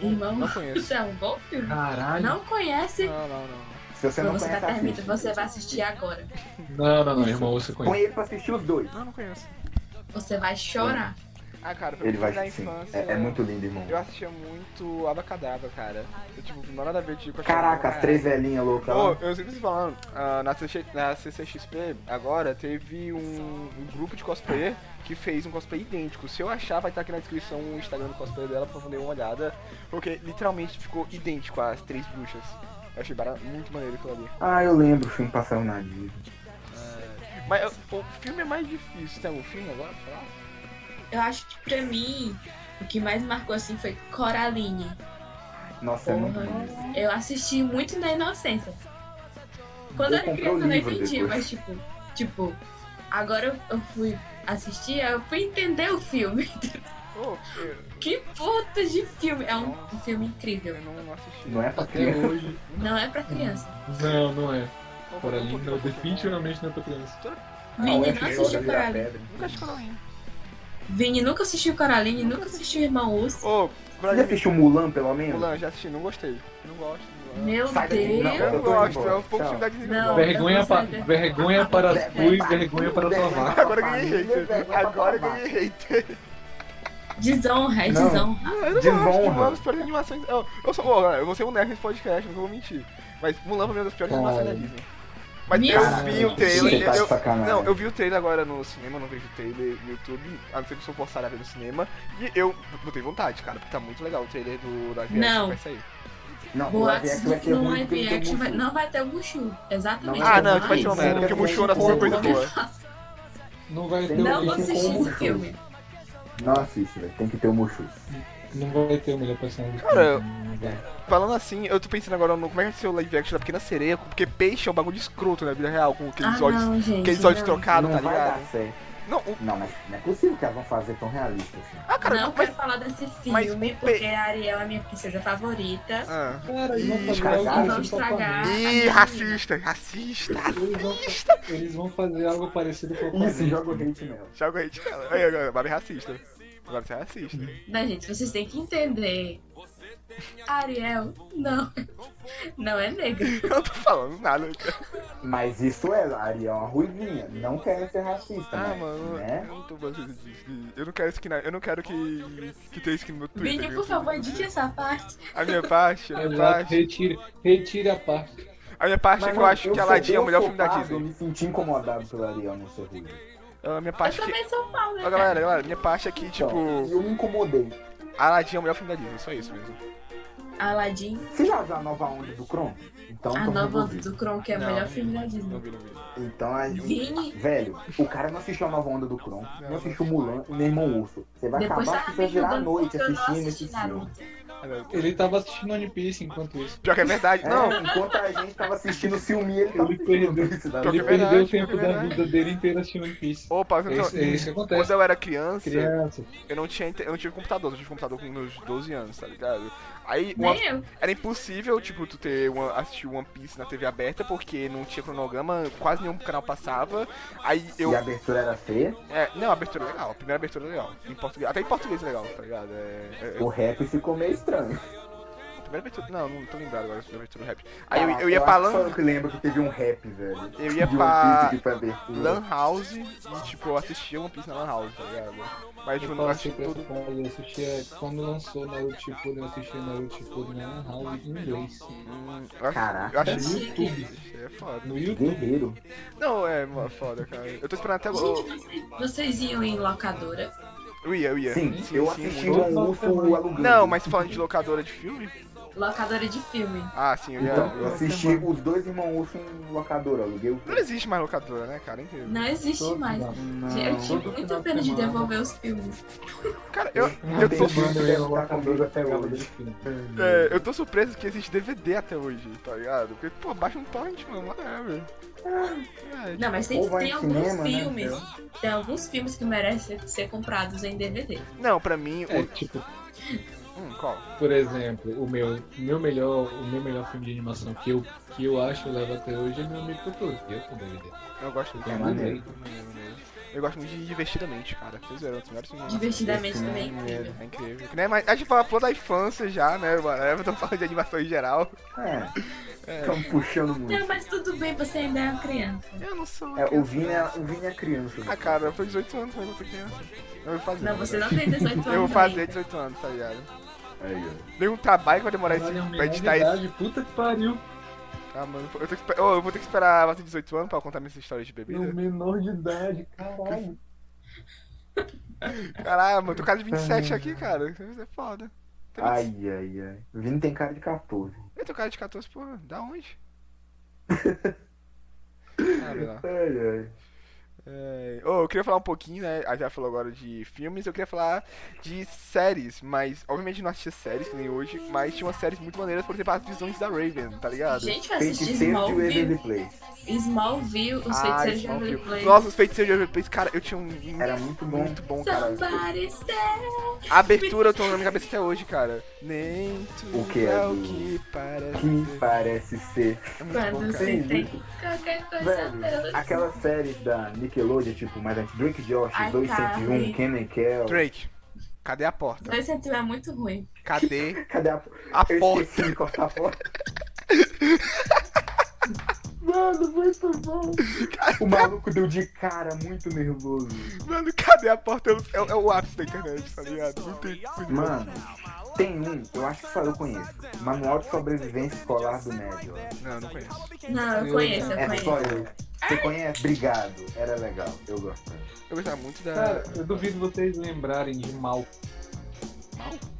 Speaker 2: Irmão,
Speaker 1: Não conheço.
Speaker 2: isso é um bom filme.
Speaker 3: caralho.
Speaker 2: Não conhece?
Speaker 1: Não, não, não.
Speaker 4: se você
Speaker 2: Quando
Speaker 4: não
Speaker 2: você tá
Speaker 4: conhece,
Speaker 2: permitido,
Speaker 4: assiste.
Speaker 2: você vai assistir agora.
Speaker 3: Não, não, não, irmão, você
Speaker 4: Põe
Speaker 3: conhece.
Speaker 4: ele pra assistir os dois.
Speaker 1: Ah, Não, não conheço.
Speaker 2: Você vai chorar.
Speaker 1: Ah, cara, pra
Speaker 4: Ele
Speaker 1: mim foi
Speaker 4: vai
Speaker 1: da
Speaker 4: sim.
Speaker 1: infância.
Speaker 4: É, é muito lindo, irmão.
Speaker 1: Eu assistia muito Abacadabra, cara. Eu, tipo, não nada a ver de
Speaker 4: Caraca,
Speaker 1: é.
Speaker 4: as três velhinhas loucas
Speaker 1: Pô,
Speaker 4: lá.
Speaker 1: eu sempre tô falando, ah, na, CX na CCXP agora teve um, um grupo de cosplayer que fez um cosplay idêntico. Se eu achar, vai estar aqui na descrição o Instagram do cosplay dela pra poder dar uma olhada. Porque literalmente ficou idêntico às três bruxas. Eu achei bara- muito maneiro aquilo ali.
Speaker 4: Ah, eu lembro o filme passando na Disney.
Speaker 1: Mas eu- o filme é mais difícil. Tem algum filme agora? pra falar?
Speaker 2: Eu acho que pra mim, o que mais marcou assim foi Coraline.
Speaker 4: Nossa, é muito
Speaker 2: Porra.
Speaker 4: bonito.
Speaker 2: Eu assisti muito na inocência. Quando eu
Speaker 4: Eu
Speaker 2: era
Speaker 4: comprei
Speaker 2: criança
Speaker 4: o
Speaker 2: eu não
Speaker 4: livro
Speaker 2: entendi,
Speaker 4: depois.
Speaker 2: mas tipo, tipo, agora eu, eu fui assistir, eu fui entender o filme.
Speaker 1: Pô, eu,
Speaker 2: Que puta de filme! É um, um filme incrível.
Speaker 1: eu não assisti.
Speaker 4: Não é pra
Speaker 3: Até
Speaker 4: criança.
Speaker 3: hoje.
Speaker 2: Não é pra criança.
Speaker 3: Não, não é.
Speaker 1: então. Vou
Speaker 3: Por
Speaker 1: voltar um pouquinho
Speaker 3: ali, não,
Speaker 1: pra Pokémon.
Speaker 3: definitivamente não é pra criança.
Speaker 4: Não,
Speaker 2: Vini
Speaker 4: é
Speaker 2: não
Speaker 4: que
Speaker 2: assistiu
Speaker 4: joga virar
Speaker 2: Coraline.
Speaker 4: pedra.
Speaker 1: Nunca assisti Coraline.
Speaker 2: Vini nunca assistiu Coraline, nunca assistiu Irmão Urso.
Speaker 1: Ô,
Speaker 4: Você já
Speaker 1: Coraline,
Speaker 4: assistiu Mulan, pelo menos?
Speaker 1: Mulan, já assisti, não gostei. Não gosto. Mulan.
Speaker 2: Meu
Speaker 4: Sai daqui, não.
Speaker 1: Eu
Speaker 2: Deus!
Speaker 1: não
Speaker 4: Eu tô
Speaker 1: gosto,
Speaker 4: indo
Speaker 1: é um pouco
Speaker 4: embora.
Speaker 1: filme da Disney. que eu
Speaker 2: Não.
Speaker 1: gosto.
Speaker 3: Vergonha,
Speaker 2: vou
Speaker 3: pa-
Speaker 2: sair daqui.
Speaker 3: vergonha para tu e vergonha para tua vaca.
Speaker 1: Agora eu ganhei hater. Agora eu ganhei hater.
Speaker 2: Desonra, é
Speaker 4: Não.
Speaker 2: desonra.
Speaker 1: Eu não
Speaker 4: Desonra.
Speaker 1: gosto de Mulan das piores animações. Eu, eu sou. Ó, eu vou ser um nerd nesse podcast, nunca vou mentir. Mas Mulan pra mim é uma das piores
Speaker 4: Cara.
Speaker 1: animações da Disney. Mas
Speaker 2: Meu
Speaker 1: eu vi o
Speaker 2: Deus.
Speaker 1: trailer.
Speaker 4: Você tá de
Speaker 1: eu-
Speaker 4: sacanagem.
Speaker 1: não, eu vi o trailer agora no cinema, eu não vejo o trailer no YouTube, a não ser que eu sou forçado a ver no cinema. E eu botei vontade, cara, porque tá muito legal o trailer do da viagem
Speaker 2: Não.
Speaker 1: que vai sair.
Speaker 4: Não, o live
Speaker 2: Boatos
Speaker 4: action
Speaker 2: do
Speaker 4: vai
Speaker 2: que
Speaker 4: ter
Speaker 2: não
Speaker 4: ruim porque
Speaker 2: live
Speaker 4: tem
Speaker 2: action vai-
Speaker 4: Mushu.
Speaker 2: não vai ter o Mushu. Exatamente.
Speaker 4: Não,
Speaker 1: Ah, não, isso vai
Speaker 2: mas-
Speaker 1: ser uma merda, porque o Mushu era só coisa boa.
Speaker 3: Não vai ter
Speaker 2: Não
Speaker 3: o
Speaker 2: vou
Speaker 4: Tem um
Speaker 2: assistir
Speaker 4: como,
Speaker 2: esse
Speaker 4: Mushu.
Speaker 2: filme.
Speaker 4: Não assiste, velho. Tem que ter o Mushu.
Speaker 3: Não vai ter o melhor personagem.
Speaker 1: Cara, eu-
Speaker 3: Não vai.
Speaker 1: Falando assim, eu tô pensando agora no como é que vai ser o live action da Pequena Sereia, porque peixe é um bagulho de escroto na vida real, com aqueles
Speaker 2: Ah,
Speaker 1: olhos
Speaker 2: não, gente.
Speaker 1: Aqueles olhos
Speaker 2: não.
Speaker 1: trocados,
Speaker 4: não
Speaker 1: tá
Speaker 4: vai
Speaker 1: ligado?
Speaker 4: dar certo.
Speaker 1: Não, o...
Speaker 4: Não, mas não é possível que elas vão fazer tão realista assim.
Speaker 1: Ah, cara,
Speaker 2: não
Speaker 1: mas...
Speaker 2: quero falar desse
Speaker 1: mas-
Speaker 2: filme, porque a Ariel é minha princesa favorita.
Speaker 1: Ah.
Speaker 3: Cara, eles
Speaker 1: Ih,
Speaker 3: vão fazer
Speaker 4: cagaram,
Speaker 3: algo
Speaker 4: vão
Speaker 3: parecido com
Speaker 2: estragar.
Speaker 3: Aquaman.
Speaker 1: Ih, racista, racista.
Speaker 3: Eles vão, eles vão fazer algo parecido com o Aquaman.
Speaker 1: assim?
Speaker 4: Isso, joga o hate nela.
Speaker 1: Joga aí de cara. Aí, agora, Barbie é racista. Agora você é racista.
Speaker 2: Não, gente, vocês têm que entender. Ariel, não. Não é negra.
Speaker 1: Eu não tô falando nada. cara.
Speaker 4: Mas isso é, a Ari é uma ruivinha. Não quero ser racista,
Speaker 1: Ah,
Speaker 4: mas,
Speaker 1: mano, eu
Speaker 4: né?
Speaker 1: não tô fazendo isso. Eu não quero esquinar, eu não quero que, que tenha skin no meu Twitter.
Speaker 2: Vini,
Speaker 1: meu
Speaker 2: por
Speaker 1: filho.
Speaker 2: favor, edite essa parte.
Speaker 1: A minha parte, a minha
Speaker 3: Exato,
Speaker 1: parte.
Speaker 3: retira, retira a parte.
Speaker 1: A minha parte é
Speaker 4: Mas,
Speaker 1: que eu
Speaker 4: mano,
Speaker 1: acho que
Speaker 4: sou-
Speaker 1: Aladdin é o
Speaker 4: eu
Speaker 1: melhor
Speaker 4: sou
Speaker 1: filme da
Speaker 4: pago, Eu
Speaker 1: Disney. é
Speaker 4: me senti incomodado pelo Ariel não ser ruivo.
Speaker 1: A minha
Speaker 2: Eu
Speaker 1: parte que.
Speaker 2: também sou pau, né?
Speaker 1: Ó, galera, galera, minha parte é que,
Speaker 4: Então,
Speaker 1: tipo,
Speaker 4: eu me incomodei.
Speaker 1: Aladdin é o melhor filme da Disney, só isso mesmo.
Speaker 2: Aladdin,
Speaker 4: Você já viu a nova onda do Kron? Então,
Speaker 2: a
Speaker 4: tamo
Speaker 2: nova
Speaker 4: resolvido.
Speaker 2: do Kronk é o
Speaker 1: Não,
Speaker 2: melhor filme da Disney.
Speaker 1: Não vi, não vi.
Speaker 4: Então, a...
Speaker 2: Vini,
Speaker 4: velho, o cara não assistiu a nova onda do Kron,
Speaker 1: não
Speaker 4: não assistiu Mulan, nem Irmão Urso. Você vai
Speaker 2: depois
Speaker 4: acabar
Speaker 2: tava
Speaker 4: que
Speaker 2: me
Speaker 4: você virar a
Speaker 2: julgando
Speaker 4: noite
Speaker 2: porque eu não
Speaker 4: assistindo esse
Speaker 2: assisti
Speaker 4: filme.
Speaker 2: Naruto.
Speaker 1: Ah, não.
Speaker 3: Ele tava assistindo One Piece enquanto isso.
Speaker 1: Pior que é verdade.
Speaker 4: É,
Speaker 1: Não,
Speaker 4: enquanto a gente tava assistindo o filme, ele tava
Speaker 3: Ele perdeu.
Speaker 4: assistindo isso, tá
Speaker 1: Pior que
Speaker 3: Ele
Speaker 1: é
Speaker 4: Davi.
Speaker 1: verdade,
Speaker 3: perdeu o
Speaker 1: pior que
Speaker 3: tempo
Speaker 1: é
Speaker 3: da
Speaker 1: verdade. Então,
Speaker 3: vida dele inteiro assistindo One Piece.
Speaker 1: Opa,
Speaker 3: É
Speaker 1: eu
Speaker 3: isso,
Speaker 1: tô...
Speaker 3: é isso que acontece.
Speaker 1: quando eu era criança,
Speaker 3: Criança.
Speaker 1: eu não tinha, inter- eu não tive computador, eu tive computador com meus 12 anos, tá ligado? Aí uma-
Speaker 2: Nem eu.
Speaker 1: era impossível, tipo, tu ter uma, assistir One Piece na TV aberta, porque não tinha cronograma, quase nenhum canal passava. Aí eu.
Speaker 4: E a abertura era feia,
Speaker 1: É, não, a abertura é legal, a primeira abertura é legal. Em português, até em português é legal, tá ligado? É, é-
Speaker 4: o rap ficou meio
Speaker 1: é-
Speaker 4: estranho.
Speaker 1: a primeira abertura. Não, não tô lembrado agora da primeira abertura do rap. Aí eu,
Speaker 4: Caraca,
Speaker 1: eu ia pra
Speaker 4: acho que
Speaker 1: lan,
Speaker 4: só Ah, Eu que lembro que teve um rap, velho.
Speaker 1: Eu ia
Speaker 4: de One
Speaker 1: pra-
Speaker 4: Piece que foi abertura.
Speaker 1: lan House e, tipo, eu assistia One Piece na Lan House, tá ligado? Mas, tipo,
Speaker 3: Eu
Speaker 1: eu
Speaker 4: Então,
Speaker 1: não
Speaker 3: passei
Speaker 1: assisti
Speaker 3: pra essa
Speaker 1: tudo.
Speaker 3: fase, eu assistia, quando lançou Naruto Shippuden, eu assisti Naruto Shippuden na House em inglês.
Speaker 1: Hum, eu acho-
Speaker 4: Caraca.
Speaker 1: eu acho
Speaker 3: No YouTube.
Speaker 1: É foda.
Speaker 3: No YouTube.
Speaker 4: Guerreiro.
Speaker 1: Não, é mó foda, cara. Eu tô esperando até agora.
Speaker 2: Gente, vocês- vocês iam em locadora?
Speaker 1: Eu ia, eu ia.
Speaker 4: Sim, eu assisti
Speaker 1: muito.
Speaker 4: um urso alugando.
Speaker 1: Não, mas falando de locadora de filme?
Speaker 2: Locadora de filme.
Speaker 1: Ah, sim, eu ia.
Speaker 4: Então, eu
Speaker 1: eu-
Speaker 4: assisti os dois irmãos urso em locadora, aluguei o
Speaker 1: Não existe mais locadora, né, cara? É Incrível.
Speaker 2: Não existe
Speaker 3: Todo
Speaker 2: mais.
Speaker 3: final-
Speaker 2: Eu tive
Speaker 3: todo
Speaker 2: muita
Speaker 3: final
Speaker 2: pena de
Speaker 3: semana.
Speaker 2: devolver os filmes.
Speaker 1: Cara, eu,
Speaker 3: Uma
Speaker 1: eu, tô,
Speaker 3: semana eu ia
Speaker 4: Tá
Speaker 3: lá
Speaker 4: comigo
Speaker 3: comigo
Speaker 4: até
Speaker 3: até
Speaker 4: hoje.
Speaker 3: hoje.
Speaker 1: é, eu tô surpreso que existe DVD até hoje, tá ligado? Porque, pô, baixa um torrent, mano, lá é, velho. É,
Speaker 2: Não, mas tem,
Speaker 4: Ou vai
Speaker 2: tem
Speaker 4: em
Speaker 2: alguns
Speaker 4: cinema, né,
Speaker 2: filmes. Tem alguns filmes que merecem ser- ser comprados em DVD.
Speaker 1: Não, pra mim,
Speaker 3: É,
Speaker 1: o.
Speaker 3: tipo,
Speaker 1: Hum, qual?
Speaker 3: por exemplo, o meu, meu melhor, o meu melhor filme de animação que eu, que eu acho leva até hoje é meu amigo Totoro, que eu sou doido.
Speaker 1: Eu gosto muito
Speaker 3: É
Speaker 1: de-
Speaker 3: maneiro.
Speaker 1: Eu gosto muito de divertidamente, cara. Vocês eram os melhores filmes.
Speaker 2: Divertidamente também é incrível.
Speaker 1: É incrível. Que nem mais, a gente falou da infância já, né, mano? Eu tô falando de animação em geral.
Speaker 4: É. Estão puxando muito.
Speaker 2: Não, mas tudo bem, você ainda é uma criança.
Speaker 1: Eu não sou. uma
Speaker 4: É, o
Speaker 1: criança.
Speaker 4: Vini é, o Vini é criança.
Speaker 1: Ah, cara, foi 18 anos, mas eu tô criança. Eu vou fazer.
Speaker 2: Não, você não tem 18 anos.
Speaker 1: Eu vou fazer
Speaker 2: ainda.
Speaker 1: 18 anos, tá ligado?
Speaker 4: Aí, ó.
Speaker 1: Deu um trabalho que vai demorar esse, pra
Speaker 2: é
Speaker 1: editar esse.
Speaker 3: Puta que pariu.
Speaker 1: Ah, mano, eu, tô, que esper- Ô, eu vou ter que esperar bater 18 anos pra contar minhas histórias de
Speaker 3: No
Speaker 1: bebida.
Speaker 3: menor de idade, caralho.
Speaker 1: Caralho, mano, eu tô quase 27 aqui, cara. Isso é foda. Tem
Speaker 4: Ai, ai, ai. O Vini tem cara de 14.
Speaker 1: Eu tô cara de 14, porra, da onde? ah, vai lá.
Speaker 4: Ai, ai.
Speaker 1: É, ô, eu queria falar um pouquinho, né? A gente já falou agora de filmes, eu queria falar de séries, mas obviamente não assistia séries que nem hoje, mas tinha umas séries muito maneiras, por exemplo, as visões da Raven, tá ligado?
Speaker 2: Gente, eu assisti
Speaker 4: Feiticeiro de
Speaker 2: Smallville.
Speaker 4: Waverly Place.
Speaker 2: Smallville, os
Speaker 1: Ah,
Speaker 2: feiticeiros
Speaker 1: isso
Speaker 2: de
Speaker 1: é um
Speaker 2: Waverly
Speaker 1: filme.
Speaker 2: Place.
Speaker 1: Nossa, os feiticeiros de Waverly Place, cara, eu tinha um. um-
Speaker 4: Era muito bom.
Speaker 1: Muito bom, cara.
Speaker 2: Somebody say-
Speaker 1: A abertura eu tô na minha cabeça até hoje, cara. Nem tudo
Speaker 4: O que é
Speaker 1: o
Speaker 4: do-
Speaker 1: que parece.
Speaker 4: Que parece ser.
Speaker 1: É muito bom, cara.
Speaker 2: Quando se
Speaker 4: Sim.
Speaker 2: tem qualquer coisa
Speaker 4: Velho,
Speaker 2: pela...
Speaker 4: aquelas séries da Nickelodeon, tipo, mais antes, Drake Josh,
Speaker 2: Ai,
Speaker 4: 201,
Speaker 2: cara.
Speaker 4: Ken and Kel.
Speaker 1: Drake, cadê a porta?
Speaker 2: 201 é muito ruim.
Speaker 1: Cadê
Speaker 4: Cadê a
Speaker 1: a
Speaker 4: Eu
Speaker 1: porta?
Speaker 4: esqueci de cortar a porta. Mano, muito bom. O maluco deu de cara muito nervoso.
Speaker 1: Mano, cadê a porta? É, o- é o ápice da internet, tá ligado? Não tem coisa.
Speaker 4: Mano, tem um, eu acho que só eu conheço. Manual de Sobrevivência Escolar do Médio.
Speaker 1: Não, não conheço.
Speaker 2: Não, eu conheço, eu
Speaker 4: É só
Speaker 2: conheço.
Speaker 4: eu. Você conhece? Obrigado. Era legal. Eu gosto.
Speaker 1: Eu gostava muito da.
Speaker 3: Cara, eu duvido vocês lembrarem de mal.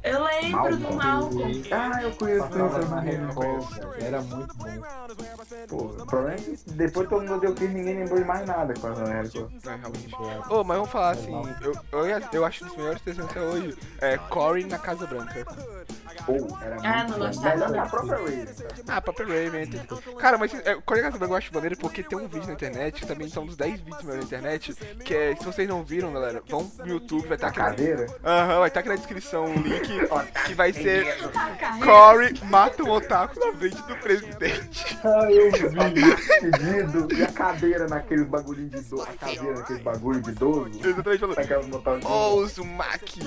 Speaker 2: Eu lembro do Malcolm.
Speaker 4: Ah, eu conheço.
Speaker 3: Passava na
Speaker 4: Eu
Speaker 3: Record,
Speaker 4: conheço.
Speaker 3: velho, era muito bom.
Speaker 4: Pô, o problema é que depois todo mundo deu que ninguém lembrou de mais nada com a Record.
Speaker 1: É, realmente. Ô, mas vamos falar assim, eu, eu, eu acho um dos melhores desenhos até hoje. É Cory na Casa Branca.
Speaker 4: Ou era
Speaker 2: Ah,
Speaker 4: muito
Speaker 2: não
Speaker 4: bom.
Speaker 2: gostava.
Speaker 4: Melhor que a própria Razer.
Speaker 1: Ah, Papa Raven. entre- Cara, mas é, Cory na Casa Branca eu acho maneiro porque tem um vídeo na internet, que também são dos 10 vídeos meus na internet, que é, se vocês não viram, galera, vão no YouTube, vai estar
Speaker 4: A
Speaker 1: aqui. na-
Speaker 4: cadeira?
Speaker 1: Aham, vai estar aqui na descrição o link que vai ser
Speaker 2: Tá, cara.
Speaker 1: Cory mata um otaku na frente do presidente.
Speaker 3: Ah, eu
Speaker 4: queijo pedido e a cadeira naquele bagulho de idoso. A cadeira naquele bagulho de idoso. é
Speaker 1: Exatamente falando.
Speaker 4: Naquela montanha.
Speaker 1: Ô, oh, Zumaki!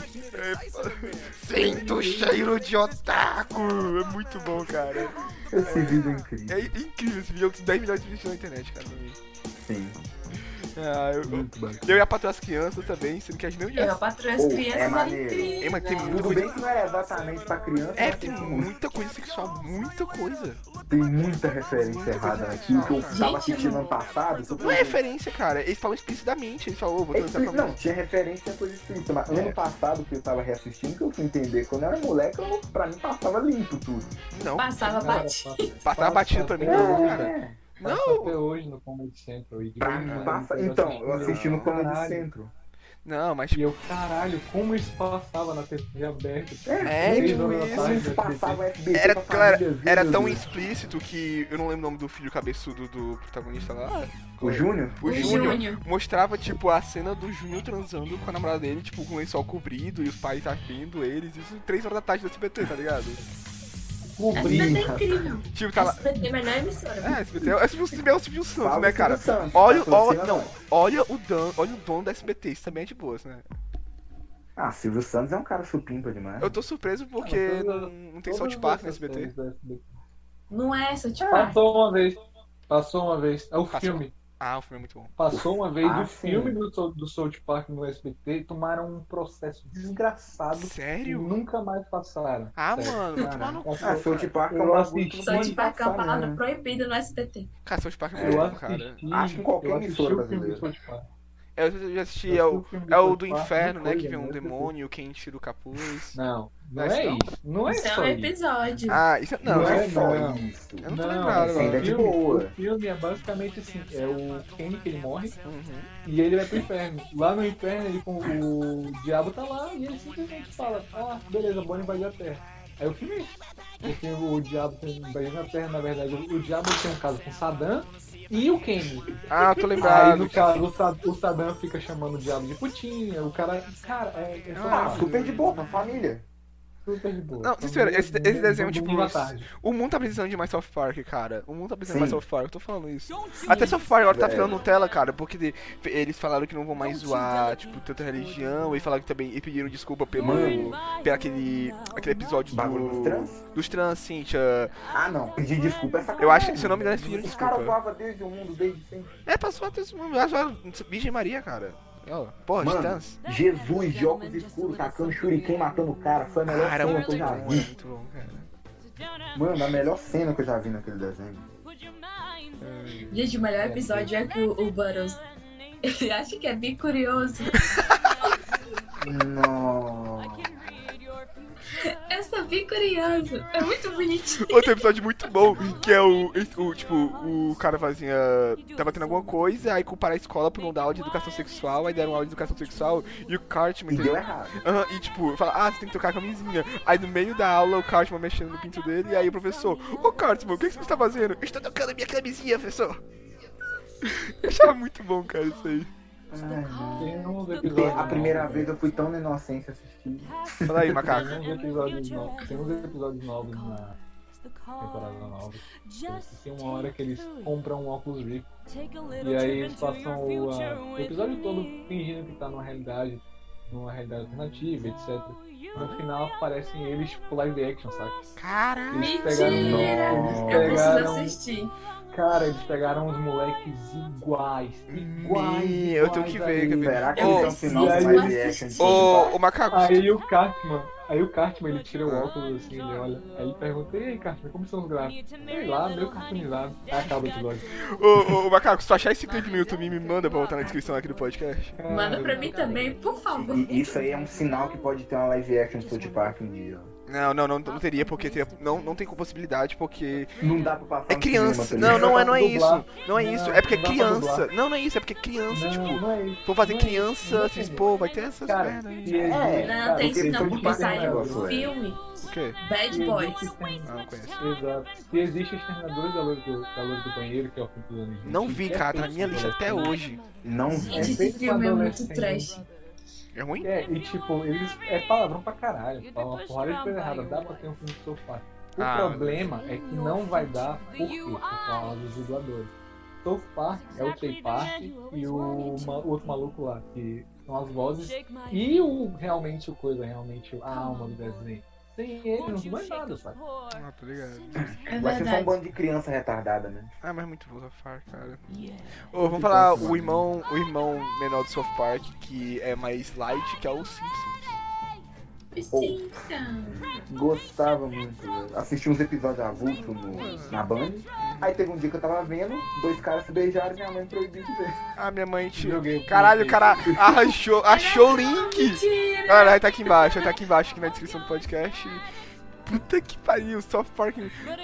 Speaker 1: é, Sinto o cheiro de otaku! É muito bom, cara.
Speaker 4: Esse vídeo é incrível.
Speaker 1: É incrível esse vídeo, é um dos 10 milhões de vídeos na internet, cara. pra mim.
Speaker 4: Sim.
Speaker 1: Ah, eu,
Speaker 4: Muito bacana.
Speaker 1: eu ia patroar as crianças também, sendo que a gente não
Speaker 2: Eu
Speaker 1: ia.
Speaker 2: patroa as
Speaker 4: Pô,
Speaker 2: crianças,
Speaker 4: é
Speaker 2: mas
Speaker 4: maneiro.
Speaker 2: incrível.
Speaker 1: É, mas tem muito
Speaker 4: Tudo
Speaker 1: coisa.
Speaker 4: bem que não é exatamente pra criança.
Speaker 1: É,
Speaker 4: mas
Speaker 1: tem muita coisa sexual, muita coisa.
Speaker 4: tem muita referência errada aqui que eu tava assistindo ano passado. que eu
Speaker 1: Não é
Speaker 4: pensei,
Speaker 1: referência, cara. Eles falam explicitamente. Eles falam, ô, vou
Speaker 4: É
Speaker 1: transar com
Speaker 4: explícito,
Speaker 1: a
Speaker 4: não,
Speaker 1: mulher.
Speaker 4: tinha referência a coisa explícita, mas
Speaker 1: tá É.
Speaker 4: ano passado que eu tava reassistindo, que eu fui entender, quando eu era moleque, eu, pra mim passava limpo tudo.
Speaker 1: Não,
Speaker 2: Passava
Speaker 3: Cara,
Speaker 2: batido.
Speaker 3: passa-
Speaker 4: Tá-
Speaker 1: Passava batido pra mim,
Speaker 4: né?
Speaker 3: até
Speaker 1: não,
Speaker 3: hoje,
Speaker 1: cara.
Speaker 3: passa
Speaker 1: Não.
Speaker 3: Até hoje no Comedy Central. E de
Speaker 4: Pra
Speaker 3: vez em
Speaker 4: mim
Speaker 3: quando
Speaker 4: passa.
Speaker 3: eu
Speaker 4: Então,
Speaker 3: assisto,
Speaker 4: eu assisti no Comedy
Speaker 3: caralho.
Speaker 4: Centro.
Speaker 1: não, mas tipo,
Speaker 3: E eu, caralho, como isso passava na TV aberta?
Speaker 1: É,
Speaker 3: Seis
Speaker 1: tipo
Speaker 3: horas da
Speaker 1: isso,
Speaker 3: tarde,
Speaker 4: Isso passava SBT
Speaker 1: Era,
Speaker 4: pra
Speaker 1: cara,
Speaker 4: famílias,
Speaker 1: era
Speaker 4: meu
Speaker 1: tão
Speaker 4: Deus.
Speaker 1: explícito que eu não lembro o nome do filho cabeçudo do protagonista lá.
Speaker 4: O Júnior?
Speaker 1: Ah, O
Speaker 2: O
Speaker 1: Júnior
Speaker 2: Júnior.
Speaker 1: mostrava, tipo, a cena do Júnior transando com a namorada dele, tipo, com o lençol cobrido e os pais abrindo eles. Isso 3 horas da tarde do SBT, tá ligado?
Speaker 2: SBT é
Speaker 4: Cobrinha.
Speaker 2: incrível.
Speaker 1: Tipo, tá lá.
Speaker 2: SBT é a melhor emissora.
Speaker 1: É, SBT é o Silvio- é o Silvio Santos,
Speaker 4: Salve,
Speaker 1: né, cara?
Speaker 4: Silvio Santos.
Speaker 1: Olha, olha,
Speaker 4: Tá patrocinando,
Speaker 1: não,
Speaker 4: não.
Speaker 1: olha o, dan, olha o dono da SBT, isso também é de boas, né?
Speaker 4: Ah, Silvio Santos é um cara supimpa demais.
Speaker 1: Eu tô surpreso porque
Speaker 3: Ah, então Não, todas-
Speaker 1: não, não tem South Park no SBT.
Speaker 2: Não é essa, tipo.
Speaker 4: Ah.
Speaker 3: Passou uma vez. Passou uma vez. É o
Speaker 1: Passou.
Speaker 3: filme.
Speaker 1: Ah, o filme é muito bom.
Speaker 3: Passou uma vez
Speaker 4: Ah,
Speaker 3: o
Speaker 4: sim.
Speaker 3: filme do, Sou- do South Park no SBT e tomaram um processo desgraçado e
Speaker 1: Sério?
Speaker 3: nunca mais passaram.
Speaker 1: Ah,
Speaker 3: Ah, Sério.
Speaker 1: mano, vai
Speaker 3: Cara,
Speaker 1: tomar no cu.
Speaker 4: Ah, South Park é
Speaker 3: Eu
Speaker 4: um
Speaker 3: assisti.
Speaker 4: bagulho que não
Speaker 2: Só
Speaker 4: pode
Speaker 2: de Park é uma
Speaker 4: passar,
Speaker 2: palavra
Speaker 4: né?
Speaker 2: proibida no SBT.
Speaker 1: Cara, South Park é muito
Speaker 3: Eu
Speaker 1: bom, cara.
Speaker 3: assisti,
Speaker 4: Acho que em qualquer
Speaker 3: eu assisti
Speaker 4: emissora
Speaker 3: o filme do
Speaker 4: brasileira.
Speaker 3: South Park.
Speaker 1: Eu já assisti,
Speaker 3: Eu
Speaker 1: é
Speaker 3: assisti
Speaker 1: o,
Speaker 3: filme
Speaker 1: é o
Speaker 3: South
Speaker 1: do
Speaker 3: Park,
Speaker 1: inferno, né?
Speaker 3: coisa,
Speaker 1: Que vem um
Speaker 3: né?
Speaker 1: demônio, então, quem tira o capuz.
Speaker 3: Não, não
Speaker 1: Acho
Speaker 3: é
Speaker 1: não.
Speaker 3: isso. Não é
Speaker 2: Isso é
Speaker 3: só
Speaker 2: um
Speaker 3: isso.
Speaker 2: episódio.
Speaker 1: Ah, isso é. Não,
Speaker 4: Não
Speaker 1: isso
Speaker 4: é
Speaker 1: é
Speaker 4: só
Speaker 1: foda.
Speaker 4: isso.
Speaker 1: Eu não tô lembrado
Speaker 3: assim,
Speaker 1: agora.
Speaker 3: o
Speaker 4: Ainda é de
Speaker 3: filme-
Speaker 4: boa.
Speaker 3: O filme é basicamente assim, é o Kenny que ele morre
Speaker 1: Uhum.
Speaker 3: e ele vai pro inferno. Lá no inferno ele com o diabo tá lá e ele simplesmente fala, ah, beleza, Bonnie vai a terra. Aí o filme é isso. Porque o diabo tem vai na terra, na verdade, o o diabo tem um caso com Saddam e o Kenny.
Speaker 1: Ah, eu tô
Speaker 3: Aí no
Speaker 1: lembrado.
Speaker 3: caso o Sa- o Saddam fica chamando o diabo de putinha, o cara. Cara, é, é só
Speaker 1: Ah,
Speaker 4: Ah, super de boa pra família.
Speaker 3: super de boa. Então,
Speaker 1: Não, sincero, esse- esse desenho é tipo
Speaker 3: Domingo à
Speaker 1: isso.
Speaker 3: tarde.
Speaker 1: O mundo tá precisando de mais South Park, cara. O mundo tá precisando de mais
Speaker 4: Sim.
Speaker 1: South Park, eu tô falando isso. Até South Park agora tá
Speaker 4: Velho.
Speaker 1: ficando Nutella, cara, porque de- eles falaram que não vão mais zoar, tipo, tanta religião, e falaram que também e pediram desculpa pelo.
Speaker 4: Mano.
Speaker 1: pelo aquele, aquele episódio
Speaker 4: Bagulho
Speaker 1: do,
Speaker 4: dos trans?
Speaker 1: dos trans, sim, tia.
Speaker 4: Ah, não. Pedir desculpa é sacanagem.
Speaker 1: Eu acho que, se eu não me engano, eles pediram
Speaker 4: Os caras
Speaker 1: desculpa.
Speaker 4: voavam desde o mundo, desde sempre.
Speaker 1: É, passou até esse mundo, mas olha, Virgem Maria, cara. Ó, Porra, os
Speaker 4: Mano,
Speaker 1: trans.
Speaker 4: Jesus de óculos escuros, tacando shuriken, matando o cara. Foi a melhor
Speaker 1: Cara,
Speaker 4: cena
Speaker 1: muito
Speaker 4: que eu já
Speaker 1: bom, é
Speaker 4: vi.
Speaker 1: muito bom, cara.
Speaker 4: Mano, a melhor cena que eu já vi naquele desenho.
Speaker 2: Gente, o melhor episódio é que o, o Burrows. Ele acha que é bem curioso.
Speaker 4: Nossa.
Speaker 2: Eu sou bem curioso. É muito bonitinho.
Speaker 1: Outro episódio muito bom, que é o, o tipo, o cara fazia. Tava tendo alguma coisa, aí culparam a escola por não dar aula de educação sexual, aí deram aula de educação sexual e o Cartman.
Speaker 4: E deu errado.
Speaker 1: Aham, e tipo, fala, ah, você tem que tocar a camisinha. Aí no meio da aula o Cartman mexendo no pinto dele, e aí o professor, ô Cartman, o que, que você está fazendo? Estou tocando a minha camisinha, professor. Eu achava muito bom, cara, isso aí.
Speaker 4: Ai, mano.
Speaker 3: Tem uns episódios.
Speaker 4: A primeira
Speaker 3: novos,
Speaker 4: vez eu fui tão na inocência assistir.
Speaker 1: Fala aí, macaco.
Speaker 3: Tem uns episódios novos. Tem uns episódios novos na temporada nova. Tem uma hora que eles compram um óculos Rift. E aí eles passam o, a- o episódio todo fingindo que tá numa realidade, numa realidade alternativa, etc. No final aparecem eles tipo live action, saca?
Speaker 1: Caralho.
Speaker 3: Eles
Speaker 2: Mentira!
Speaker 3: pegaram. Eles
Speaker 2: Eu preciso
Speaker 3: pegaram.
Speaker 2: assistir.
Speaker 3: Cara, eles pegaram uns moleques iguais. Iguais.
Speaker 1: Ih, eu tenho que
Speaker 3: iguais a
Speaker 1: ver, quer
Speaker 3: eles.
Speaker 1: ver?
Speaker 4: Será que
Speaker 1: Ô,
Speaker 4: eles estão
Speaker 3: e aí-
Speaker 4: final live action? de
Speaker 1: Ô,
Speaker 4: South
Speaker 1: ô macaco,
Speaker 3: Aí o Cartman, aí o Cartman ele tira o óculos assim, ele olha, aí ele pergunta, e aí Cartman, como são os gráficos? Sei lá, meio cartunizado. Aí acaba o episódio.
Speaker 1: ô, ô, ô, macaco, se tu achar esse clipe no YouTube, me manda pra botar na descrição aqui do podcast.
Speaker 3: Cara,
Speaker 2: Manda pra mim também, por favor.
Speaker 4: Park? E isso aí é um sinal que pode ter uma live action de South Park um dia.
Speaker 1: Não, não, não, não teria, porque teria- não, não tem como possibilidade, porque.
Speaker 4: Não dá pra passar
Speaker 1: É
Speaker 4: no
Speaker 1: criança.
Speaker 4: cinema, tá
Speaker 1: Não,
Speaker 4: ligado?
Speaker 1: não é, não é
Speaker 3: Dublar.
Speaker 1: isso. Não é isso. É porque é
Speaker 3: Não, dá pra dublar.
Speaker 1: criança. Não, não é isso, é porque é criança,
Speaker 3: Não,
Speaker 1: tipo.
Speaker 3: não é isso,
Speaker 1: Vou fazer
Speaker 3: não é isso, não
Speaker 1: criança, se
Speaker 3: é isso.
Speaker 1: expor, vai ter essas
Speaker 3: Cara,
Speaker 1: merda
Speaker 3: e
Speaker 1: aí.
Speaker 3: aí,
Speaker 4: É,
Speaker 3: cara,
Speaker 2: Não, tem
Speaker 4: porque
Speaker 2: isso não,
Speaker 4: eles
Speaker 2: porque
Speaker 4: estão
Speaker 2: saiu
Speaker 4: pagando
Speaker 2: um
Speaker 4: negócio, né? É
Speaker 2: filme
Speaker 1: O quê?
Speaker 2: Bad Boys.
Speaker 1: Ah, não conheço.
Speaker 3: Exato. Se existe Exterminadores da Loura do, da Loura do Banheiro, que é o filme do ano de
Speaker 1: Não vi, cara, tá na minha lista até hoje.
Speaker 4: Não
Speaker 3: É
Speaker 2: Gente,
Speaker 4: vi.
Speaker 2: esse
Speaker 3: feito pra
Speaker 2: filme é muito
Speaker 3: adolescente.
Speaker 2: trash.
Speaker 1: É ruim?
Speaker 3: É, e tipo, eles. É palavrão pra caralho. Fala uma porrada de coisa errada. Dá pra ter um filme de sofá. O
Speaker 1: Ah,
Speaker 3: problema é que não vai dar por quê? Por causa dos dubladores. South Park é o é Trey Park e o, ma- o outro maluco lá, que são as vozes. E o realmente o coisa, realmente a alma do desenho. Sem ele não vai nada, sabe?
Speaker 1: Ah, tô ligado.
Speaker 2: É
Speaker 4: Vai ser só um
Speaker 2: verdade.
Speaker 4: bando de criança retardada, né?
Speaker 1: Ah, mas é muito bom Sofar, cara. Ô, vamos falar o irmão, o irmão menor do South Park, que é mais light, que é o Simpsons.
Speaker 2: Os Simpsons.
Speaker 4: Gostava muito. velho. Assisti uns episódios avulso no, na Band. Aí teve um dia que eu tava vendo, dois caras se beijaram e minha mãe proibiu de ver.
Speaker 1: Ah, minha mãe te...
Speaker 3: Joguei.
Speaker 1: Caralho, o cara achou, achou o link!
Speaker 2: Mentira!
Speaker 1: Caralho, tá aqui embaixo, tá aqui embaixo, aqui na descrição do podcast. Puta que pariu, South Park...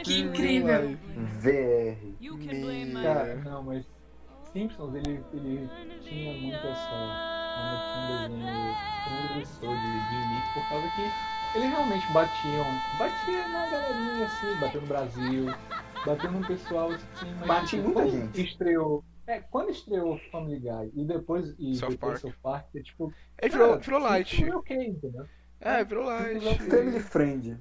Speaker 2: Que incrível.
Speaker 4: VR. É.
Speaker 3: Cara, não, mas Simpsons ele, ele tinha muita essa transgressor um de, de limite por causa que eles realmente batiam. Batia na galerinha assim, bateu no Brasil, bateu no pessoal assim, mas
Speaker 4: Bate em muita
Speaker 3: quando
Speaker 4: gente.
Speaker 3: Estreou. É, quando estreou Family Guy e depois e
Speaker 1: South
Speaker 3: depois
Speaker 1: Park.
Speaker 3: South Park, é tipo.
Speaker 1: Ele virou,
Speaker 3: cara,
Speaker 1: virou light.
Speaker 3: Simpsons é ok, entendeu?
Speaker 1: É, virou light.
Speaker 4: Family Friend.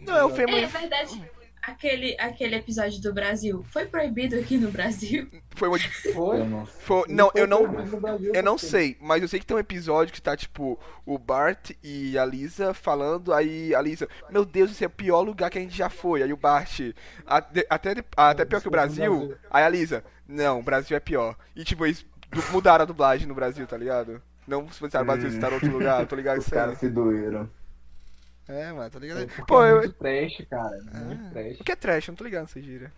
Speaker 1: Não, é o
Speaker 2: É
Speaker 1: Family...
Speaker 2: verdade. Aquele, aquele episódio do Brasil foi proibido aqui no Brasil.
Speaker 1: Foi, uma-
Speaker 3: Foi.
Speaker 4: Eu não sei.
Speaker 1: foi, não,
Speaker 3: foi
Speaker 1: eu não...
Speaker 3: proibido no Brasil,
Speaker 1: Eu não
Speaker 3: porque-
Speaker 1: sei, mas eu sei que tem um episódio que tá, tipo, o Bart e a Lisa falando, aí a Lisa, meu Deus, esse é o pior lugar que a gente já foi. Aí o Bart, "Ate- até, de- até pior que o Brasil, aí a Lisa, não, o Brasil é pior. E, tipo, eles du- mudaram a dublagem no Brasil, tá ligado? Não se pensaram no Brasil, se tá em outro lugar, eu tô ligado
Speaker 4: Os
Speaker 1: isso aí.
Speaker 4: caras se doeram.
Speaker 1: É, mano, tá ligado?
Speaker 3: Porque
Speaker 1: Pô,
Speaker 3: é
Speaker 1: eu...
Speaker 3: muito trash, cara. Muito trash.
Speaker 1: O que é trash? Eu não tô ligado nessa gíria.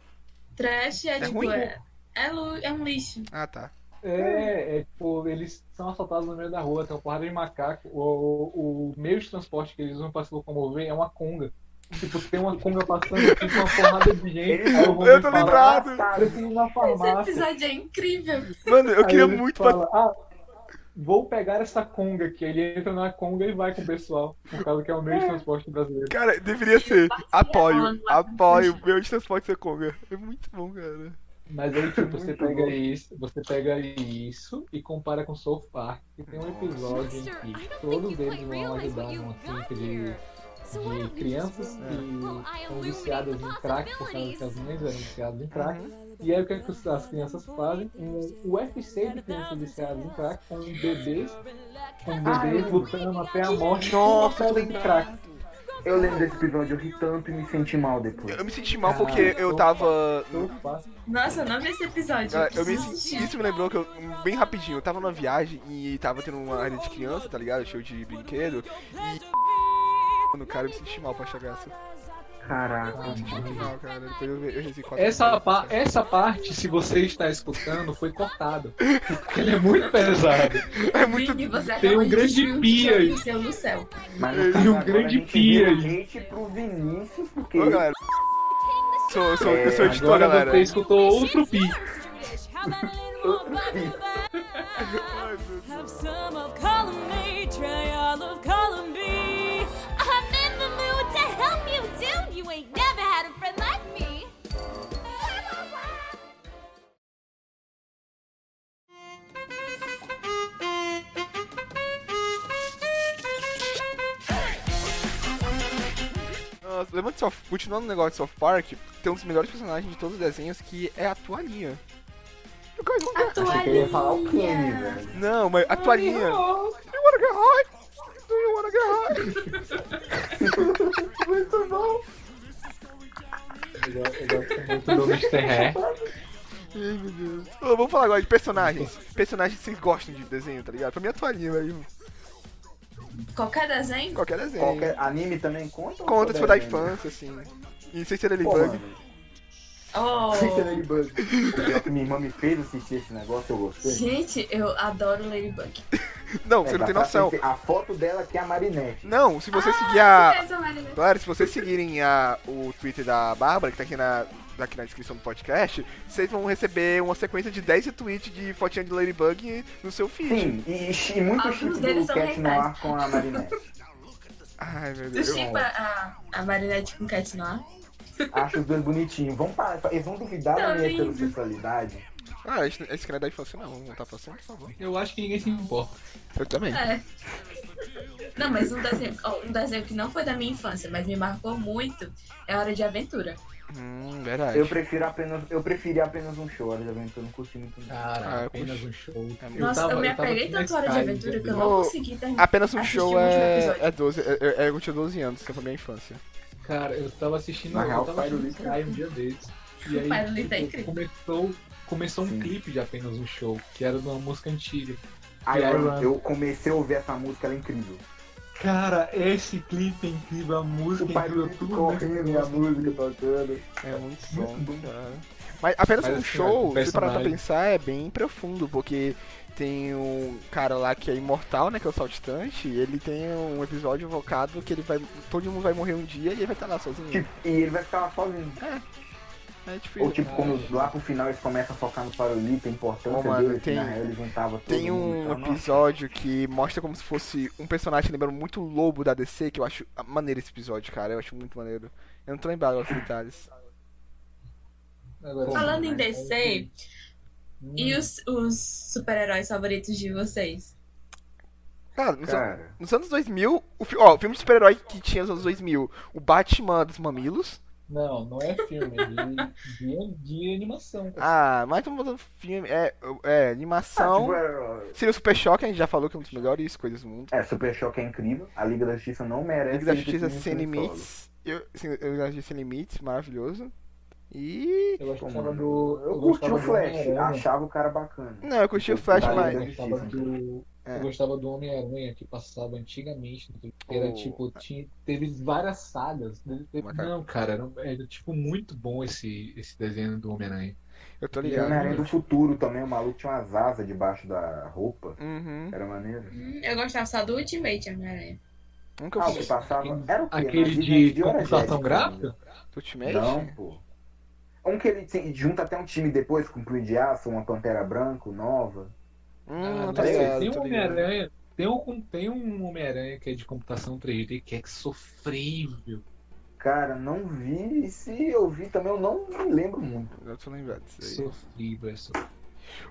Speaker 2: Trash é, tipo.
Speaker 1: ruim?
Speaker 2: É, é lu- é um lixo.
Speaker 1: Ah, tá.
Speaker 3: É, é tipo, eles são assaltados no meio da rua, tem uma porrada de macaco. O, o, o meio de transporte que eles usam pra se locomover é uma conga. Tipo, tem uma conga passando aqui com uma porrada de gente. aí o
Speaker 1: Eu
Speaker 3: Romeu
Speaker 1: tô
Speaker 3: fala,
Speaker 1: lembrado!
Speaker 3: "Ah, Preciso ir na
Speaker 2: Esse
Speaker 3: farmácia.
Speaker 2: episódio é incrível.
Speaker 1: Mano, eu
Speaker 3: Aí
Speaker 1: queria
Speaker 3: ele
Speaker 1: muito...
Speaker 3: fala, "Ah, Vou pegar essa conga aqui. Ele entra na conga e vai com o pessoal. Por causa que é o meio de transporte brasileiro.
Speaker 1: Cara, deveria ser. Apoio. Apoio. Meu de transporte ser Conga. É muito bom, cara.
Speaker 3: Mas aí, tipo, você
Speaker 4: Muito
Speaker 3: pega
Speaker 4: bom.
Speaker 3: isso, você pega isso e compara com South Park, que tem um episódio em que todos eles vão ajudar uma finca de de crianças né? que são viciadas em crack, por causa que as mães eram viciadas em crack.
Speaker 2: Uh-huh.
Speaker 3: E aí o que, é que os- as crianças fazem? Um UFC de crianças viciadas em crack com bebês, com bebês lutando até a morte
Speaker 1: Nossa,
Speaker 3: com uma de crack.
Speaker 4: Eu lembro desse episódio, eu ri tanto e me senti mal depois.
Speaker 1: Eu me senti mal porque eu tava.
Speaker 3: Então, fácil.
Speaker 2: Nossa, eu não vi esse episódio. Eu
Speaker 1: Ah, Eu me,
Speaker 2: preciso assistir.
Speaker 1: isso me lembrou que eu, bem rapidinho, eu tava numa viagem e tava tendo uma área de criança, tá ligado? Cheio de brinquedo. E. Mano, cara, eu me senti mal pra achar graça.
Speaker 4: Caraca.
Speaker 1: Muito mal, cara. Depois eu, eu rezei quatro
Speaker 3: Essa,
Speaker 1: vezes.
Speaker 3: pa- essa parte, se você está escutando, foi cortada. Porque ele é muito pesado.
Speaker 1: É muito.
Speaker 2: Vini, você
Speaker 3: Tem um
Speaker 2: acabou de
Speaker 3: grande
Speaker 2: destruir o
Speaker 3: pia aí.
Speaker 2: seu no céu.
Speaker 4: Mas
Speaker 1: E um
Speaker 4: agora a
Speaker 3: grande
Speaker 4: gente
Speaker 3: pia
Speaker 4: vira
Speaker 3: aí.
Speaker 4: Hate pro Vinícius, porque
Speaker 1: Ô, galera. Sou, eu sou, eu sou editor,
Speaker 3: Agora
Speaker 1: galera.
Speaker 3: você escutou outro pi.
Speaker 9: Have some of column A, try all of column B. I'm in the mood to help you, dude. You ain't never had a friend like me.
Speaker 1: Ah, Lembrando de South, continuando no negócio de South Park, tem um dos melhores personagens de todos os desenhos que é a toalhinha. Eu quero
Speaker 2: A
Speaker 1: contar.
Speaker 4: achei que ele ia falar é o Kenny,
Speaker 2: toalhinha.
Speaker 4: velho.
Speaker 1: Não, mas a toalhinha. Do you wanna get high? Do you wanna get high?
Speaker 4: Muito bom.
Speaker 3: Eu gosto muito do Mr. Hair.
Speaker 1: Ai, meu Deus. Ô, vamos falar agora de personagens. Personagens que vocês gostam de desenho, tá ligado? Pra mim é a toalhinha, velho.
Speaker 2: Qualquer desenho?
Speaker 1: Qualquer desenho.
Speaker 4: Qualquer anime também conta? ou
Speaker 1: Conta
Speaker 4: só
Speaker 1: se for da
Speaker 4: desenho?
Speaker 1: infância, assim. E sem ser
Speaker 4: Pô,
Speaker 1: Ladybug.
Speaker 4: mano,
Speaker 2: Oh,
Speaker 4: sem ser Ladybug. O pior que minha irmã me fez assistir esse negócio, eu gostei.
Speaker 2: gente, eu adoro Ladybug.
Speaker 1: Não,
Speaker 4: É,
Speaker 1: você não tem
Speaker 4: dá pra
Speaker 1: noção.
Speaker 4: assistir. A foto dela que é a Marinette.
Speaker 1: Não, se você seguir
Speaker 2: Ah,
Speaker 1: a.
Speaker 2: beleza, Marina.
Speaker 1: Galera, se vocês seguirem a, o Twitter da Bárbara, que tá aqui na, tá aqui na descrição do podcast, vocês vão receber uma sequência de 10 tweets de fotinha de Ladybug no seu feed.
Speaker 4: Sim, e, e muito
Speaker 2: Alguns
Speaker 4: chip
Speaker 2: deles
Speaker 4: do
Speaker 2: são
Speaker 4: Cat
Speaker 2: reais.
Speaker 4: Noir com a Marinette.
Speaker 1: Ai, meu
Speaker 2: Tu
Speaker 1: Deus.
Speaker 2: chipa a, a Marinette com Cat Noir?
Speaker 4: Acho os dois bonitinhos. Vão parar, eles vão duvidar
Speaker 2: Tá
Speaker 4: da minha
Speaker 2: lindo.
Speaker 4: heterossexualidade.
Speaker 1: Ah, esse, esse cara é da infância não, vamos voltar pra sempre, por favor.
Speaker 3: Eu acho que ninguém se importa.
Speaker 1: Eu também.
Speaker 2: É. Não, mas um desenho, ó, um desenho que não foi da minha infância, mas me marcou muito, é Hora de Aventura.
Speaker 1: Hum, verdade.
Speaker 4: Eu prefiro apenas, eu preferi apenas um show, Hora de Aventura, não curti muito não.
Speaker 3: Cara,
Speaker 1: Ah,
Speaker 3: apenas um show.
Speaker 1: Eu
Speaker 2: Nossa, eu,
Speaker 3: tava-
Speaker 2: me
Speaker 3: eu tava
Speaker 2: apeguei
Speaker 3: com uma
Speaker 2: tanto Hora de
Speaker 3: Sky,
Speaker 2: Aventura que eu
Speaker 3: entendeu?
Speaker 2: não
Speaker 1: Ô,
Speaker 2: consegui terminar.
Speaker 1: Apenas um
Speaker 2: Assisti
Speaker 1: show
Speaker 2: o último
Speaker 1: é,
Speaker 2: episódio.
Speaker 1: é 12. É, é, eu tinha 12 anos, que foi a minha infância.
Speaker 3: Cara, eu tava assistindo,
Speaker 4: Na real,
Speaker 3: eu tava
Speaker 4: Fire
Speaker 3: assistindo
Speaker 4: Leaf é-
Speaker 3: Sky um dia desses. E aí,
Speaker 2: Fire Leaf é
Speaker 3: tipo,
Speaker 2: incrível.
Speaker 3: começou, começou um
Speaker 4: Sim.
Speaker 3: clipe de apenas um show, que era de uma música antiga.
Speaker 4: Aí
Speaker 3: I
Speaker 4: eu,
Speaker 3: Run.
Speaker 4: eu comecei a ouvir essa música, ela é incrível.
Speaker 3: Cara, esse clipe é incrível, a música
Speaker 4: O pai
Speaker 3: é
Speaker 4: do
Speaker 3: incrível,
Speaker 4: Lito
Speaker 3: tudo
Speaker 1: né?
Speaker 4: correndo e a música tocando.
Speaker 1: É muito
Speaker 3: Muito
Speaker 1: bom, cara. Mas apenas
Speaker 3: Mas,
Speaker 1: um
Speaker 3: assim,
Speaker 1: show,
Speaker 3: o
Speaker 1: se parar pra
Speaker 3: personagem-
Speaker 1: pensar, é bem profundo, porque tem um cara lá que é imortal, né? Que é o Saltitante, e ele tem um episódio invocado que ele vai. Todo mundo vai morrer um dia e ele vai estar lá sozinho.
Speaker 4: Tipo, e ele vai ficar lá sozinho.
Speaker 1: É tipo
Speaker 4: Ou
Speaker 1: isso.
Speaker 4: tipo, quando lá pro final eles começam a focar no é farolito, a importância
Speaker 1: Ô, mano,
Speaker 4: dele, que assim, na
Speaker 1: tem-
Speaker 4: real ele juntava todo
Speaker 1: Tem
Speaker 4: mundo. tá
Speaker 1: um
Speaker 4: e tal. Nossa,
Speaker 1: episódio que mostra como se fosse um personagem que lembra muito o Lobo da DC, que eu acho maneiro esse episódio, cara. Eu acho muito maneiro. Eu não tô lembrado dos detalhes.
Speaker 3: Agora,
Speaker 2: Falando
Speaker 4: né?
Speaker 2: em
Speaker 3: Ah, mas- é
Speaker 2: DC, e os, os super-heróis favoritos de vocês?
Speaker 1: Cara, nos, an-
Speaker 4: Cara,
Speaker 1: nos anos 2000, o, fi- ó, o filme de super-herói que tinha nos anos 2000, o Batman dos Mamilos.
Speaker 3: Não, não é filme, é de, de, de animação.
Speaker 4: É.
Speaker 3: cara.
Speaker 1: Ah, mas estamos botando filme, é, é
Speaker 4: ah,
Speaker 1: animação.
Speaker 4: tipo, era-
Speaker 1: Seria o Super Choque, a gente já falou que é um dos melhores coisas do mundo.
Speaker 4: é, Super Choque é incrível, a Liga da Justiça não merece.
Speaker 1: Liga da é
Speaker 4: ele ter
Speaker 1: Justiza
Speaker 4: sido um
Speaker 1: Sem
Speaker 4: filme solo.
Speaker 1: Limites. Eu, Sem- Liga da Justiça Sem Limites, maravilhoso. E.
Speaker 3: Eu gostava do.
Speaker 4: Eu curti
Speaker 3: gostava
Speaker 4: o
Speaker 3: do
Speaker 4: Flash,
Speaker 3: Homem-aranha.
Speaker 4: achava o cara bacana.
Speaker 1: Não, eu curti o Flash,
Speaker 4: Vale,
Speaker 1: mas.
Speaker 3: Eu gostava do,
Speaker 1: É.
Speaker 3: eu gostava do Homem-Aranha que passava antigamente. que Era
Speaker 1: O-
Speaker 3: tipo, tinha, teve várias sagas. Teve- teve-
Speaker 1: Macaco.
Speaker 3: Não, cara, era, era, tipo muito bom esse, esse desenho do Homem-Aranha.
Speaker 1: Eu tô
Speaker 4: E o
Speaker 1: ligado.
Speaker 4: Homem-Aranha do Futuro também, o maluco tinha umas asas debaixo da roupa.
Speaker 1: Uhum.
Speaker 4: Era maneiro.
Speaker 2: Hum, eu gostava só do Ultimate Homem-Aranha.
Speaker 1: Nunca
Speaker 4: Ah,
Speaker 1: fui
Speaker 4: o que passava. Era o quê?
Speaker 3: Aquele
Speaker 4: Na
Speaker 3: de,
Speaker 4: Disney, era
Speaker 1: é
Speaker 3: computação
Speaker 4: Jetson,
Speaker 1: né?
Speaker 3: gráfica?
Speaker 1: do Ultimate?
Speaker 4: Não, pô. Um que ele tem- junta até um time depois com um Punho de Aço, uma Pantera Branca, nova.
Speaker 1: Hum,
Speaker 3: Ah,
Speaker 1: tá
Speaker 3: mas
Speaker 1: ligado,
Speaker 3: tem um
Speaker 1: tá ligado.
Speaker 3: Homem-Aranha. Tem um, tem um Homem-Aranha que é de computação 3D que é sofrível.
Speaker 4: Cara, não vi. E se eu vi também, eu não me lembro muito.
Speaker 1: Eu tô lembrado disso aí.
Speaker 3: Sofrível, é sofrível.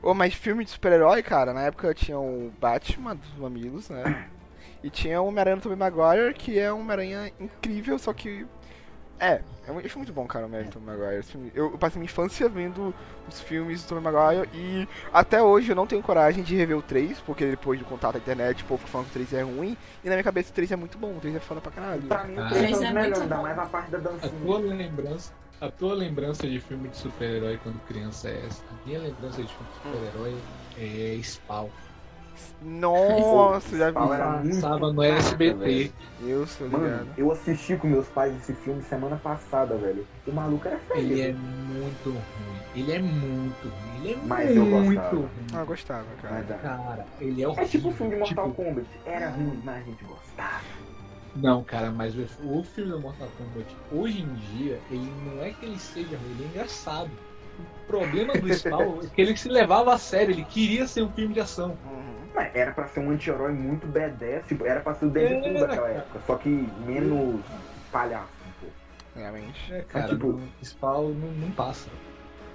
Speaker 1: Ô, mas filme de super-herói, cara, na época tinha o Batman dos Mamilos, né? E tinha o Homem-Aranha do Tobey Maguire, que é um Homem-Aranha incrível, só que. É, eu acho muito bom, cara, o Homem-Aranha do Tobey Maguire. Esse filme- Eu eu passei minha infância vendo os filmes do Tobey Maguire e até hoje eu não tenho coragem de rever o 3, porque depois do contato da internet, o povo falando que o 3 é ruim, e na minha cabeça o 3 é muito bom, o 3 é foda pra caralho.
Speaker 4: Pra mim,
Speaker 3: Ah.
Speaker 4: o Punho de
Speaker 2: Mas
Speaker 4: Aço é
Speaker 2: é
Speaker 4: o melhor,
Speaker 2: muito
Speaker 4: ainda
Speaker 2: bom.
Speaker 4: mais na parte da
Speaker 3: A
Speaker 4: dancinha.
Speaker 3: tua lembrança. A tua lembrança de filme de super-herói quando criança é essa. A minha lembrança de filme de super-herói é Spawn.
Speaker 1: Nossa, já
Speaker 4: Fala, era
Speaker 1: vi.
Speaker 4: muito
Speaker 3: Passava no
Speaker 4: caraca,
Speaker 3: SBT.
Speaker 4: velho.
Speaker 1: Eu sou ligado.
Speaker 4: Mano, eu assisti com meus pais esse filme semana passada, velho. O maluco era
Speaker 3: Ele é
Speaker 4: feio.
Speaker 3: muito ruim. Ele é muito ruim. Ele é
Speaker 4: Mas eu
Speaker 3: muito
Speaker 1: Ah,
Speaker 4: gostava.
Speaker 1: eu
Speaker 3: ruim.
Speaker 1: gostava, cara.
Speaker 4: Mas, ah,
Speaker 3: Cara, ele é
Speaker 4: É
Speaker 3: horrível.
Speaker 4: tipo o filme de Mortal
Speaker 3: Tipo,
Speaker 4: Kombat. Era ruim, mas a gente gostava.
Speaker 3: Não, cara, mas o, o filme do Mortal Kombat, hoje em dia, ele não é que ele seja ruim, ele é engraçado. O problema do Spawn é que ele se levava a sério, ele queria ser um filme de ação.
Speaker 1: Uhum.
Speaker 4: Mas era pra ser um anti-herói muito badass. Tipo, era pra ser o Deadpool
Speaker 3: Era,
Speaker 4: daquela
Speaker 3: É, cara.
Speaker 4: época. Só que menos palhaço. um pouco.
Speaker 1: Realmente.
Speaker 3: É, cara,
Speaker 4: tipo- É,
Speaker 3: o Spawn não, não passa.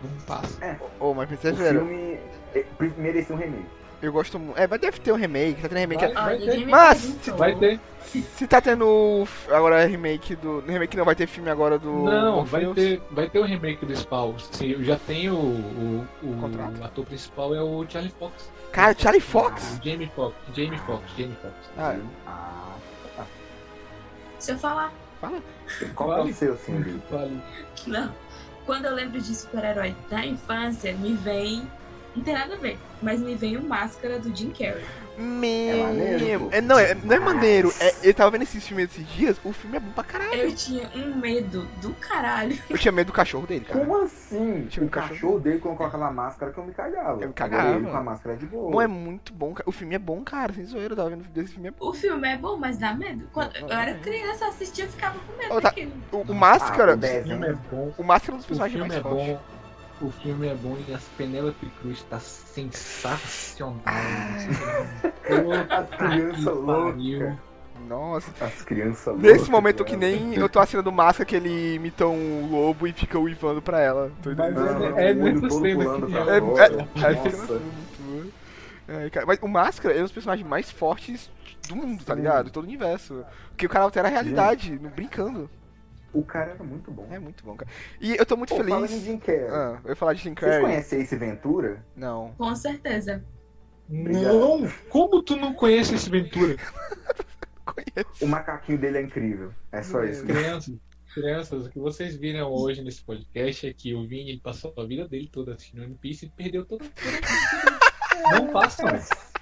Speaker 3: Não passa.
Speaker 1: Ô, mas pra ser
Speaker 4: O
Speaker 1: sério,
Speaker 4: filme eh, pre- merecia um remake.
Speaker 1: eu gosto muito. É, mas deve ter um remake, tá tendo remake.
Speaker 3: Vai,
Speaker 2: Ó,
Speaker 3: vai
Speaker 2: ninguém
Speaker 3: ter,
Speaker 2: me
Speaker 1: Mas-
Speaker 2: perguntou.
Speaker 3: vai ter.
Speaker 1: Se tá tendo f- agora remake do. Remake não, vai ter filme agora do.
Speaker 3: Não, vai
Speaker 1: Morpheus.
Speaker 3: ter, vai ter o remake do Spawn. Sim, eu já tenho o, o,
Speaker 1: Contrato?
Speaker 3: o ator principal é o Charlie Fox.
Speaker 1: Cara, Charlie Fox?
Speaker 3: O Jamie Fox, Jamie Fox, Jamie Fox.
Speaker 1: Ah,
Speaker 4: Ah,
Speaker 2: Se eu falar
Speaker 4: qual
Speaker 3: Vale.
Speaker 4: é o seu, assim, Lili?
Speaker 3: Vale.
Speaker 2: Não. Quando eu lembro de super-herói da infância, me vem. Não tem nada a ver, mas me vem o Máscara do Jim Carrey.
Speaker 3: Ah.
Speaker 1: meu.
Speaker 4: maneiro, pô.
Speaker 1: É, não, é, não é maneiro. É, eu tava vendo esse filme esses dias, o filme é bom pra caralho.
Speaker 2: Eu tinha um medo do caralho.
Speaker 3: É.
Speaker 1: Eu tinha medo do cachorro dele, cara.
Speaker 4: Como assim?
Speaker 1: Tinha um
Speaker 4: o cachorro, dele colocou aquela máscara que eu me cagava.
Speaker 1: Eu me cagava.
Speaker 4: Agora ele com a máscara é de boa.
Speaker 1: Não é muito bom, cara. O filme é bom, cara. Sem zoeira, eu tava vendo desse filme é bom.
Speaker 2: O filme é bom, mas dá medo. Quando eu era criança, eu assistia, eu ficava com medo
Speaker 1: Ô, tá.
Speaker 2: daquilo.
Speaker 1: O, o
Speaker 4: Ah,
Speaker 1: máscara.
Speaker 4: o
Speaker 3: O filme é bom.
Speaker 1: O máscara é um dos
Speaker 3: O
Speaker 1: personagens
Speaker 3: filme
Speaker 1: mais
Speaker 3: é
Speaker 1: fortes.
Speaker 3: bom. O filme é bom e as Penélope Cruz tá sensacional.
Speaker 1: Ah.
Speaker 4: As crianças loucas.
Speaker 3: pariu.
Speaker 1: Nossa.
Speaker 4: As crianças loucas.
Speaker 1: Nesse momento que
Speaker 4: velho.
Speaker 1: nem eu tô assinando máscara que ele imita um lobo e fica uivando pra ela. Tô
Speaker 3: Mas
Speaker 1: entendendo.
Speaker 4: Não,
Speaker 3: É
Speaker 4: o olho
Speaker 3: nessa
Speaker 4: todo
Speaker 3: cena
Speaker 4: pulando
Speaker 3: que-
Speaker 4: pra
Speaker 1: É,
Speaker 4: fora.
Speaker 1: é, é,
Speaker 4: Nossa.
Speaker 1: muito boa. Ai, cara, mas o Máscara assim, é um dos personagens mais fortes do mundo, tá ligado? De todo o universo. Porque o cara altera a realidade, né, brincando.
Speaker 4: O cara era muito bom.
Speaker 1: É muito bom, cara. E eu tô muito
Speaker 4: Pô, falando em
Speaker 1: feliz.
Speaker 4: Jim Carrey.
Speaker 1: Ah, eu ia falar de Jim
Speaker 4: Vocês
Speaker 1: Carrey.
Speaker 4: conhecem Ace Ventura?
Speaker 1: Não.
Speaker 2: Com certeza.
Speaker 3: Não, como tu não conhece esse Ventura?
Speaker 1: Conheço.
Speaker 4: O macaquinho dele é incrível. É só isso.
Speaker 3: Crianças, crianças, o que vocês viram hoje nesse podcast é que o Vini ele passou a vida dele toda assistindo One Piece e perdeu todo Não façam isso.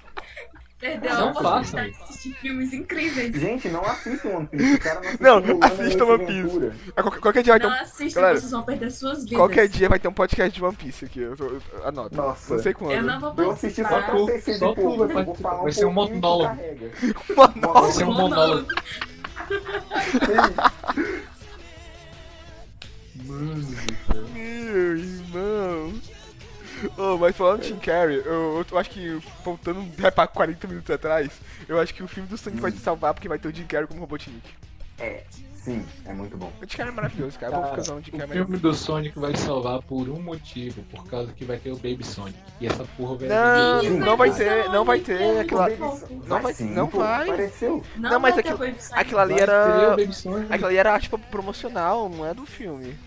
Speaker 2: Perdeu a
Speaker 3: Não façam
Speaker 2: oportunidade de
Speaker 3: isso.
Speaker 2: assistir filmes incríveis.
Speaker 4: Gente, não assistam One Piece. O cara
Speaker 1: Não,
Speaker 4: não,
Speaker 1: assistam One Piece. Ah, qualquer, qualquer dia vai ter
Speaker 2: Não
Speaker 1: um,
Speaker 2: assistam,
Speaker 1: Galera,
Speaker 2: vocês vão perder suas vidas.
Speaker 1: qualquer dia vai ter um podcast de One Piece aqui. Eu, eu, eu- anota.
Speaker 4: Nossa.
Speaker 1: Não sei
Speaker 2: Eu
Speaker 1: quando.
Speaker 2: não vou
Speaker 4: Eu assisti só
Speaker 2: participar.
Speaker 4: pra ter sido
Speaker 3: Só tu, só tu
Speaker 4: pouco.
Speaker 3: vai
Speaker 4: eu vou
Speaker 3: participar.
Speaker 4: falar um
Speaker 3: Vai ser um
Speaker 4: pouquinho e tu
Speaker 3: monólogo.
Speaker 4: carrega.
Speaker 1: Mano,
Speaker 3: Vai ser um monólogo. Mano, cara.
Speaker 1: meu irmão. Oh, mas falando de Jim Carrey, eu, eu acho que, voltando vai pra 40 minutos atrás, eu acho que o filme do sangue
Speaker 4: Hum.
Speaker 1: vai te salvar porque vai ter o Jim Carrey como Robotnik.
Speaker 4: É, sim, é muito bom.
Speaker 1: O Jim Carrey é maravilhoso, cara. Eu vou ficar
Speaker 3: Cara,
Speaker 1: usando o Jim
Speaker 3: o
Speaker 1: Carrey. mas-
Speaker 3: filme do Sonic vai te salvar por um motivo, por causa que vai ter o Baby Sonic. E essa porra vai
Speaker 1: Não,
Speaker 4: Sim,
Speaker 1: não vai
Speaker 4: mas
Speaker 1: ter, não vai ter aquela...
Speaker 4: Não
Speaker 1: vai- não vai.
Speaker 4: Apareceu.
Speaker 1: Não, mas é
Speaker 2: vai ter
Speaker 1: aquilo-
Speaker 2: proibição.
Speaker 1: Aquilo ali
Speaker 3: vai ter o
Speaker 1: era...
Speaker 3: Baby Sonic.
Speaker 1: Aquilo ali era, tipo, promocional, não é do filme.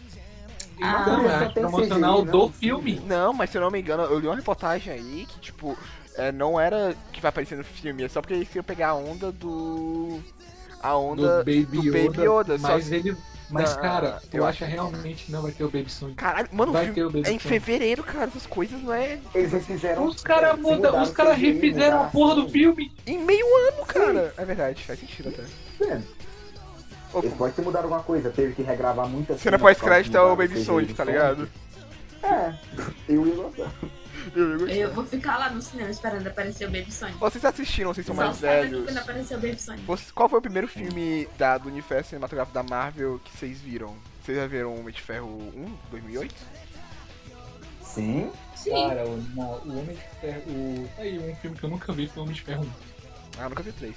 Speaker 2: Ah,
Speaker 3: Não, é
Speaker 4: só tem
Speaker 3: promocional
Speaker 4: CGI,
Speaker 3: do
Speaker 4: não.
Speaker 3: filme.
Speaker 1: Não, mas se eu não me engano, eu li uma reportagem aí que, tipo, é, não era que vai aparecer no filme, é só porque eles queriam pegar a onda do. A onda.
Speaker 3: do Baby
Speaker 1: do
Speaker 3: Yoda,
Speaker 1: Baby Yoda, só
Speaker 3: mas ele, mas
Speaker 1: Não,
Speaker 3: cara, tu
Speaker 1: eu
Speaker 3: acha realmente que não vai ter o Baby Sonic?
Speaker 1: Caralho, mano, o
Speaker 3: Vai
Speaker 1: filme
Speaker 3: ter o Baby
Speaker 1: é em
Speaker 3: Sonic.
Speaker 1: fevereiro, cara, essas coisas não é.
Speaker 4: Eles fizeram.
Speaker 3: Os caras
Speaker 4: se
Speaker 3: muda,
Speaker 4: mudaram
Speaker 3: os caras
Speaker 4: o né? CGI,
Speaker 3: refizeram a
Speaker 4: mudaram
Speaker 3: porra do
Speaker 4: tudo.
Speaker 3: filme.
Speaker 1: Em meio ano, cara! É verdade, faz sentido até.
Speaker 4: Velho,
Speaker 1: Ô,
Speaker 4: Eles podem É. ter mudado alguma coisa, teve que regravar muita
Speaker 1: Cena pós-crédito é o Baby Sonic, tá ligado?
Speaker 4: É, eu ia gostar.
Speaker 1: Eu, eu gostei.
Speaker 2: Eu vou ficar lá no cinema esperando aparecer o Baby Sonic.
Speaker 1: Vocês assistiram, vocês são
Speaker 2: Só
Speaker 1: mais
Speaker 2: sabe
Speaker 1: velhos.
Speaker 2: quando aparecer o Baby Sonic.
Speaker 1: Você- qual foi o primeiro filme da, do universo cinematográfico da Marvel que vocês viram? Vocês já viram Homem de Ferro 1, 2008?
Speaker 4: Sim.
Speaker 2: Sim.
Speaker 3: Cara, o, na- o Homem de Ferro, o, tá aí um filme que eu nunca vi foi o Homem de Ferro.
Speaker 1: Ah, nunca vi três.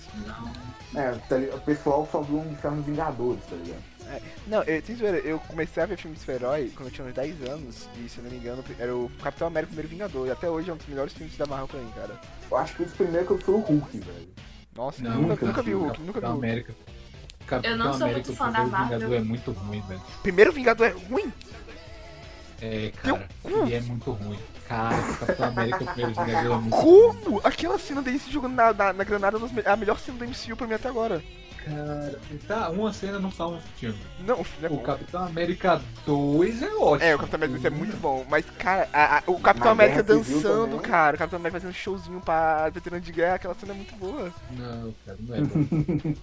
Speaker 4: É, tá li- o pessoal só viu um de ferro nos Vingadores, tá ligado?
Speaker 1: Não, eu, sem zoeira, eu comecei a ver filmes de super-herói quando eu tinha uns 10 anos, e se eu não me engano, era o Capitão América o Primeiro Vingador, e até hoje é um dos melhores filmes da Marvel pra mim, cara.
Speaker 4: Eu acho que os primeiros que eu fui o Hulk, velho.
Speaker 1: Nossa, eu nunca, nunca vi o Hulk, nunca vi o
Speaker 3: Capitão
Speaker 1: Hulk.
Speaker 3: América. Capitão
Speaker 2: Eu não sou
Speaker 3: América,
Speaker 2: muito
Speaker 3: o
Speaker 2: fã da
Speaker 3: primeiro
Speaker 2: Marvel.
Speaker 3: Vingador é muito ruim, velho.
Speaker 1: Primeiro Vingador é ruim?
Speaker 3: É, cara, ele é muito ruim. Cara, o Capitão América, o primeiro Vingador é muito ruim.
Speaker 1: Como? Aquela cena dele se jogando na, na, na granada é uma das me- é a melhor cena do MCU pra mim até agora.
Speaker 3: Cara, tá, uma cena não salva um filme.
Speaker 1: Não, o filme é
Speaker 3: O
Speaker 1: bom.
Speaker 3: Capitão América 2 é ótimo.
Speaker 1: É, o Capitão América é muito bom, mas, cara, a- a- o Capitão
Speaker 4: Mas
Speaker 1: América
Speaker 4: Guerra Civil
Speaker 1: dançando,
Speaker 4: também.
Speaker 1: cara, o Capitão América fazendo um showzinho pra veterano de guerra, aquela cena é muito boa.
Speaker 3: Não, cara, não é bom.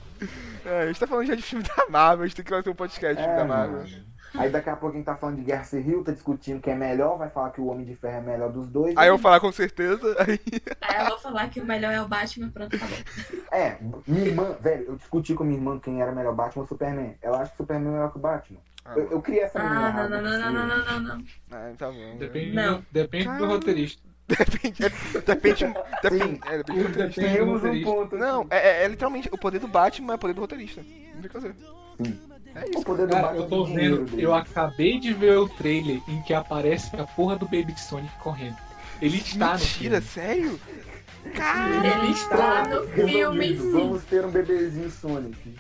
Speaker 1: É, a gente tá falando já de filme da Marvel, a gente tem que fazer um podcast de filme da
Speaker 4: É,
Speaker 1: Marvel.
Speaker 4: mano. Aí daqui a pouco a gente tá falando de Guerra Civil, tá discutindo quem é melhor, vai falar que o Homem de Ferro é melhor dos dois.
Speaker 1: Aí eu vou falar com certeza, aí
Speaker 2: Aí eu vou falar que o melhor é o Batman, pronto, acabou.
Speaker 4: É, minha irmã, velho, eu discuti com minha irmã quem era melhor, Batman ou Superman. Ela acha que Superman é melhor que o Batman.
Speaker 1: Ah,
Speaker 4: Eu, eu criei essa menina
Speaker 2: Ah, não,
Speaker 4: errada,
Speaker 2: não, não, não, não, não, não, não.
Speaker 1: Ah, tá bom.
Speaker 3: Depende,
Speaker 2: Não.
Speaker 3: Do, depende do
Speaker 1: Cara.
Speaker 3: roteirista.
Speaker 1: Depende. é- Depende. Depende. É, depende do roteirista.
Speaker 3: Depende do
Speaker 4: Temos um
Speaker 3: roteirista.
Speaker 4: ponto.
Speaker 1: Não, é, é- é literalmente o poder do Batman é o poder do roteirista. Não tem o que fazer. É
Speaker 4: O
Speaker 1: isso.
Speaker 4: poder do
Speaker 3: Cara,
Speaker 4: Batman
Speaker 3: eu tô
Speaker 4: é o dinheiro
Speaker 3: vendo,
Speaker 4: dele.
Speaker 3: eu acabei de ver o trailer em que aparece a porra do Baby Sonic correndo. Ele tá, né? está no
Speaker 1: Mentira,
Speaker 3: filme.
Speaker 1: sério? Cara,
Speaker 2: Ele está no filme,
Speaker 4: Resolvido,
Speaker 2: sim.
Speaker 4: Vamos ter um bebezinho Sonic.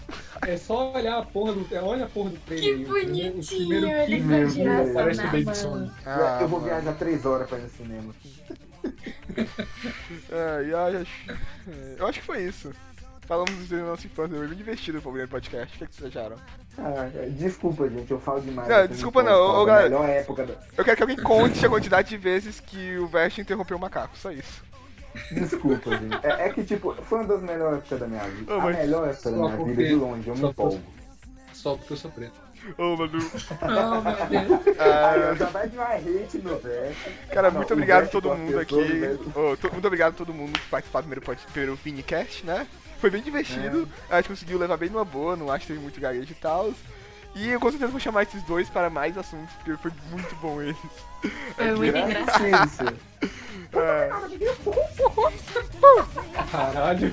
Speaker 3: É só olhar a porra do, é, olha a porra do trailer.
Speaker 2: Que
Speaker 3: aí, o primeiro- o
Speaker 2: bonitinho,
Speaker 3: primeiro
Speaker 2: ele
Speaker 3: filme
Speaker 2: vai
Speaker 4: meu
Speaker 2: girar
Speaker 4: Deus,
Speaker 2: essa
Speaker 3: Parece o Baby
Speaker 2: barba.
Speaker 3: Sonic.
Speaker 1: Ah,
Speaker 4: eu vou
Speaker 1: mano.
Speaker 4: viajar três horas pra ir no cinema.
Speaker 1: Ai, ai, acho- é, eu acho que foi isso. Falamos da nossa infância, foi bem divertido o primeiro podcast. O que, é que vocês acharam?
Speaker 4: Ah, desculpa, gente, eu falo demais.
Speaker 1: Não,
Speaker 4: Essa
Speaker 1: desculpa
Speaker 4: minha
Speaker 1: não,
Speaker 4: fala,
Speaker 1: ô, galera.
Speaker 4: melhor época da...
Speaker 1: Eu quero que alguém conte a quantidade de vezes que o Vest interrompeu o macaco, só isso.
Speaker 4: Desculpa, gente. É, é que, tipo, foi uma das melhores épocas da minha vida.
Speaker 1: Ô, mas-
Speaker 4: A melhor época da
Speaker 3: Só
Speaker 4: minha vida,
Speaker 3: porque-
Speaker 4: de longe, eu me
Speaker 3: só
Speaker 4: empolgo.
Speaker 3: Só porque eu sou preto.
Speaker 1: Ô, Manu.
Speaker 2: Oh, meu Deus.
Speaker 4: Ah, eu já vai de uma hate, meu velho.
Speaker 1: Cara,
Speaker 4: Não,
Speaker 1: muito
Speaker 4: o
Speaker 1: obrigado a
Speaker 4: Vest
Speaker 1: todo
Speaker 4: gosta de
Speaker 1: mundo aqui.
Speaker 4: todo mundo.
Speaker 1: Ô, to- muito obrigado a todo mundo que participou do primeiro, pod- primeiro Vinicast, né? Foi bem divertido.
Speaker 4: É.
Speaker 1: A gente conseguiu levar bem numa boa, não acho que teve muito gaguejo e tal. E eu com certeza vou chamar esses dois para mais assuntos, porque foi muito bom eles.
Speaker 2: Foi muito engraçado.
Speaker 4: Graças.
Speaker 1: É.
Speaker 3: Caralho.